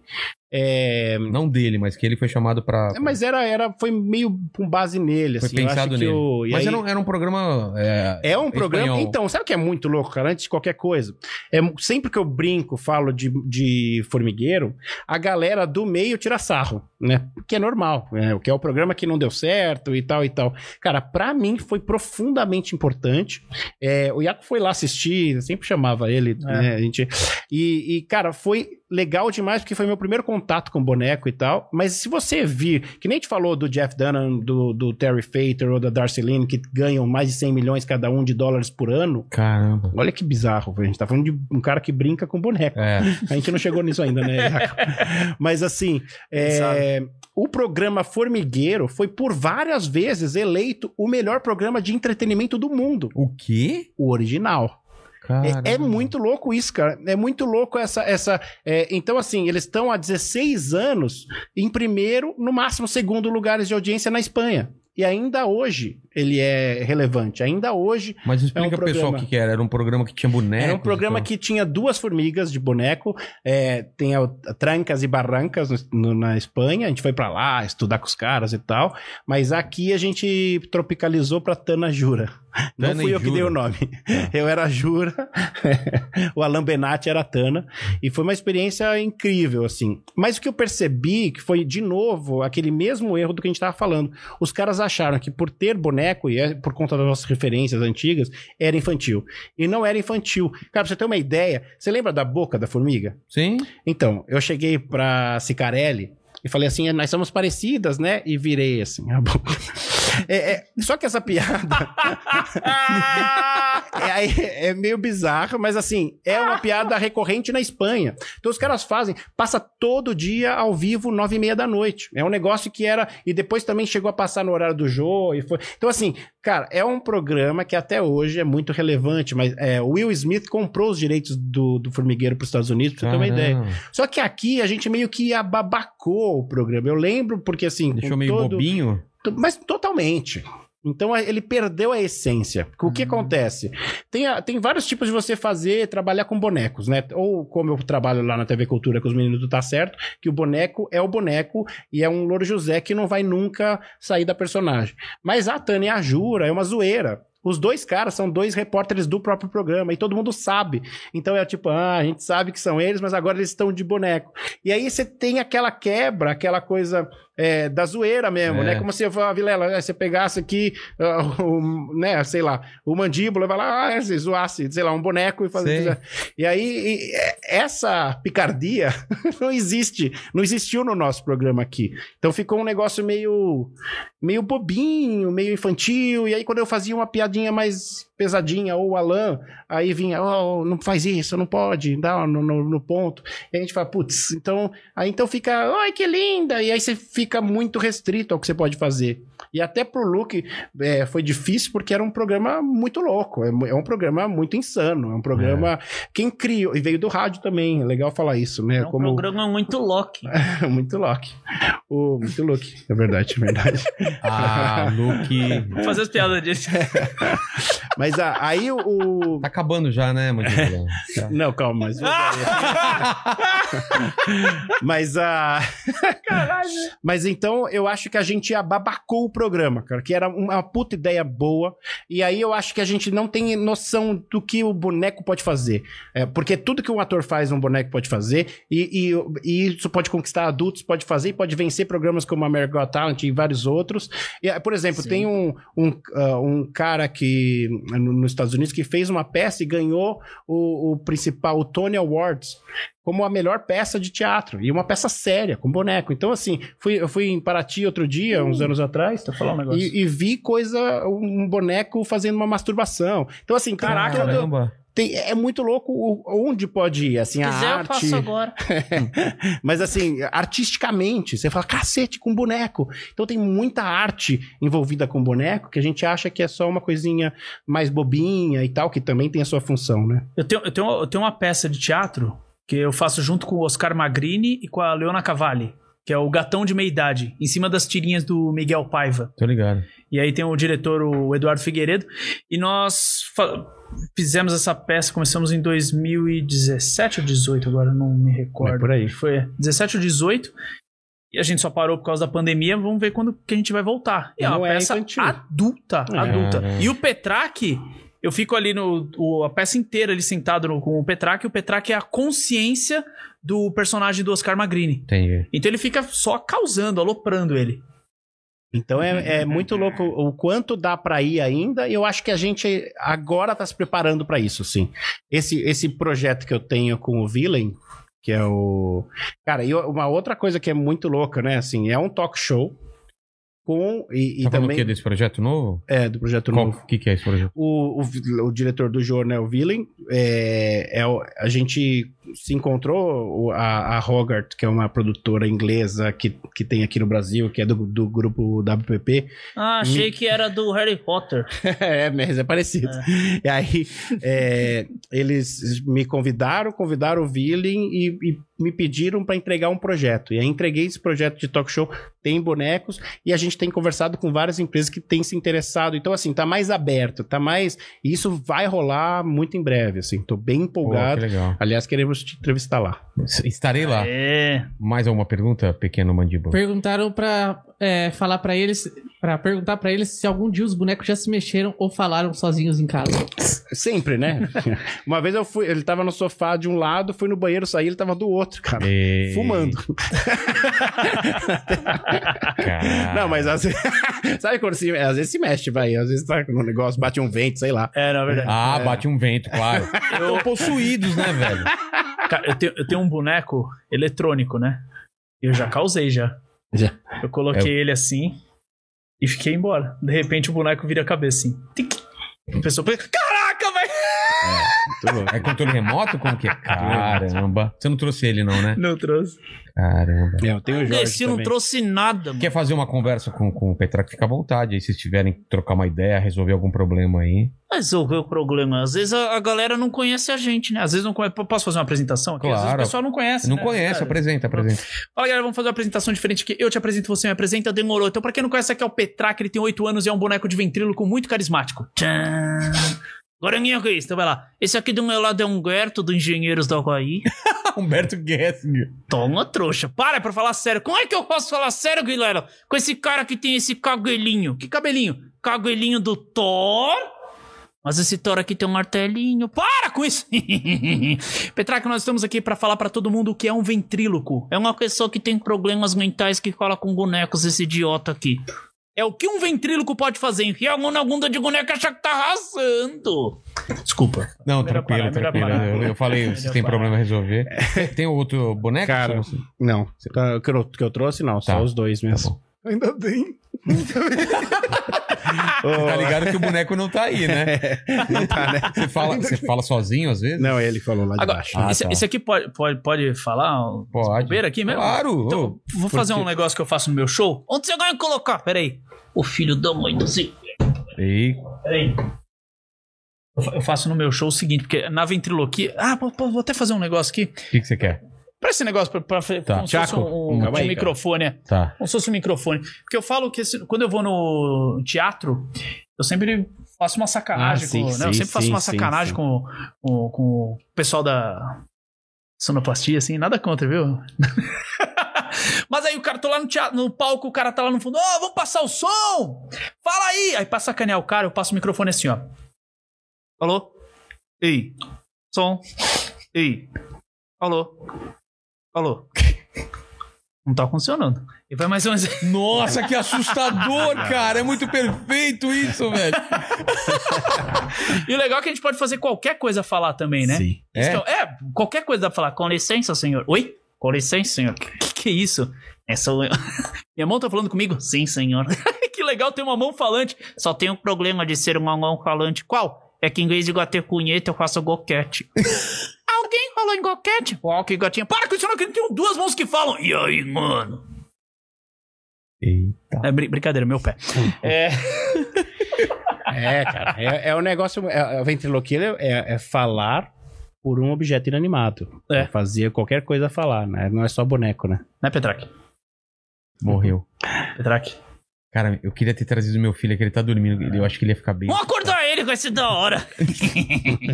É, Não dele, mas que ele foi chamado pra. é, mas era, era, foi meio com base nele, Foi assim. pensado eu acho nele. Que o, e Mas aí- era, um, era um programa. É, É um programa. Espanhol. Então, sabe o que é muito louco, cara? Antes de qualquer coisa, é, mu- sempre que eu brinco, falo de, de formigueiro, a galera do meio tira sarro, né? Que é normal, né? O que é o programa que não deu certo e tal e tal. Cara, pra mim foi profundamente importante. É, o Iaco foi lá assistir, eu sempre chamava ele, né? A gente. E, e, cara, foi legal demais, porque foi meu primeiro contato com boneco e tal. Mas se você vir, que nem te falou do Jeff Dunham, do, do Terry Fator ou da Darcy Lynn, que ganham mais de 100 milhões cada um de dólares por ano. Caramba. Olha que bizarro, a gente tá falando de um cara que brinca com boneco. É. A gente não chegou nisso ainda, né, Iaco? Mas assim, é, o programa Formigueiro foi por várias vezes eleito o melhor programa de entretenimento do mundo, O quê? o original. Caramba. É, é muito louco isso, cara. É muito louco essa. essa é, então, assim, eles estão há 16 anos em primeiro, no máximo segundo lugares de audiência na Espanha. E ainda hoje ele é relevante. Ainda hoje Mas explica é um pro pessoal o programa. que, que era. Era um programa que tinha boneco. Né, tipo, era um programa então. que tinha duas formigas de boneco, é, tem a- a trancas e barrancas no- no- na Espanha. A gente foi pra lá estudar com os caras e tal, mas aqui a gente tropicalizou pra Tana Jura. Não Tana fui e eu que dei Jura. Tá. o nome. Eu era a Jura, o Alan Benatti era a Tana, e foi uma experiência incrível, assim. Mas o que eu percebi que foi, de novo, aquele mesmo erro do que a gente tava falando. Os caras acharam que por ter boneco, e é por conta das nossas referências antigas, era infantil e não era infantil. Cara, pra você ter uma ideia, você lembra da boca da formiga? Sim. Então, eu cheguei pra Cicarelli e falei assim, nós somos parecidas, né? E virei assim a boca. É, é, só que essa piada, Ah, é, aí é meio bizarro, mas assim, é uma piada recorrente na Espanha. Então os caras fazem, passa todo dia ao vivo, nove e meia da noite. É um negócio que era. E depois também chegou a passar no horário do jogo. E foi... Então, assim, cara, é um programa que até hoje é muito relevante, mas é, o Will Smith comprou os direitos do, do formigueiro para os Estados Unidos, pra você ter uma Caramba. ideia. Só que aqui a gente meio que ababacou o programa. Eu lembro, porque assim. com Deixou meio todo- bobinho. mas totalmente. Então a- ele perdeu a essência. Porque O que Uhum. acontece? Tem, a- tem vários tipos de você fazer, trabalhar com bonecos, né? Ou como eu trabalho lá na TV Cultura com os meninos do Tá Certo, que o boneco é o boneco e é um Louro José que não vai nunca sair da personagem. Mas a Tânia e a Jura é uma zoeira. Os dois caras são dois repórteres do próprio programa e todo mundo sabe. Então é tipo, ah, a gente sabe que são eles, mas agora eles estão de boneco. E aí você tem aquela quebra, aquela coisa é, da zoeira mesmo, É. né? Como se eu falar, Vilela, né, você pegasse aqui, ah, o, né, sei lá, o mandíbula e vai lá, ah, você zoasse, sei lá, um boneco e fazer. E aí e- e- essa picardia não existe, não existiu no nosso programa aqui. Então ficou um negócio meio meio bobinho, meio infantil, e aí quando eu fazia uma piadinha mais pesadinha, ou o Alan, aí vinha, oh, não faz isso, não pode, dá no, no, no ponto. E a gente fala, putz, então, aí então fica, ai que linda, e aí você fica muito restrito ao que você pode fazer. E até pro Luke é, foi difícil porque era um programa muito louco, é, mu- é um programa muito insano, é um programa, quem criou, e veio do rádio também, é legal falar isso, né, É um como, programa muito louco. muito Loki, o, muito Luke, é verdade, é verdade. Ah, Luke. Vou fazer as piadas disso. É. Mas a- aí o- o. Tá acabando já, né, Mandíbula? Tá. Não, calma, mas. mas a. mas então eu acho que a gente ababacou o programa, cara, que era uma puta ideia boa. E aí eu acho que a gente não tem noção do que o boneco pode fazer. É, porque tudo que um ator faz, um boneco pode fazer. E, e- e isso pode conquistar adultos, pode fazer e pode vencer programas como American Got Talent e vários outros. E, ah, por exemplo, tem um, um, ah, um cara que no- nos Estados Unidos que fez uma peça e ganhou o, o principal o Tony Awards como a melhor peça de teatro e uma peça séria com boneco. Então assim, fui, eu fui em Paraty outro dia, uns anos atrás, Deixa eu falar um negócio. e, e vi coisa um boneco fazendo uma masturbação. Então assim, tem Caraca, todo- Caramba. tem- é muito louco o- onde pode ir, assim, Se a quiser, eu arte. faço agora. Mas assim, artisticamente, você fala, cacete, com boneco. Então tem muita arte envolvida com boneco que a gente acha que é só uma coisinha mais bobinha e tal, que também tem a sua função, né? Eu tenho, eu, tenho, eu tenho uma peça de teatro que eu faço junto com o Oscar Magrini e com a Leona Cavalli, que é o Gatão de Meia Idade, em cima das tirinhas do Miguel Paiva. Tô ligado. E aí tem o diretor, o Eduardo Figueiredo, e nós fa- fizemos essa peça, começamos em 2017 ou 18, agora eu não me recordo. É por aí. Foi 17 ou 18. E a gente só parou por causa da pandemia, vamos ver quando que a gente vai voltar. E é Não uma é peça infantil. adulta, É. adulta. Caramba. E o Petraque, eu fico ali no o- a peça inteira ali sentado no- com o Petraque, e o Petraque é a consciência do personagem do Oscar Magrini. Entendi. Então ele fica só causando, aloprando ele. Então é, é Uhum. muito louco o quanto dá pra ir ainda, e eu acho que a gente agora tá se preparando pra isso, sim. Esse, esse projeto que eu tenho com o Villain, que é o. Cara, e uma outra coisa que é muito louca, né? Assim, é um talk show com. E, e tá falando o também. quê? Desse projeto novo? É, do projeto Qual- novo. O que, que é esse projeto? o, o, vi- o diretor do jornal, o Villain, é, é o- a gente se encontrou, o- a, a Hogarth, que é uma produtora inglesa que, que tem aqui no Brasil, que é do, do grupo WPP, Ah, achei que era do Harry Potter. é, mas é parecido. E aí, é, eles me convidaram, convidaram o Villain e, e me pediram para entregar um projeto. E aí, entreguei esse projeto de talk show, tem bonecos, e a gente tem conversado com várias empresas que têm se interessado. Então, assim, tá mais aberto, tá mais. e Isso vai rolar muito em breve, assim. Tô bem Pô, empolgado. que legal. Aliás, queremos te entrevistar lá. Estarei Ah. lá. É. Mais alguma pergunta, pequeno Mandíbula? Perguntaram pra é, falar pra eles, pra perguntar pra eles se algum dia os bonecos já se mexeram ou falaram sozinhos em casa. Sempre, né? Uma vez eu fui, ele tava no sofá de um lado, fui no banheiro sair, ele tava do outro, cara. E- Fumando. Cara. Não, mas às vezes. sabe quando se, às vezes se mexe, vai. Às vezes tá com um negócio, bate um vento, sei lá. É, na verdade. Ah, bate um vento, claro. Estão possuídos, né, velho? Ah. Cara, eu tenho, eu tenho um boneco eletrônico, né? Eu já causei já. Já. É Eu coloquei ele assim e fiquei embora. De repente o boneco vira a cabeça assim. Tic. A pessoa pensa, caraca, vai É controle remoto? Como que é? Caramba. Você não trouxe ele, não, né? Não trouxe. Caramba. É, eu tenho o Jorge Desse Ah, não também. trouxe nada, mano. Quer fazer uma conversa com, com o Petraco? Fica à vontade. Aí, se tiverem que trocar uma ideia, resolver algum problema aí. Resolver o problema. Às vezes a, a galera não conhece a gente, né? Às vezes não conhece. Posso fazer uma apresentação aqui? Às vezes Claro. o pessoal não conhece. Não né? conhece, Cara, apresenta, apresenta. Fala, galera, vamos fazer uma apresentação diferente aqui. Eu te apresento, você me apresenta, demorou. Então, pra quem não conhece, aqui é o Petrac, ele tem 8 anos e é um boneco de ventríloco muito carismático. Tchan. Goranguinho com isso, então vai lá. Esse aqui do meu lado é Humberto, do Engenheiros do Havaí. Humberto Gessinger. Toma, trouxa. Para pra falar sério. Como é que eu posso falar sério, Guilherme? Com esse cara que tem esse caguelinho. Que cabelinho? Caguelinho do Thor? Mas esse Thor aqui tem um martelinho. Para com isso! Petraca, nós estamos aqui pra falar pra todo mundo o que é um ventríloco. É uma pessoa que tem problemas mentais que fala com bonecos, esse idiota aqui. É o que um ventríloco pode fazer. Enfiar a mão na bunda de boneco e achar que tá arrasando. Desculpa. Não, Melhor tranquilo, parar, melhor tranquilo. parar. Eu, eu falei, vocês Melhor É. têm parar. problema a resolver. Tem outro boneco? Cara, Não, tá, que eu, que eu trouxe não, Tá. só os dois mesmo. Ainda bem. Ô, Tá ligado que o boneco não tá aí, né? não tá, né? Você fala, você fala sozinho às vezes? Não, ele falou lá de Agora, baixo. Ah, esse, tá. esse aqui pode, pode, pode falar? Pode. Bobeira aqui mesmo? Claro. Então, ô. vou fazer um negócio que eu faço no meu show. Onde você vai colocar? Peraí. O filho da mãe do Zé. Ei, Peraí. Eu fa- Eu faço no meu show o seguinte, porque na ventriloquia... Ah, pô, pô, vou até fazer um negócio aqui. o que, que você quer? Pra esse negócio, pra, pra, como se fosse Tiago, um, um, Tá. calma aí, cara. microfone. é. Tá. Como se fosse um microfone. Porque eu falo que esse- quando eu vou no teatro, eu sempre faço uma sacanagem Ah, com. sim, né? eu sim, sempre faço sim, uma sim, sacanagem sim. Com, com, com o pessoal da sonoplastia, assim, nada contra, viu? Mas aí o cara tô lá no, teatro, no palco, o cara tá lá no fundo, ó, vamos passar o som! Fala aí! Aí pra sacanear o cara, eu passo o microfone assim, ó. Alô? Ei, som. Ei, alô? Alô? Não tá funcionando. E vai mais um ou menos. Nossa, que assustador, cara. É muito perfeito isso, velho. E o legal é que a gente pode fazer qualquer coisa falar também, né? Sim. É? Então, é, qualquer coisa dá pra falar. Com licença, senhor. Oi? Com licença, senhor. Que que é isso? É só... eu. Minha mão tá falando comigo? Sim, senhor. que legal ter uma mão falante. Só tem um problema de ser uma mão falante. Qual? É que em vez de bater punheta, eu faço goquete. Alguém falou em goquete? Uau, que gatinha. Para com isso, não que tem duas mãos que falam. E aí, mano? É brin- brincadeira, meu pé. é... É, cara. É, é um negócio. É, a ventriloquia é, é falar por um objeto inanimado. É. É. Fazer qualquer coisa a falar, né? Não é só boneco, né? Né, Petraque? Morreu. Petraque. Cara, eu queria ter trazido meu filho, que ele tá dormindo. Ele- Eu acho que ele ia ficar bem. Vamos acordar ele com esse da hora.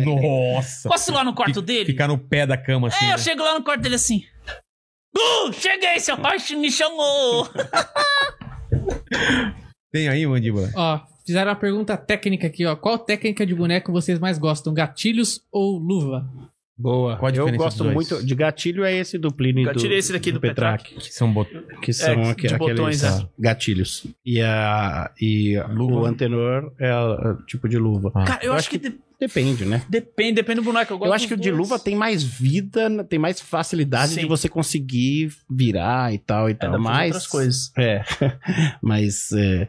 Nossa. Posso ir lá no quarto dele? Ficar no pé da cama assim. É, né? eu chego lá no quarto dele assim. Uh, cheguei, seu pai me chamou. Tem aí, mandíbula? Ó, fizeram uma pergunta técnica aqui, ó. Qual técnica de boneco vocês mais gostam? Gatilhos ou luva? Boa. Qual a Eu diferença gosto dos dois? muito. De gatilho é esse do Plínio. e Gatilho do, é esse daqui do Que são bot... Que são de aque- aqueles botões, é. gatilhos. E, a, e o antenor é a- tipo de luva. Ah. Cara, eu, acho, que, de- Depende, né? depende, depende do boneco. Eu, gosto Eu acho que o dos de dois. luva tem mais vida, né, tem mais facilidade Sim. de você conseguir virar e tal e É, dá pra tal. fazer Mas. outras coisas. É. Mas é,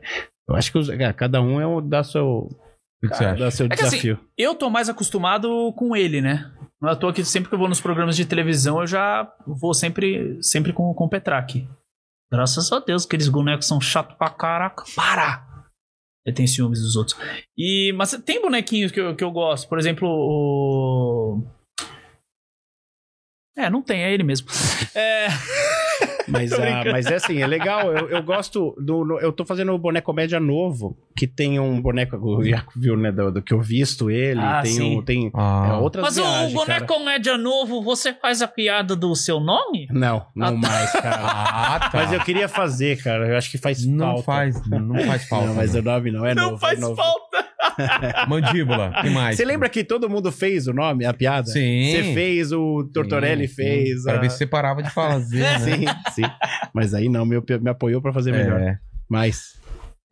eu acho que os- cara, cada um é o dá seu, O que você acha? dá seu É que assim, desafio. Eu tô mais acostumado com ele, né? Não é à toa que sempre que eu vou nos programas de televisão, eu já vou sempre, sempre com, com o Petraque. Graças a Deus, aqueles bonecos são chatos pra caraca. Para! Ele tem ciúmes dos outros. E, mas tem bonequinhos que eu, que eu gosto. Por exemplo, o. É, não tem, é ele mesmo. É, Mas, Tô ah, brincando. mas é assim, é legal. Eu, eu gosto do. no- eu tô fazendo o boneco média novo, que tem um boneco. O Iaco viu, né? Do, do que eu visto ele. Ah, tem sim. um. Tem é, Ah, outras mas o- né, viagens, o boneco cara. é um média novo, você faz a piada do seu nome? Não, não Ah, tá. mais, cara. Ah, tá. Mas eu queria fazer, cara. Eu acho que faz Não falta. faz, não faz falta. Não, mas né? o nome não é não novo. é faz novo. falta. Mandíbula, o que mais? Você lembra que todo mundo fez o nome, a piada? Sim. Você fez, o Tortorelli Sim, sim. fez. Pra a- ver se você parava de fazer, né? Sim, sim. Mas aí não, meu, me apoiou pra fazer é melhor. É. Mas.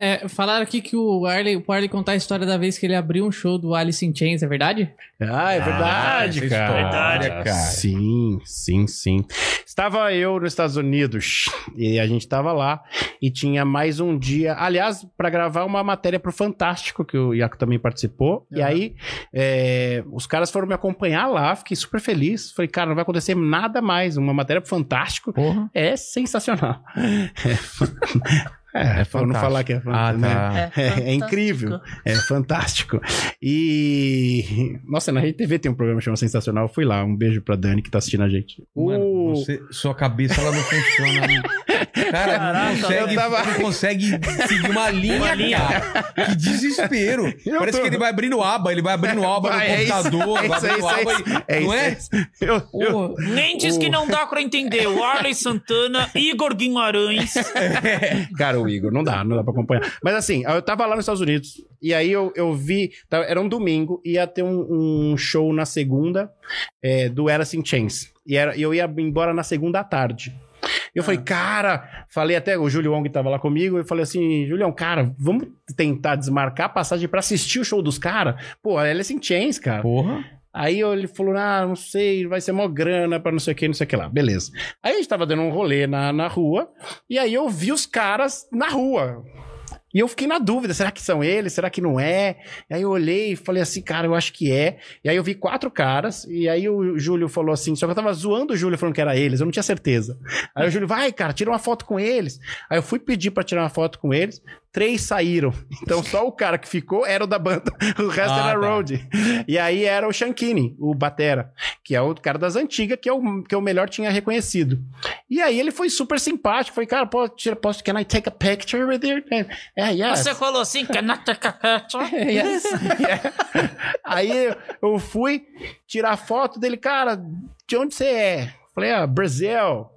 É, falaram aqui que o Arley, o Arley contar a história da vez que ele abriu um show do Alice in Chains, é verdade? Ah, é verdade, essa cara. história, Olha, cara. Sim, sim, sim. Estava eu nos Estados Unidos e a gente estava lá e tinha mais um dia, aliás, para gravar uma matéria pro Fantástico que o Iaco também participou. E aí é, os caras foram me acompanhar lá, fiquei super feliz. Falei, cara, não vai acontecer nada mais. Uma matéria pro Fantástico Porra. é sensacional. É, É pra não falar fantástico. que é Ah, fantástico, né? tá. É, é incrível, é fantástico. E. Nossa, na Rede TV tem um programa chamado Sensacional. Eu fui lá, um beijo pra Dani que tá assistindo a gente. Mano, O- você- sua cabeça ela não funciona. né? Cara, Caraca, não, consegue, eu tava- não consegue seguir uma linha, linha. cara. Que desespero. Eu Parece tô- que ele vai abrindo aba, ele vai abrindo aba Vai, no é isso, computador, é vai isso, é abrindo isso, é aba isso. e- É Não isso, é? é isso. Eu- eu- Pô, Nem diz que não dá pra entender. O Arley Santana, Igor Guimarães. Cara, o Igor, não dá, não dá pra acompanhar. Mas assim, eu tava lá nos Estados Unidos e aí eu, eu vi. tá, Era um domingo, ia ter um, um show na segunda é, do Alice in Chains. E era, e eu ia embora na segunda à tarde. E Eu falei, cara, falei até, o Júlio Wong tava lá comigo, eu falei assim, Julião, cara, vamos tentar desmarcar a passagem pra assistir o show dos caras? Pô, Alice in Chains, cara. Porra. Aí eu- ele falou, ah, não sei, vai ser mó grana pra não sei o que, não sei o que lá. Beleza. Aí a gente tava dando um rolê na, na rua, e aí eu vi os caras na rua. E eu fiquei na dúvida, será que são eles? Será que não é? E aí eu olhei e falei assim, cara, eu acho que é. E aí eu vi quatro caras, e aí o Júlio falou assim, só que eu tava zoando o Júlio falando que era eles, eu não tinha certeza. Aí o Júlio, vai, cara, tira uma foto com eles. Aí eu fui pedir pra tirar uma foto com eles, três saíram. Então só o cara que ficou era o da banda, o resto Ah, era tá. road. E aí era o Shankini, o batera, que é o cara das antigas, que é o que eu melhor tinha reconhecido. E aí ele foi super simpático, falei, cara, posso, tirar- posso can I take a picture with you? É, yes. Você falou assim, que é na Yes. Aí eu fui tirar foto dele, cara, de onde você é? Falei, ah, Brasil.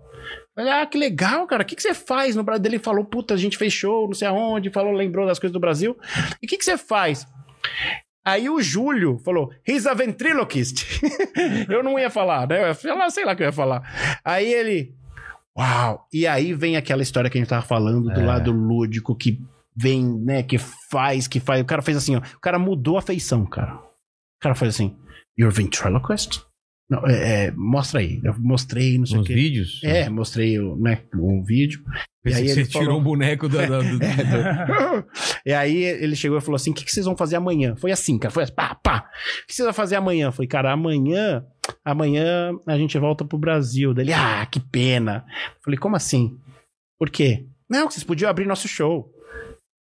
Falei, ah, que legal, cara, o que, que você faz no Brasil? Ele falou, puta, a gente fez show, não sei aonde, falou, lembrou das coisas do Brasil. E o que, que você faz? Aí o Júlio falou, he's a ventriloquist. eu não ia falar, né? Eu ia falar, sei lá o que eu ia falar. Aí ele, uau. E aí vem aquela história que a gente tava falando do lado lúdico que vem, né, que faz, que faz. O cara fez assim, ó. O cara mudou a feição, cara. O cara fez assim, you're ventriloquist? Não, é, é, mostra aí. Eu mostrei, não sei o Nos quê. vídeos? É, mostrei o, né, um vídeo. Pensei E aí que ele você tirou falou- É. um boneco da. da- do- e aí ele chegou e falou assim: o que, que vocês vão fazer amanhã? Foi assim, cara. Foi assim, pá, pá. O que vocês vão fazer amanhã? Eu Falei, cara, amanhã. Amanhã a gente volta pro Brasil. Dele, ah, que pena. Eu Falei, como assim? Por quê? Não, que vocês podiam abrir nosso show.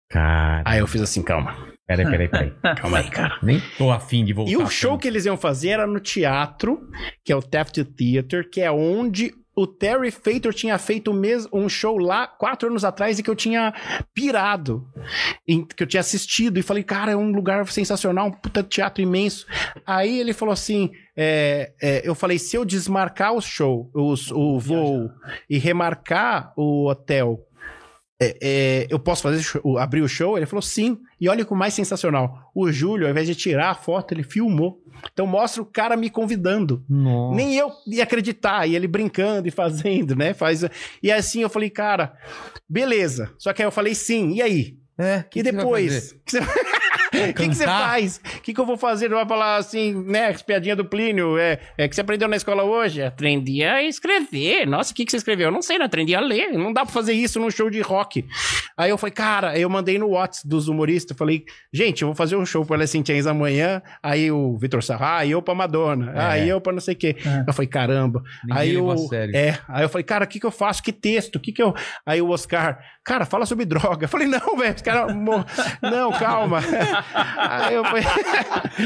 Cara, Aí eu fiz assim, calma, peraí, peraí, peraí. calma aí, cara. Nem tô afim de voltar. E o pra- show que eles iam fazer era no teatro, que é o Taft Theater, que é onde o Terry Fator tinha feito mes- um show lá quatro anos atrás e que eu tinha pirado, em- que eu tinha assistido e falei, cara, é um lugar sensacional, um puta teatro imenso. Aí ele falou assim, é, é, eu falei, se eu desmarcar o show, os- o voo e remarcar o hotel é, eu posso fazer esse show- abrir o show? Ele falou sim. E olha que o mais sensacional. O Júlio, ao invés de tirar a foto, ele filmou. Então mostra o cara me convidando. Nossa. Nem eu ia acreditar. E ele brincando e fazendo, né? Faz... E assim eu falei, cara, beleza. Só que aí eu falei sim. E aí? É, e depois? O que você- O que, que você Cantar? faz? O que, que eu vou fazer? Vai falar assim, né? Piadinha do Plínio. É, é que você aprendeu na escola hoje? Aprendi a escrever. Nossa, o que, que você escreveu? Eu não sei, não aprendi a ler. Não dá pra fazer isso num show de rock. Aí eu falei, cara, aí eu mandei no WhatsApp dos humoristas. Falei, gente, eu vou fazer um show pro Alice in Chains amanhã. Aí o Vitor Sarra, aí eu pra Madonna. É. Aí eu pra não sei o quê. Eu falei, caramba. Ninguém aí levou eu, a sério. É, aí eu falei, cara, o que que eu faço? Que texto? O que que eu... Aí o Oscar, cara, fala sobre droga. Eu falei, não, velho, os caras... mor- um Não, calma. aí eu falei...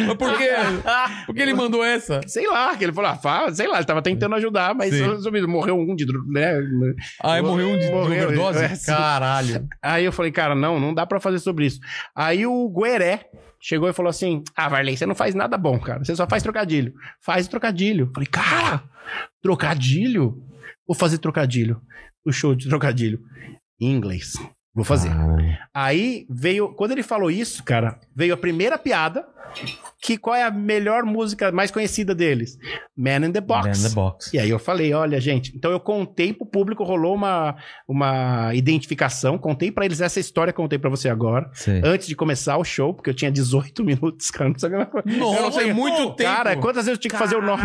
Mas por quê? Por que ele mandou essa? Sei lá, que ele falou, ah, fala, sei lá, ele tava tentando ajudar, mas Sim. eu- eu- morreu um de... dro- Né? Ah, morreu um de de Morreu, overdose? é, sim. Caralho. Aí eu falei, cara, não, não dá pra fazer sobre isso. Aí o Gueré chegou e falou assim: Ah, Varley, você não faz nada bom, cara. Você só faz trocadilho. Faz trocadilho. Eu Falei, cara, trocadilho? Vou fazer trocadilho. O show de trocadilho. Em inglês. Vou fazer. Ah. Caralho. Aí veio. Quando ele falou isso, cara, veio a primeira piada. Que qual é a melhor música mais conhecida deles? Man in the Box. Man in the box. E aí eu falei, olha, gente, então eu contei pro público, rolou uma, uma identificação, contei pra eles essa história que eu contei pra você agora, Sei. antes de começar o show, porque eu tinha 18 minutos, cara, não sei o que Nossa, eu não sei é muito tempo. Cara, quantas vezes eu tinha que fazer o nome?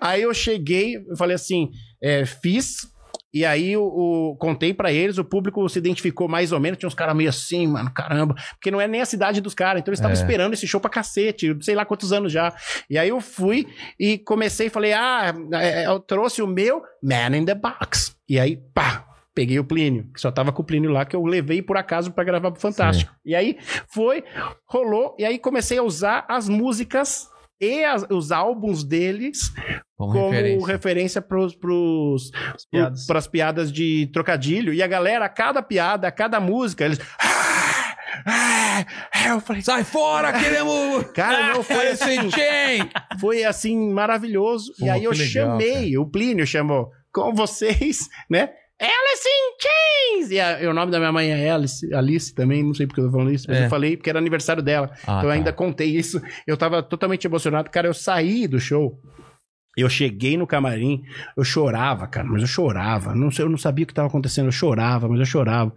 aí eu cheguei, eu falei assim, é, fiz. E aí o, o- contei pra eles, o público se identificou mais ou menos, tinha uns caras meio assim, mano, caramba, porque não é nem a cidade dos caras, então eles estavam É. esperando esse show pra cacete, sei lá quantos anos já. E aí eu fui e comecei, falei, ah, é, é, eu trouxe o meu Man in the Box. E aí, pá, peguei o Plínio, que só tava com o Plínio lá, que eu levei por acaso pra gravar pro Fantástico. E aí foi, rolou, e aí comecei a usar as músicas e as- os álbuns deles Como, como referência. referência pros, pros, piadas. pras piadas de trocadilho. E a galera, a cada piada, a cada música, eles. "Ah, Eu falei, Sai fora, queremos... cara, Ah, não foi assim. Jen! Foi assim, maravilhoso. Pô, e aí eu que legal, chamei, o Plínio chamou, com vocês, né? Alice in Chains! E, a- e o nome da minha mãe é Alice, Alice também, não sei porque eu tô falando isso, mas É. eu falei porque era aniversário dela. Ah, então eu tá. ainda contei isso. Eu tava totalmente emocionado. Cara, eu saí do show. Eu cheguei no camarim, eu chorava, cara, mas eu chorava. Não sei, eu não sabia o que estava acontecendo, eu chorava, mas eu chorava.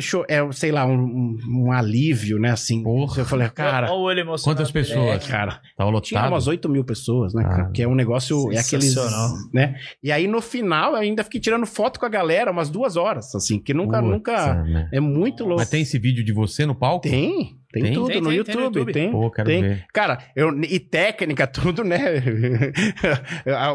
Cho- É, sei lá, um, um- um alívio, né? Assim. Porra. Eu falei, cara, Olha o olho emocionado. Quantas é, pessoas? cara. Tava Tinha lotado? umas 8 mil pessoas, né? cara? Ah, que é um negócio. É aqueles. sensacional. Né? E aí, no final, eu ainda fiquei tirando foto com a galera umas duas horas, assim, que nunca, Putz, nunca. merda. É muito louco. Mas tem esse vídeo de você no palco? Tem, tem, Tem? tudo Tem, no, tem, tem YouTube, no YouTube. tem. Pô, quero tem. ver. Cara, eu, e técnica, tudo, né?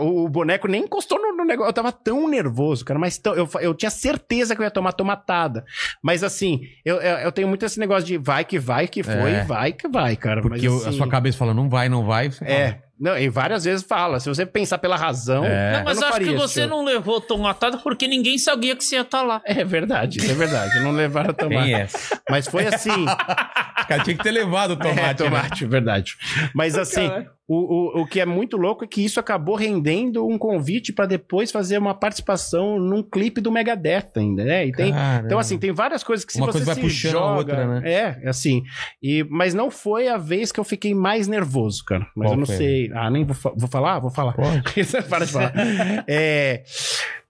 o, o boneco nem encostou no, no negócio. Eu tava tão nervoso, cara, mas tão- eu, fa- eu tinha certeza que eu ia tomar tomatada. Mas assim, eu, eu, eu tenho muito esse negócio de vai que vai que foi, É. vai que vai, cara. mas, Porque eu- a assim, sua cabeça fala, não vai, não vai. Você É. Não, e várias vezes fala. Se você pensar pela razão. É. eu Não, mas não acho faria que isso. você não levou tomatada porque ninguém sabia que você ia estar lá. É verdade, isso é verdade. Não levaram a fala, tomate. Quem é? essa? Mas foi assim. O cara tinha que ter levado o tomate, é, tomate. né? tomate, verdade. Mas assim, o, o, o que é muito louco é que isso acabou rendendo um convite pra depois fazer uma participação num clipe do Megadeth ainda, né? E tem, Caramba. Então, assim, tem várias coisas que se Uma você coisa vai se puxando a joga, outra, né? É, assim. E, mas não foi a vez que eu fiquei mais nervoso, cara. Mas Qual eu não foi? sei. Ah, nem vou, fa- vou falar? Vou falar. Para de falar. É,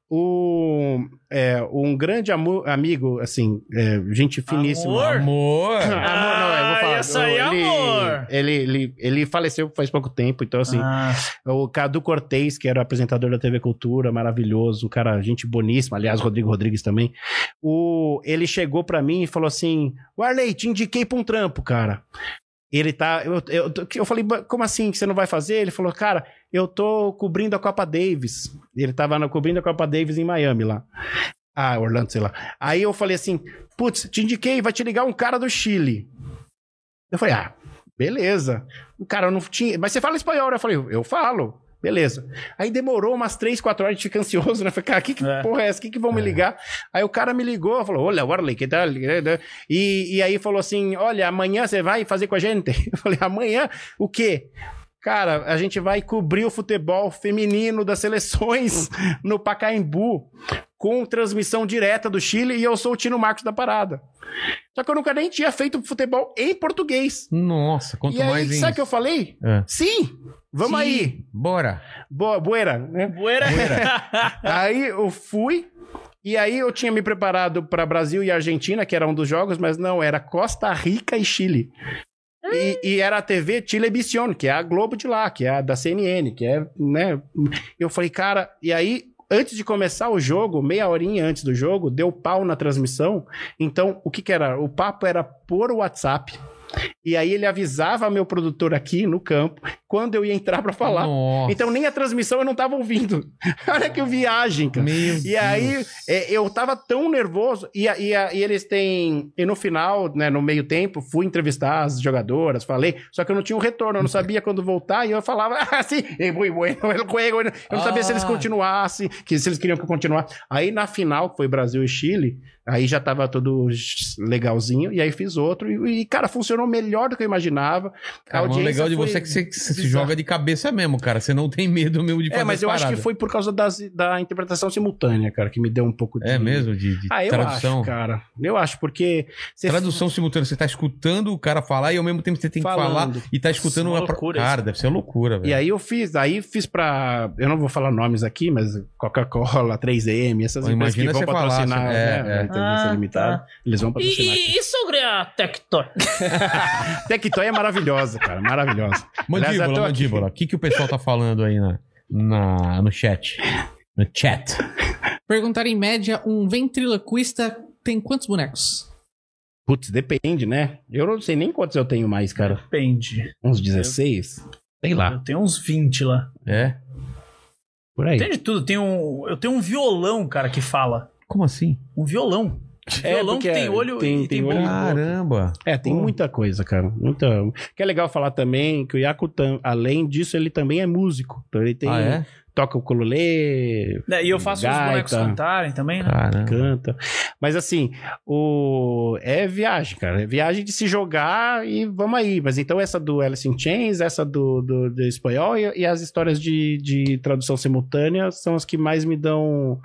o, é, um grande amu- amigo, assim, é, gente finíssima. Amor? Amor! Amor, não, eu vou Ah, falar. isso aí é ele, amor. Ele, ele, ele faleceu faz pouco tempo, então assim, Ah, o Cadu Cortez, que era apresentador da TV Cultura, maravilhoso, um cara, gente boníssima, aliás, Rodrigo Rodrigues também. O, ele chegou pra mim e falou assim: Warley, te indiquei pra um trampo, cara. Ele tá. Eu, eu, eu falei, "Ba- como assim? que Você não vai fazer? Ele falou, cara, eu tô cobrindo a Copa Davis. Ele tava na- cobrindo a Copa Davis em Miami lá. Ah, Orlando, sei lá. Aí eu falei assim: putz, te indiquei, vai te ligar um cara do Chile. Eu falei, ah, beleza. O cara eu não tinha. Mas você fala espanhol, né? Eu falei, eu falo. Beleza. Aí demorou umas três, quatro horas, a gente fica ansioso, né? Eu Falei, cara, que, que É. porra é essa? Que que vão me É. ligar? Aí o cara me ligou, falou, olha, Warley, que tal? E, e aí falou assim, olha, amanhã você vai fazer com a gente? Eu falei, amanhã o quê? Cara, a gente vai cobrir o futebol feminino das seleções no Pacaembu com transmissão direta do Chile e eu sou o Tino Marcos da parada. Só que eu nunca nem tinha feito futebol em português. Nossa, quanto e aí, mais em... sabe o que eu falei? É. Sim! Vamos aí! Bora! Boa, buera, né? bueira. aí eu fui. E aí eu tinha me preparado para Brasil e Argentina, que era um dos jogos, mas não, era Costa Rica e Chile. E, e era a TV Chilevisión, que é a Globo de lá, que é a da CNN, que é, né? Eu falei, cara, e aí, antes de começar o jogo, meia horinha antes do jogo, deu pau na transmissão. Então, o que que era? O papo era por WhatsApp. E aí ele avisava meu produtor aqui no campo quando eu ia entrar para falar. Nossa. Então nem a transmissão eu não tava ouvindo. Olha que viagem, cara. Meu E aí, é, eu tava tão nervoso. E, a- e a- e eles têm. E no final, né, no meio tempo, fui entrevistar as jogadoras, falei. Só que eu não tinha um retorno, eu não sabia quando voltar. E eu falava assim, "Eh, muy bueno el juego." Eu não sabia se eles Ah. continuassem, que, se eles queriam que eu continuasse. Aí na final, que foi Brasil e Chile, aí já tava tudo legalzinho. E aí fiz outro. E, e, cara, funcionou funcionou melhor do que eu imaginava. A Cara, mas o audiência legal de foi você é que você, que você se bizarra. joga de cabeça mesmo, cara. Você não tem medo mesmo de fazer É, mas eu acho parada. que foi por causa das- da interpretação simultânea, cara, que me deu um pouco de. É mesmo, de, de Ah, eu tradução. acho, cara. Eu acho, porque. você- Tradução simultânea, você tá escutando o cara falar e ao mesmo tempo você tem que Falando. falar e tá escutando Isso é uma uma pro- loucura, Cara, isso. deve ser loucura, velho. E aí eu fiz, aí fiz pra. Eu não vou falar nomes aqui, mas Coca-Cola, 3M, essas Pô, empresas imagina que vão você falar, patrocinar assim, né, é, a é. inteligência Ah, limitada. tá. Eles vão E, patrocinar. aqui. e- e sobre a Tectoy? Tectoy é maravilhosa, cara. Maravilhosa. Aliás, eu Mandíbula, tô aqui. mandíbula. O que, que o pessoal tá falando aí na, na- no chat? No chat. Perguntaram em média, um ventriloquista tem quantos bonecos? Putz, depende, né? Eu não sei nem quantos eu tenho mais, cara. Depende. Uns 16? Sei lá, Eu tenho uns 20 lá. É? por aí. Tem de tudo. Tem um, eu tenho um violão, cara, que fala. Como assim? Um violão. É, violão porque que tem olho tem- tem e tem, olho boca. Caramba. É, tem Pô. muita coisa, cara. Muita... Que é legal falar também que o Yakutan, além disso, ele também é músico. Então ele tem. Ah, é? Toca o ukulele, Né, E eu faço os bonecos Gaita. cantarem também, né? Caramba. canta. Mas assim, o... é viagem, cara. É viagem de se jogar e vamos aí. Mas então essa do Alice in Chains, essa do, do, do espanhol e, e as histórias de, de tradução simultânea são as que mais me dão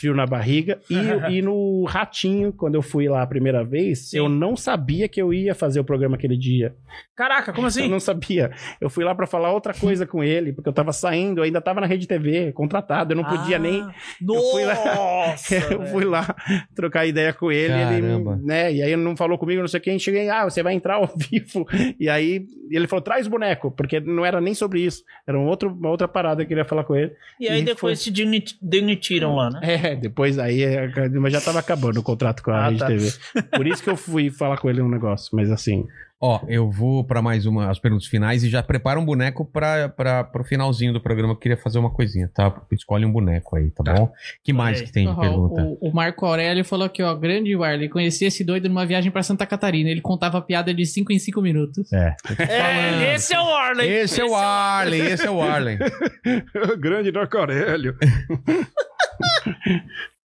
frio na barriga. E, e no Ratinho, quando eu fui lá a primeira vez, Sim. eu não sabia que eu ia fazer o programa aquele dia. Caraca, como assim? Eu não sabia. Eu fui lá pra falar outra coisa com ele, porque eu tava saindo, eu ainda tava na Rede TV, contratado, eu não podia Ah, nem Nossa! fui lá- Ah, É, eu é. fui lá trocar ideia com ele, ele, Caramba. né? E aí ele não falou comigo, não sei quem. Cheguei, ah, você vai entrar ao vivo. E aí ele falou, traz boneco, porque não era nem sobre isso. Era um outro, uma outra parada que eu ia falar com ele. E aí E depois se demiti- demitiram lá, né? É, depois aí, é, mas já tava acabando o contrato com a Ah, Rede tá. TV. Por isso que eu fui falar com ele um negócio, mas assim. Ó, eu vou pra mais uma, as perguntas finais e já prepara um boneco pra, pra, pro finalzinho do programa. Eu queria fazer uma coisinha, tá? Escolhe um boneco aí, tá, bom? que mais aí. que tem de Ó, pergunta? o, o Marco Aurélio falou aqui, ó, grande Warley, conheci esse doido numa viagem pra Santa Catarina. Ele contava piada de 5 em 5 minutos. É. É, esse é o Orley. Esse é o Arlen, esse é o Arlen. Grande Marco Aurélio.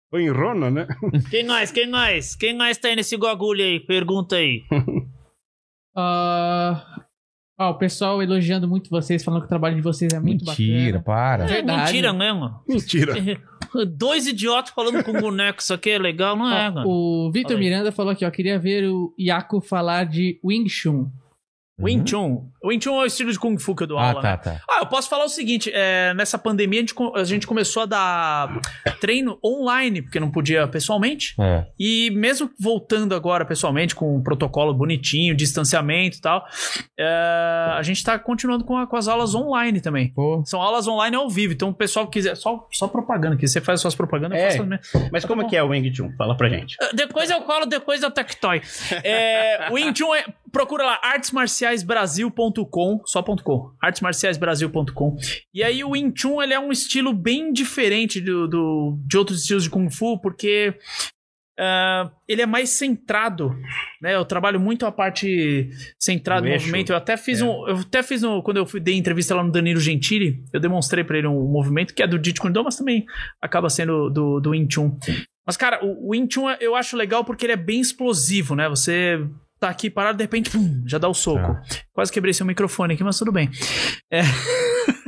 Foi em Rona, né? Quem mais? Quem mais? Quem mais tá aí nesse gogulho aí? Pergunta aí. Ah, ó, o pessoal elogiando muito vocês, falando que o trabalho de vocês é muito Mentira, bacana. para. É Verdade. mentira mesmo. Mentira. Dois idiotas falando com boneco, isso aqui é legal, não Ah, é, mano? Ó, o Vitor Olha aí. Miranda falou aqui, ó, queria ver o Iaco falar de Wing Chun. Wing Uhum. Chun. Wing Chun é o estilo de Kung Fu que eu dou Ah, aula, tá, né? tá. Ah, eu posso falar o seguinte: é, nessa pandemia a gente, co- a gente começou a dar treino online, porque não podia pessoalmente. É. E mesmo voltando agora pessoalmente, com um protocolo bonitinho, distanciamento e tal, é, a gente tá continuando com, a- com as aulas online também. Pô, São aulas online ao vivo, então o pessoal que quiser. Só, só propaganda aqui, você faz as suas propagandas, É. eu faço as minhas. Mas como Tá é que é o Wing Chun? Fala pra gente. Depois eu colo, depois eu tectoy. É, o Intune é, procura lá artesmarciaisbrasil.com, só ponto .com, artesmarciaisbrasil.com. E aí o Intune ele é um estilo bem diferente do, do- de outros estilos de kung fu, porque ah, ele é mais centrado, né? Eu trabalho muito a parte O centrada do eixo. movimento. Eu até fiz É. um, eu até fiz um, quando eu fui dei entrevista lá no Danilo Gentili, eu demonstrei pra ele um movimento que é do Jeet Kune Do, mas também acaba sendo do do Intune. Mas, cara, o, o Wing Chun eu acho legal porque ele é bem explosivo, né? Você tá aqui parado, de repente, pum, já dá o soco. É. Tá. Quase quebrei seu microfone aqui, mas tudo bem.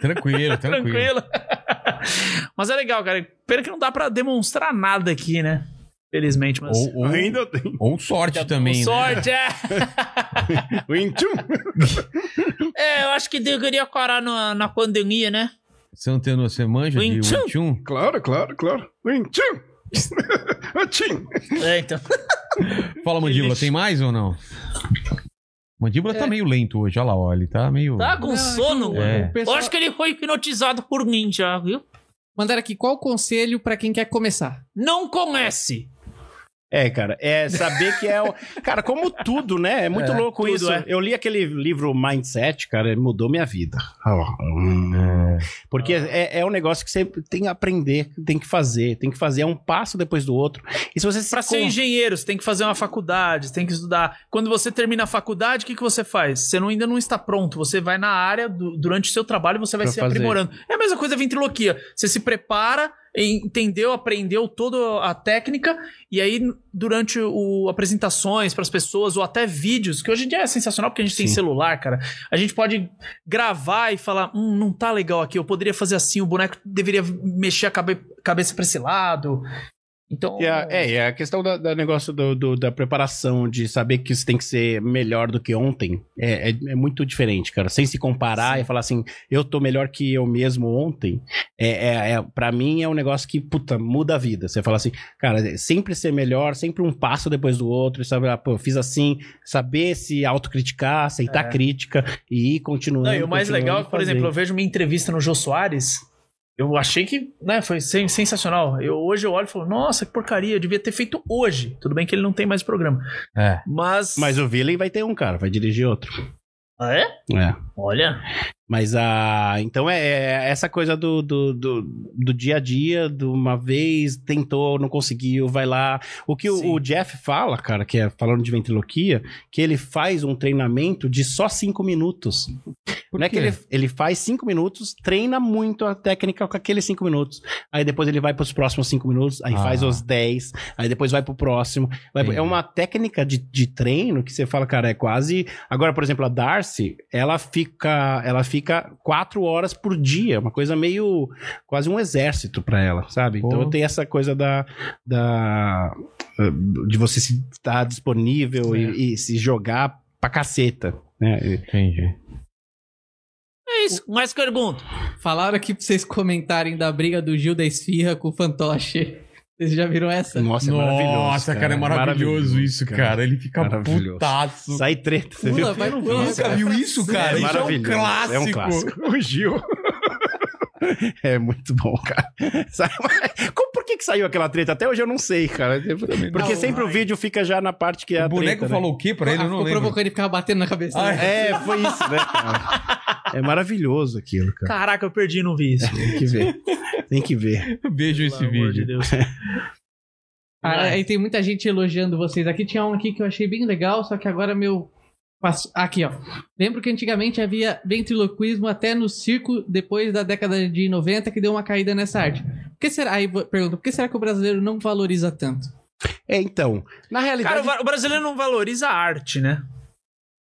tranquilo, tranquilo. Tranquilo. mas é legal, cara. Pena que não dá pra demonstrar nada aqui, né? Felizmente, mas. Ou, ou- Ainda tem. ou sorte Com também. né? sorte, é. Wing Chun. É, eu acho que deveria parar na, na pandemia, né? Santana, você manja Wing de Chun? Wing Chun? Claro, claro, claro. Wing Chun. Achim. É, então. Fala, mandíbula, tem mais ou não? Mandíbula tá meio lento hoje, olha lá, ó, ele tá meio... Tá com Não, sono, o- mano. É. o Eu pessoal- acho que ele foi hipnotizado por mim já, viu? Mandaram aqui, qual o conselho pra quem quer começar? Não comece. É, cara, é saber que é o. Cara, como tudo, né? É muito É, louco tudo, isso. é. Eu li aquele livro Mindset, cara, ele mudou minha vida. Ah, hum, É, Porque Ah. é, é um negócio que você tem que aprender, tem que fazer, tem que fazer é um passo depois do outro. E se você se Pra ser con- engenheiro, você tem que fazer uma faculdade, você tem que estudar. Quando você termina a faculdade, o que, que você faz? Você não- ainda não está pronto. Você vai na área, du- durante o seu trabalho, você vai Pra se fazer. aprimorando. É a mesma coisa a ventriloquia. Você se prepara, entendeu, aprendeu toda a técnica e aí durante o apresentações para as pessoas ou até vídeos, que hoje em dia é sensacional porque a gente tem Sim. celular, cara. A gente pode gravar e falar, hum, não tá legal aqui, eu poderia fazer assim, o boneco deveria mexer a cabe- cabeça para esse lado. Então, E a- é, e a questão da, da negócio do, do- da preparação, de saber que isso tem que ser melhor do que ontem, é, é, é muito diferente, cara. Sem se comparar e falar assim, eu tô melhor que eu mesmo ontem, é, é, é, para mim é um negócio que, puta, muda a vida. Você fala assim, cara, sempre ser melhor, sempre um passo depois do outro, sabe? Ah, pô, eu fiz assim, saber se autocriticar, aceitar É. crítica e ir continuando. Não, e o mais continuando legal é que, por fazendo. exemplo, eu vejo minha entrevista no Jô Soares. Eu achei que, né, foi sen- sensacional. Eu, hoje eu olho e falo, nossa, que porcaria, eu devia ter feito hoje. Tudo bem que ele não tem mais programa. É. Mas. Mas o Villain vai ter um, cara, vai dirigir outro. Ah, é? É. Olha. Mas a. Então é, é essa coisa do, do, do, do dia a dia, de uma vez, tentou, não conseguiu, vai lá. O que Sim. o, o Jeff fala, cara, que é falando de ventriloquia, que ele faz um treinamento de só cinco minutos. Por não é quê? que ele, ele faz cinco minutos, treina muito a técnica com aqueles cinco minutos. Aí depois ele vai pros próximos cinco minutos, aí Ah. faz os dez, aí depois vai pro próximo. Vai pro- Entendi. é uma técnica de, de treino que você fala, cara, é quase. Agora, por exemplo, a Darcy, ela fica, ela fica quatro horas por dia, uma coisa meio quase um exército pra ela, sabe? Pô. Então tem essa coisa da, da de você se estar disponível e, e se jogar pra caceta, né? E- Entendi. É isso. Mais pergunta. Falaram aqui pra vocês comentarem da briga do Gil da Esfirra com o Fantoche. Vocês já viram essa? Nossa, é maravilhoso. Nossa, cara, é maravilhoso isso, cara. Ele fica Maravilhoso. putaço. Sai treta, você viu? Pula, vai Eu não pula, vi cara. viu isso, É cara? isso é um maravilhoso, clássico. é um O Gil. É muito bom, cara. Sai- Como- Por que, que saiu aquela treta? Até hoje eu não sei, cara. Porque não. sempre o vídeo fica já na parte que é a O boneco treta, né? falou o quê pra ele? Eu não Ah, ficou lembro. provocando e ficava batendo na cabeça. Ah, né? É, foi isso, né, cara? É maravilhoso aquilo, cara. Caraca, eu perdi, não vi isso. Tem que ver. Tem que ver. Vejo esse Pelo amor de vídeo. Deus. Ah, aí tem muita gente elogiando vocês aqui. Tinha um aqui que eu achei bem legal, só que agora meu. passo- Aqui, ó. Lembro que antigamente havia ventriloquismo até no circo depois da década de 90 que deu uma caída nessa arte. Por que será? Aí vo- pergunta, por que será que o brasileiro não valoriza tanto? É, então. Na Cara, o realidade. va- o brasileiro não valoriza a arte, né?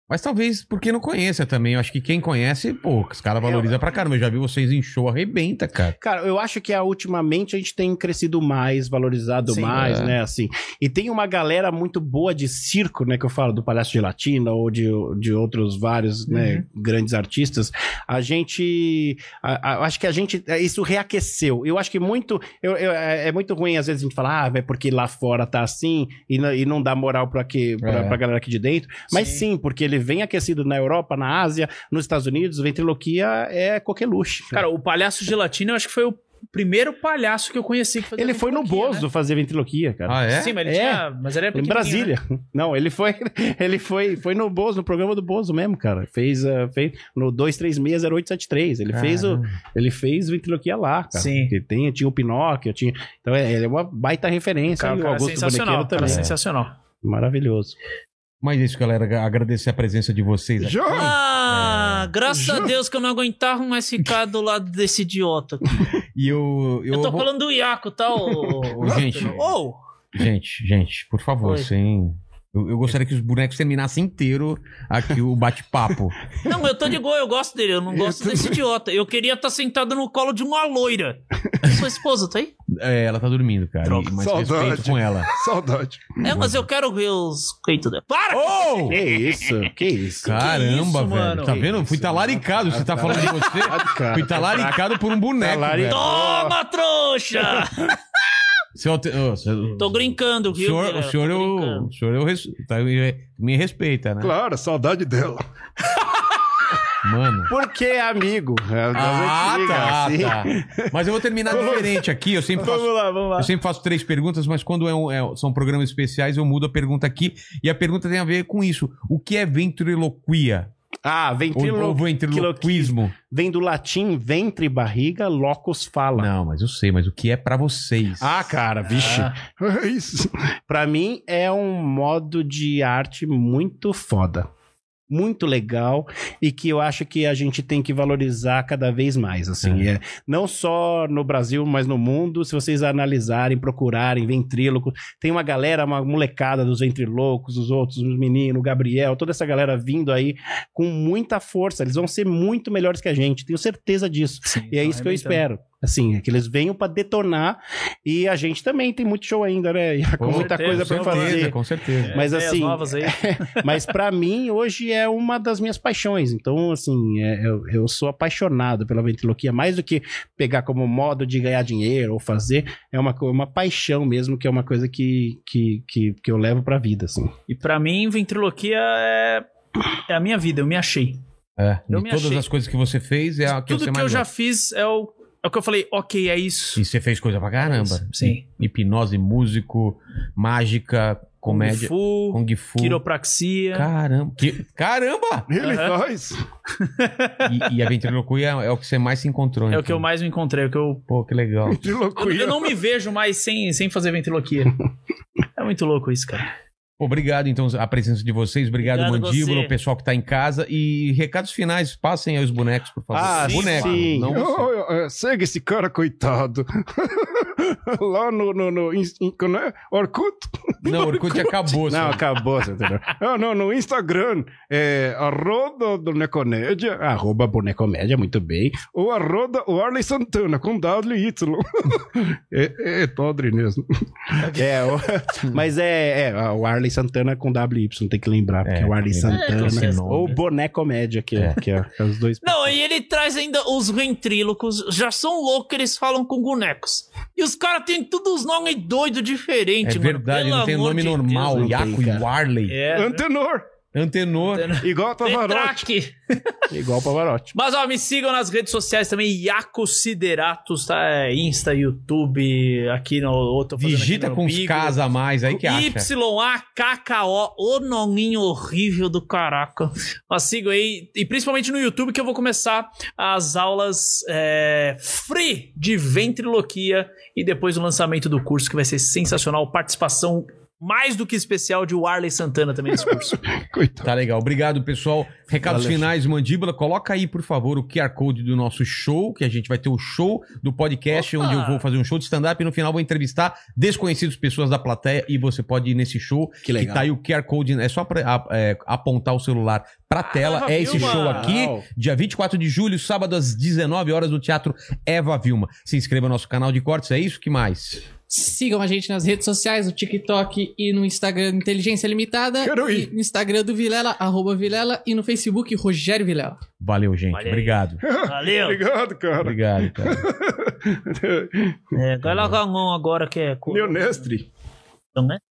Mas talvez porque não conheça também. Eu acho que quem conhece, pô, os caras valorizam pra caramba. Eu já vi vocês em show, arrebenta, cara. Cara, eu acho que ah, ultimamente a gente tem crescido mais, valorizado Sim. mais, É. né? Assim. E tem uma galera muito boa de circo, né? Que eu falo do Palhaço de Latina ou de, de outros vários, né? Grandes artistas. A gente. a- a- eu acho que a gente. é, Isso reaqueceu. Eu acho que muito. eu- eu- é é muito ruim, às vezes, a gente falar, ah, é porque lá fora tá assim e, não- e não dá moral pra, que, pra, É. pra galera aqui de dentro. Mas sim. porque ele vem aquecido na Europa, na Ásia, nos Estados Unidos, ventriloquia é coqueluche. Cara, o palhaço gelatina, eu acho que foi o primeiro palhaço que eu conheci que fazia Ele foi no ventriloquia, né? Bozo fazer ventriloquia, cara. Ah, é? Sim, mas ele É. tinha. Mas ele era né? em Brasília. Não, ele foi, ele foi, foi no Bozo, no programa do Bozo mesmo, cara. Fez, ah, fez no 2360873. Ele fez o, ele fez ventriloquia lá, cara. Sim. Porque tem, tinha o Pinóquio, tinha. Então é, ele é uma baita referência. Cara, e o o cara é Augusto sensacional. Bonequeiro o Cara, é também. sensacional. Maravilhoso. Mas é isso, galera. Agradecer a presença de vocês aqui. Já? Ah, É. graças a Deus que eu não aguentava mais ficar do lado desse idiota. E eu. Eu, Eu tô vou- falando do Iaco, tá? ô- Ô, gente. Ô! Gente, gente, por favor, Oi. sem. Eu, eu gostaria que os bonecos terminassem inteiro aqui o bate-papo. Não, eu tô de gol, eu gosto dele, eu não gosto desse idiota. Eu queria estar sentado no colo de uma loira. Sua esposa, tá aí? É, ela tá dormindo, cara. Droga. E- Mas Saudade. respeito com ela. Saudade. É, mas eu quero ver os peitos dela. Para! Oh! Que isso, que isso. Caramba, é isso, velho. mano? Tá Que vendo? isso, Fui talaricado. Você tá falando de você? Fui talaricado por um boneco. Talarico. velho. Toma, trouxa! Seu alter- é ô, seu- Tô brincando, O viu? senhor, o galera? senhor, Tô eu, brincando. o senhor eu res- tá, eu- me respeita, né? Claro, saudade dela. Mano. Porque, amigo. é, Ah, das antigas, tá, assim. tá. Mas eu vou terminar diferente aqui. Eu sempre faço lá, vamos Eu sempre faço três perguntas, mas quando é um- é- são programas especiais, eu mudo a pergunta aqui. E a pergunta tem a ver com isso. O que é ventriloquia? Ah, Ou, ou ventriloquia. ventriloquismo? Vem do latim ventre, barriga, locus, fala. Não, mas eu sei, mas o que é pra vocês? Ah, cara, vixe. É isso. Pra mim é um modo de arte muito foda. muito legal e que eu acho que a gente tem que valorizar cada vez mais, assim. É, não só no Brasil, mas no mundo. Se vocês analisarem, procurarem, ventríloco, tem uma galera, uma molecada dos ventrílocos, os outros, os meninos, o Gabriel, toda essa galera vindo aí com muita força. Eles vão ser muito melhores que a gente, tenho certeza disso. Sim, E é então, isso que eu espero. Assim, é que eles venham pra detonar e a gente também tem muito show ainda, né? E com muita certeza, coisa pra com fazer. com certeza. Mas assim, É, novas aí. mas pra mim hoje é uma das minhas paixões. Então, assim, é- eu, eu sou apaixonado pela ventriloquia, mais do que pegar como modo de ganhar dinheiro ou fazer, é uma, co- uma paixão mesmo, que é uma coisa que, que, que, que eu levo pra vida, assim. E pra mim, ventriloquia é, é a minha vida, eu me achei. É, de Eu me todas achei- as coisas que você fez, é a que Tudo você que mais eu já gosta. fiz é o, é o que eu falei, ok, é isso. E você fez coisa pra caramba. Sim. Hipnose, músico, mágica, comédia, Kung Fu, Kung Fu. quiropraxia. Caramba! que- Caramba! Ele faz. E, e a ventriloquia é o que você mais se encontrou. É então. o que eu mais me encontrei, é o que eu. Pô, que legal. Que Eu, eu loucura. não me vejo mais sem, sem fazer ventriloquia. É muito louco isso, cara. Pô, Obrigado, então, a presença de vocês. Obrigado, Obrigado Mandíbula, você. o pessoal que tá em casa. E recados finais, passem aí os bonecos, por favor. Ah, boneco. sim. Não você. Oh, oh, oh, segue esse cara, coitado. Lá no, no, no in- in- como é? Orkut? Não, o Orkut acabou. Não, senhor. acabou, você entendeu? Ah, não, no Instagram é arroba bonecomédia, Arroba Bonecomédia, muito bem. ou arroba Warley Santana, com W e Y. é, é todre mesmo. É, o- mas é, é, o Arley Santana com WY, tem que lembrar, porque é, o Arley Santana. esse nome. ou Bonecomédia, que é, que é, que é os dois. Não, e ele traz ainda os ventrílocos, já são loucos que eles falam com bonecos. E os caras têm todos os nomes doidos É diferentes, mano. verdade, Pelo não tem amor nome de normal. Deus. não Iaco tem, e cara. Warley. É. Antenor, Antenor. igual a Pavarotti. Tetraque. Igual o Pavarotti. Mas ó, me sigam nas redes sociais também, Iaco Sideratos, tá? É Insta, YouTube, aqui no outro Digita com os Ks a mais aí que acha. Y-A-K-K-O, o nominho horrível do caraca. Mas sigam aí, e principalmente no YouTube, que eu vou começar as aulas é, free de ventriloquia e depois o lançamento do curso, que vai ser sensacional. Participação mais do que especial de Warley Santana também nesse curso. Tá legal. Obrigado, pessoal. Recados finais, Mandíbula. Coloca aí, por favor, o QR Code do nosso show, que a gente vai ter o show do podcast, onde eu vou fazer um show de stand-up e no final vou entrevistar desconhecidos pessoas da plateia e você pode ir nesse show. Que E tá aí o QR Code, é só pra, a- é, apontar o celular pra tela. Eva é esse Vilma! tá show aqui, dia 24 de julho, sábado às 19 horas no Teatro Eva Vilma. Se inscreva no nosso canal de cortes, é isso? que mais? Sigam a gente nas redes sociais, no TikTok e no Instagram Inteligência Limitada. Quero ir. E no Instagram do Vilela, arroba Vilela. E no Facebook, Rogério Vilela. Valeu, gente. Olha aí. Obrigado. Valeu! Obrigado, cara. Obrigado, cara. É, vai largar a mão agora que é. Leonestre. Então, né?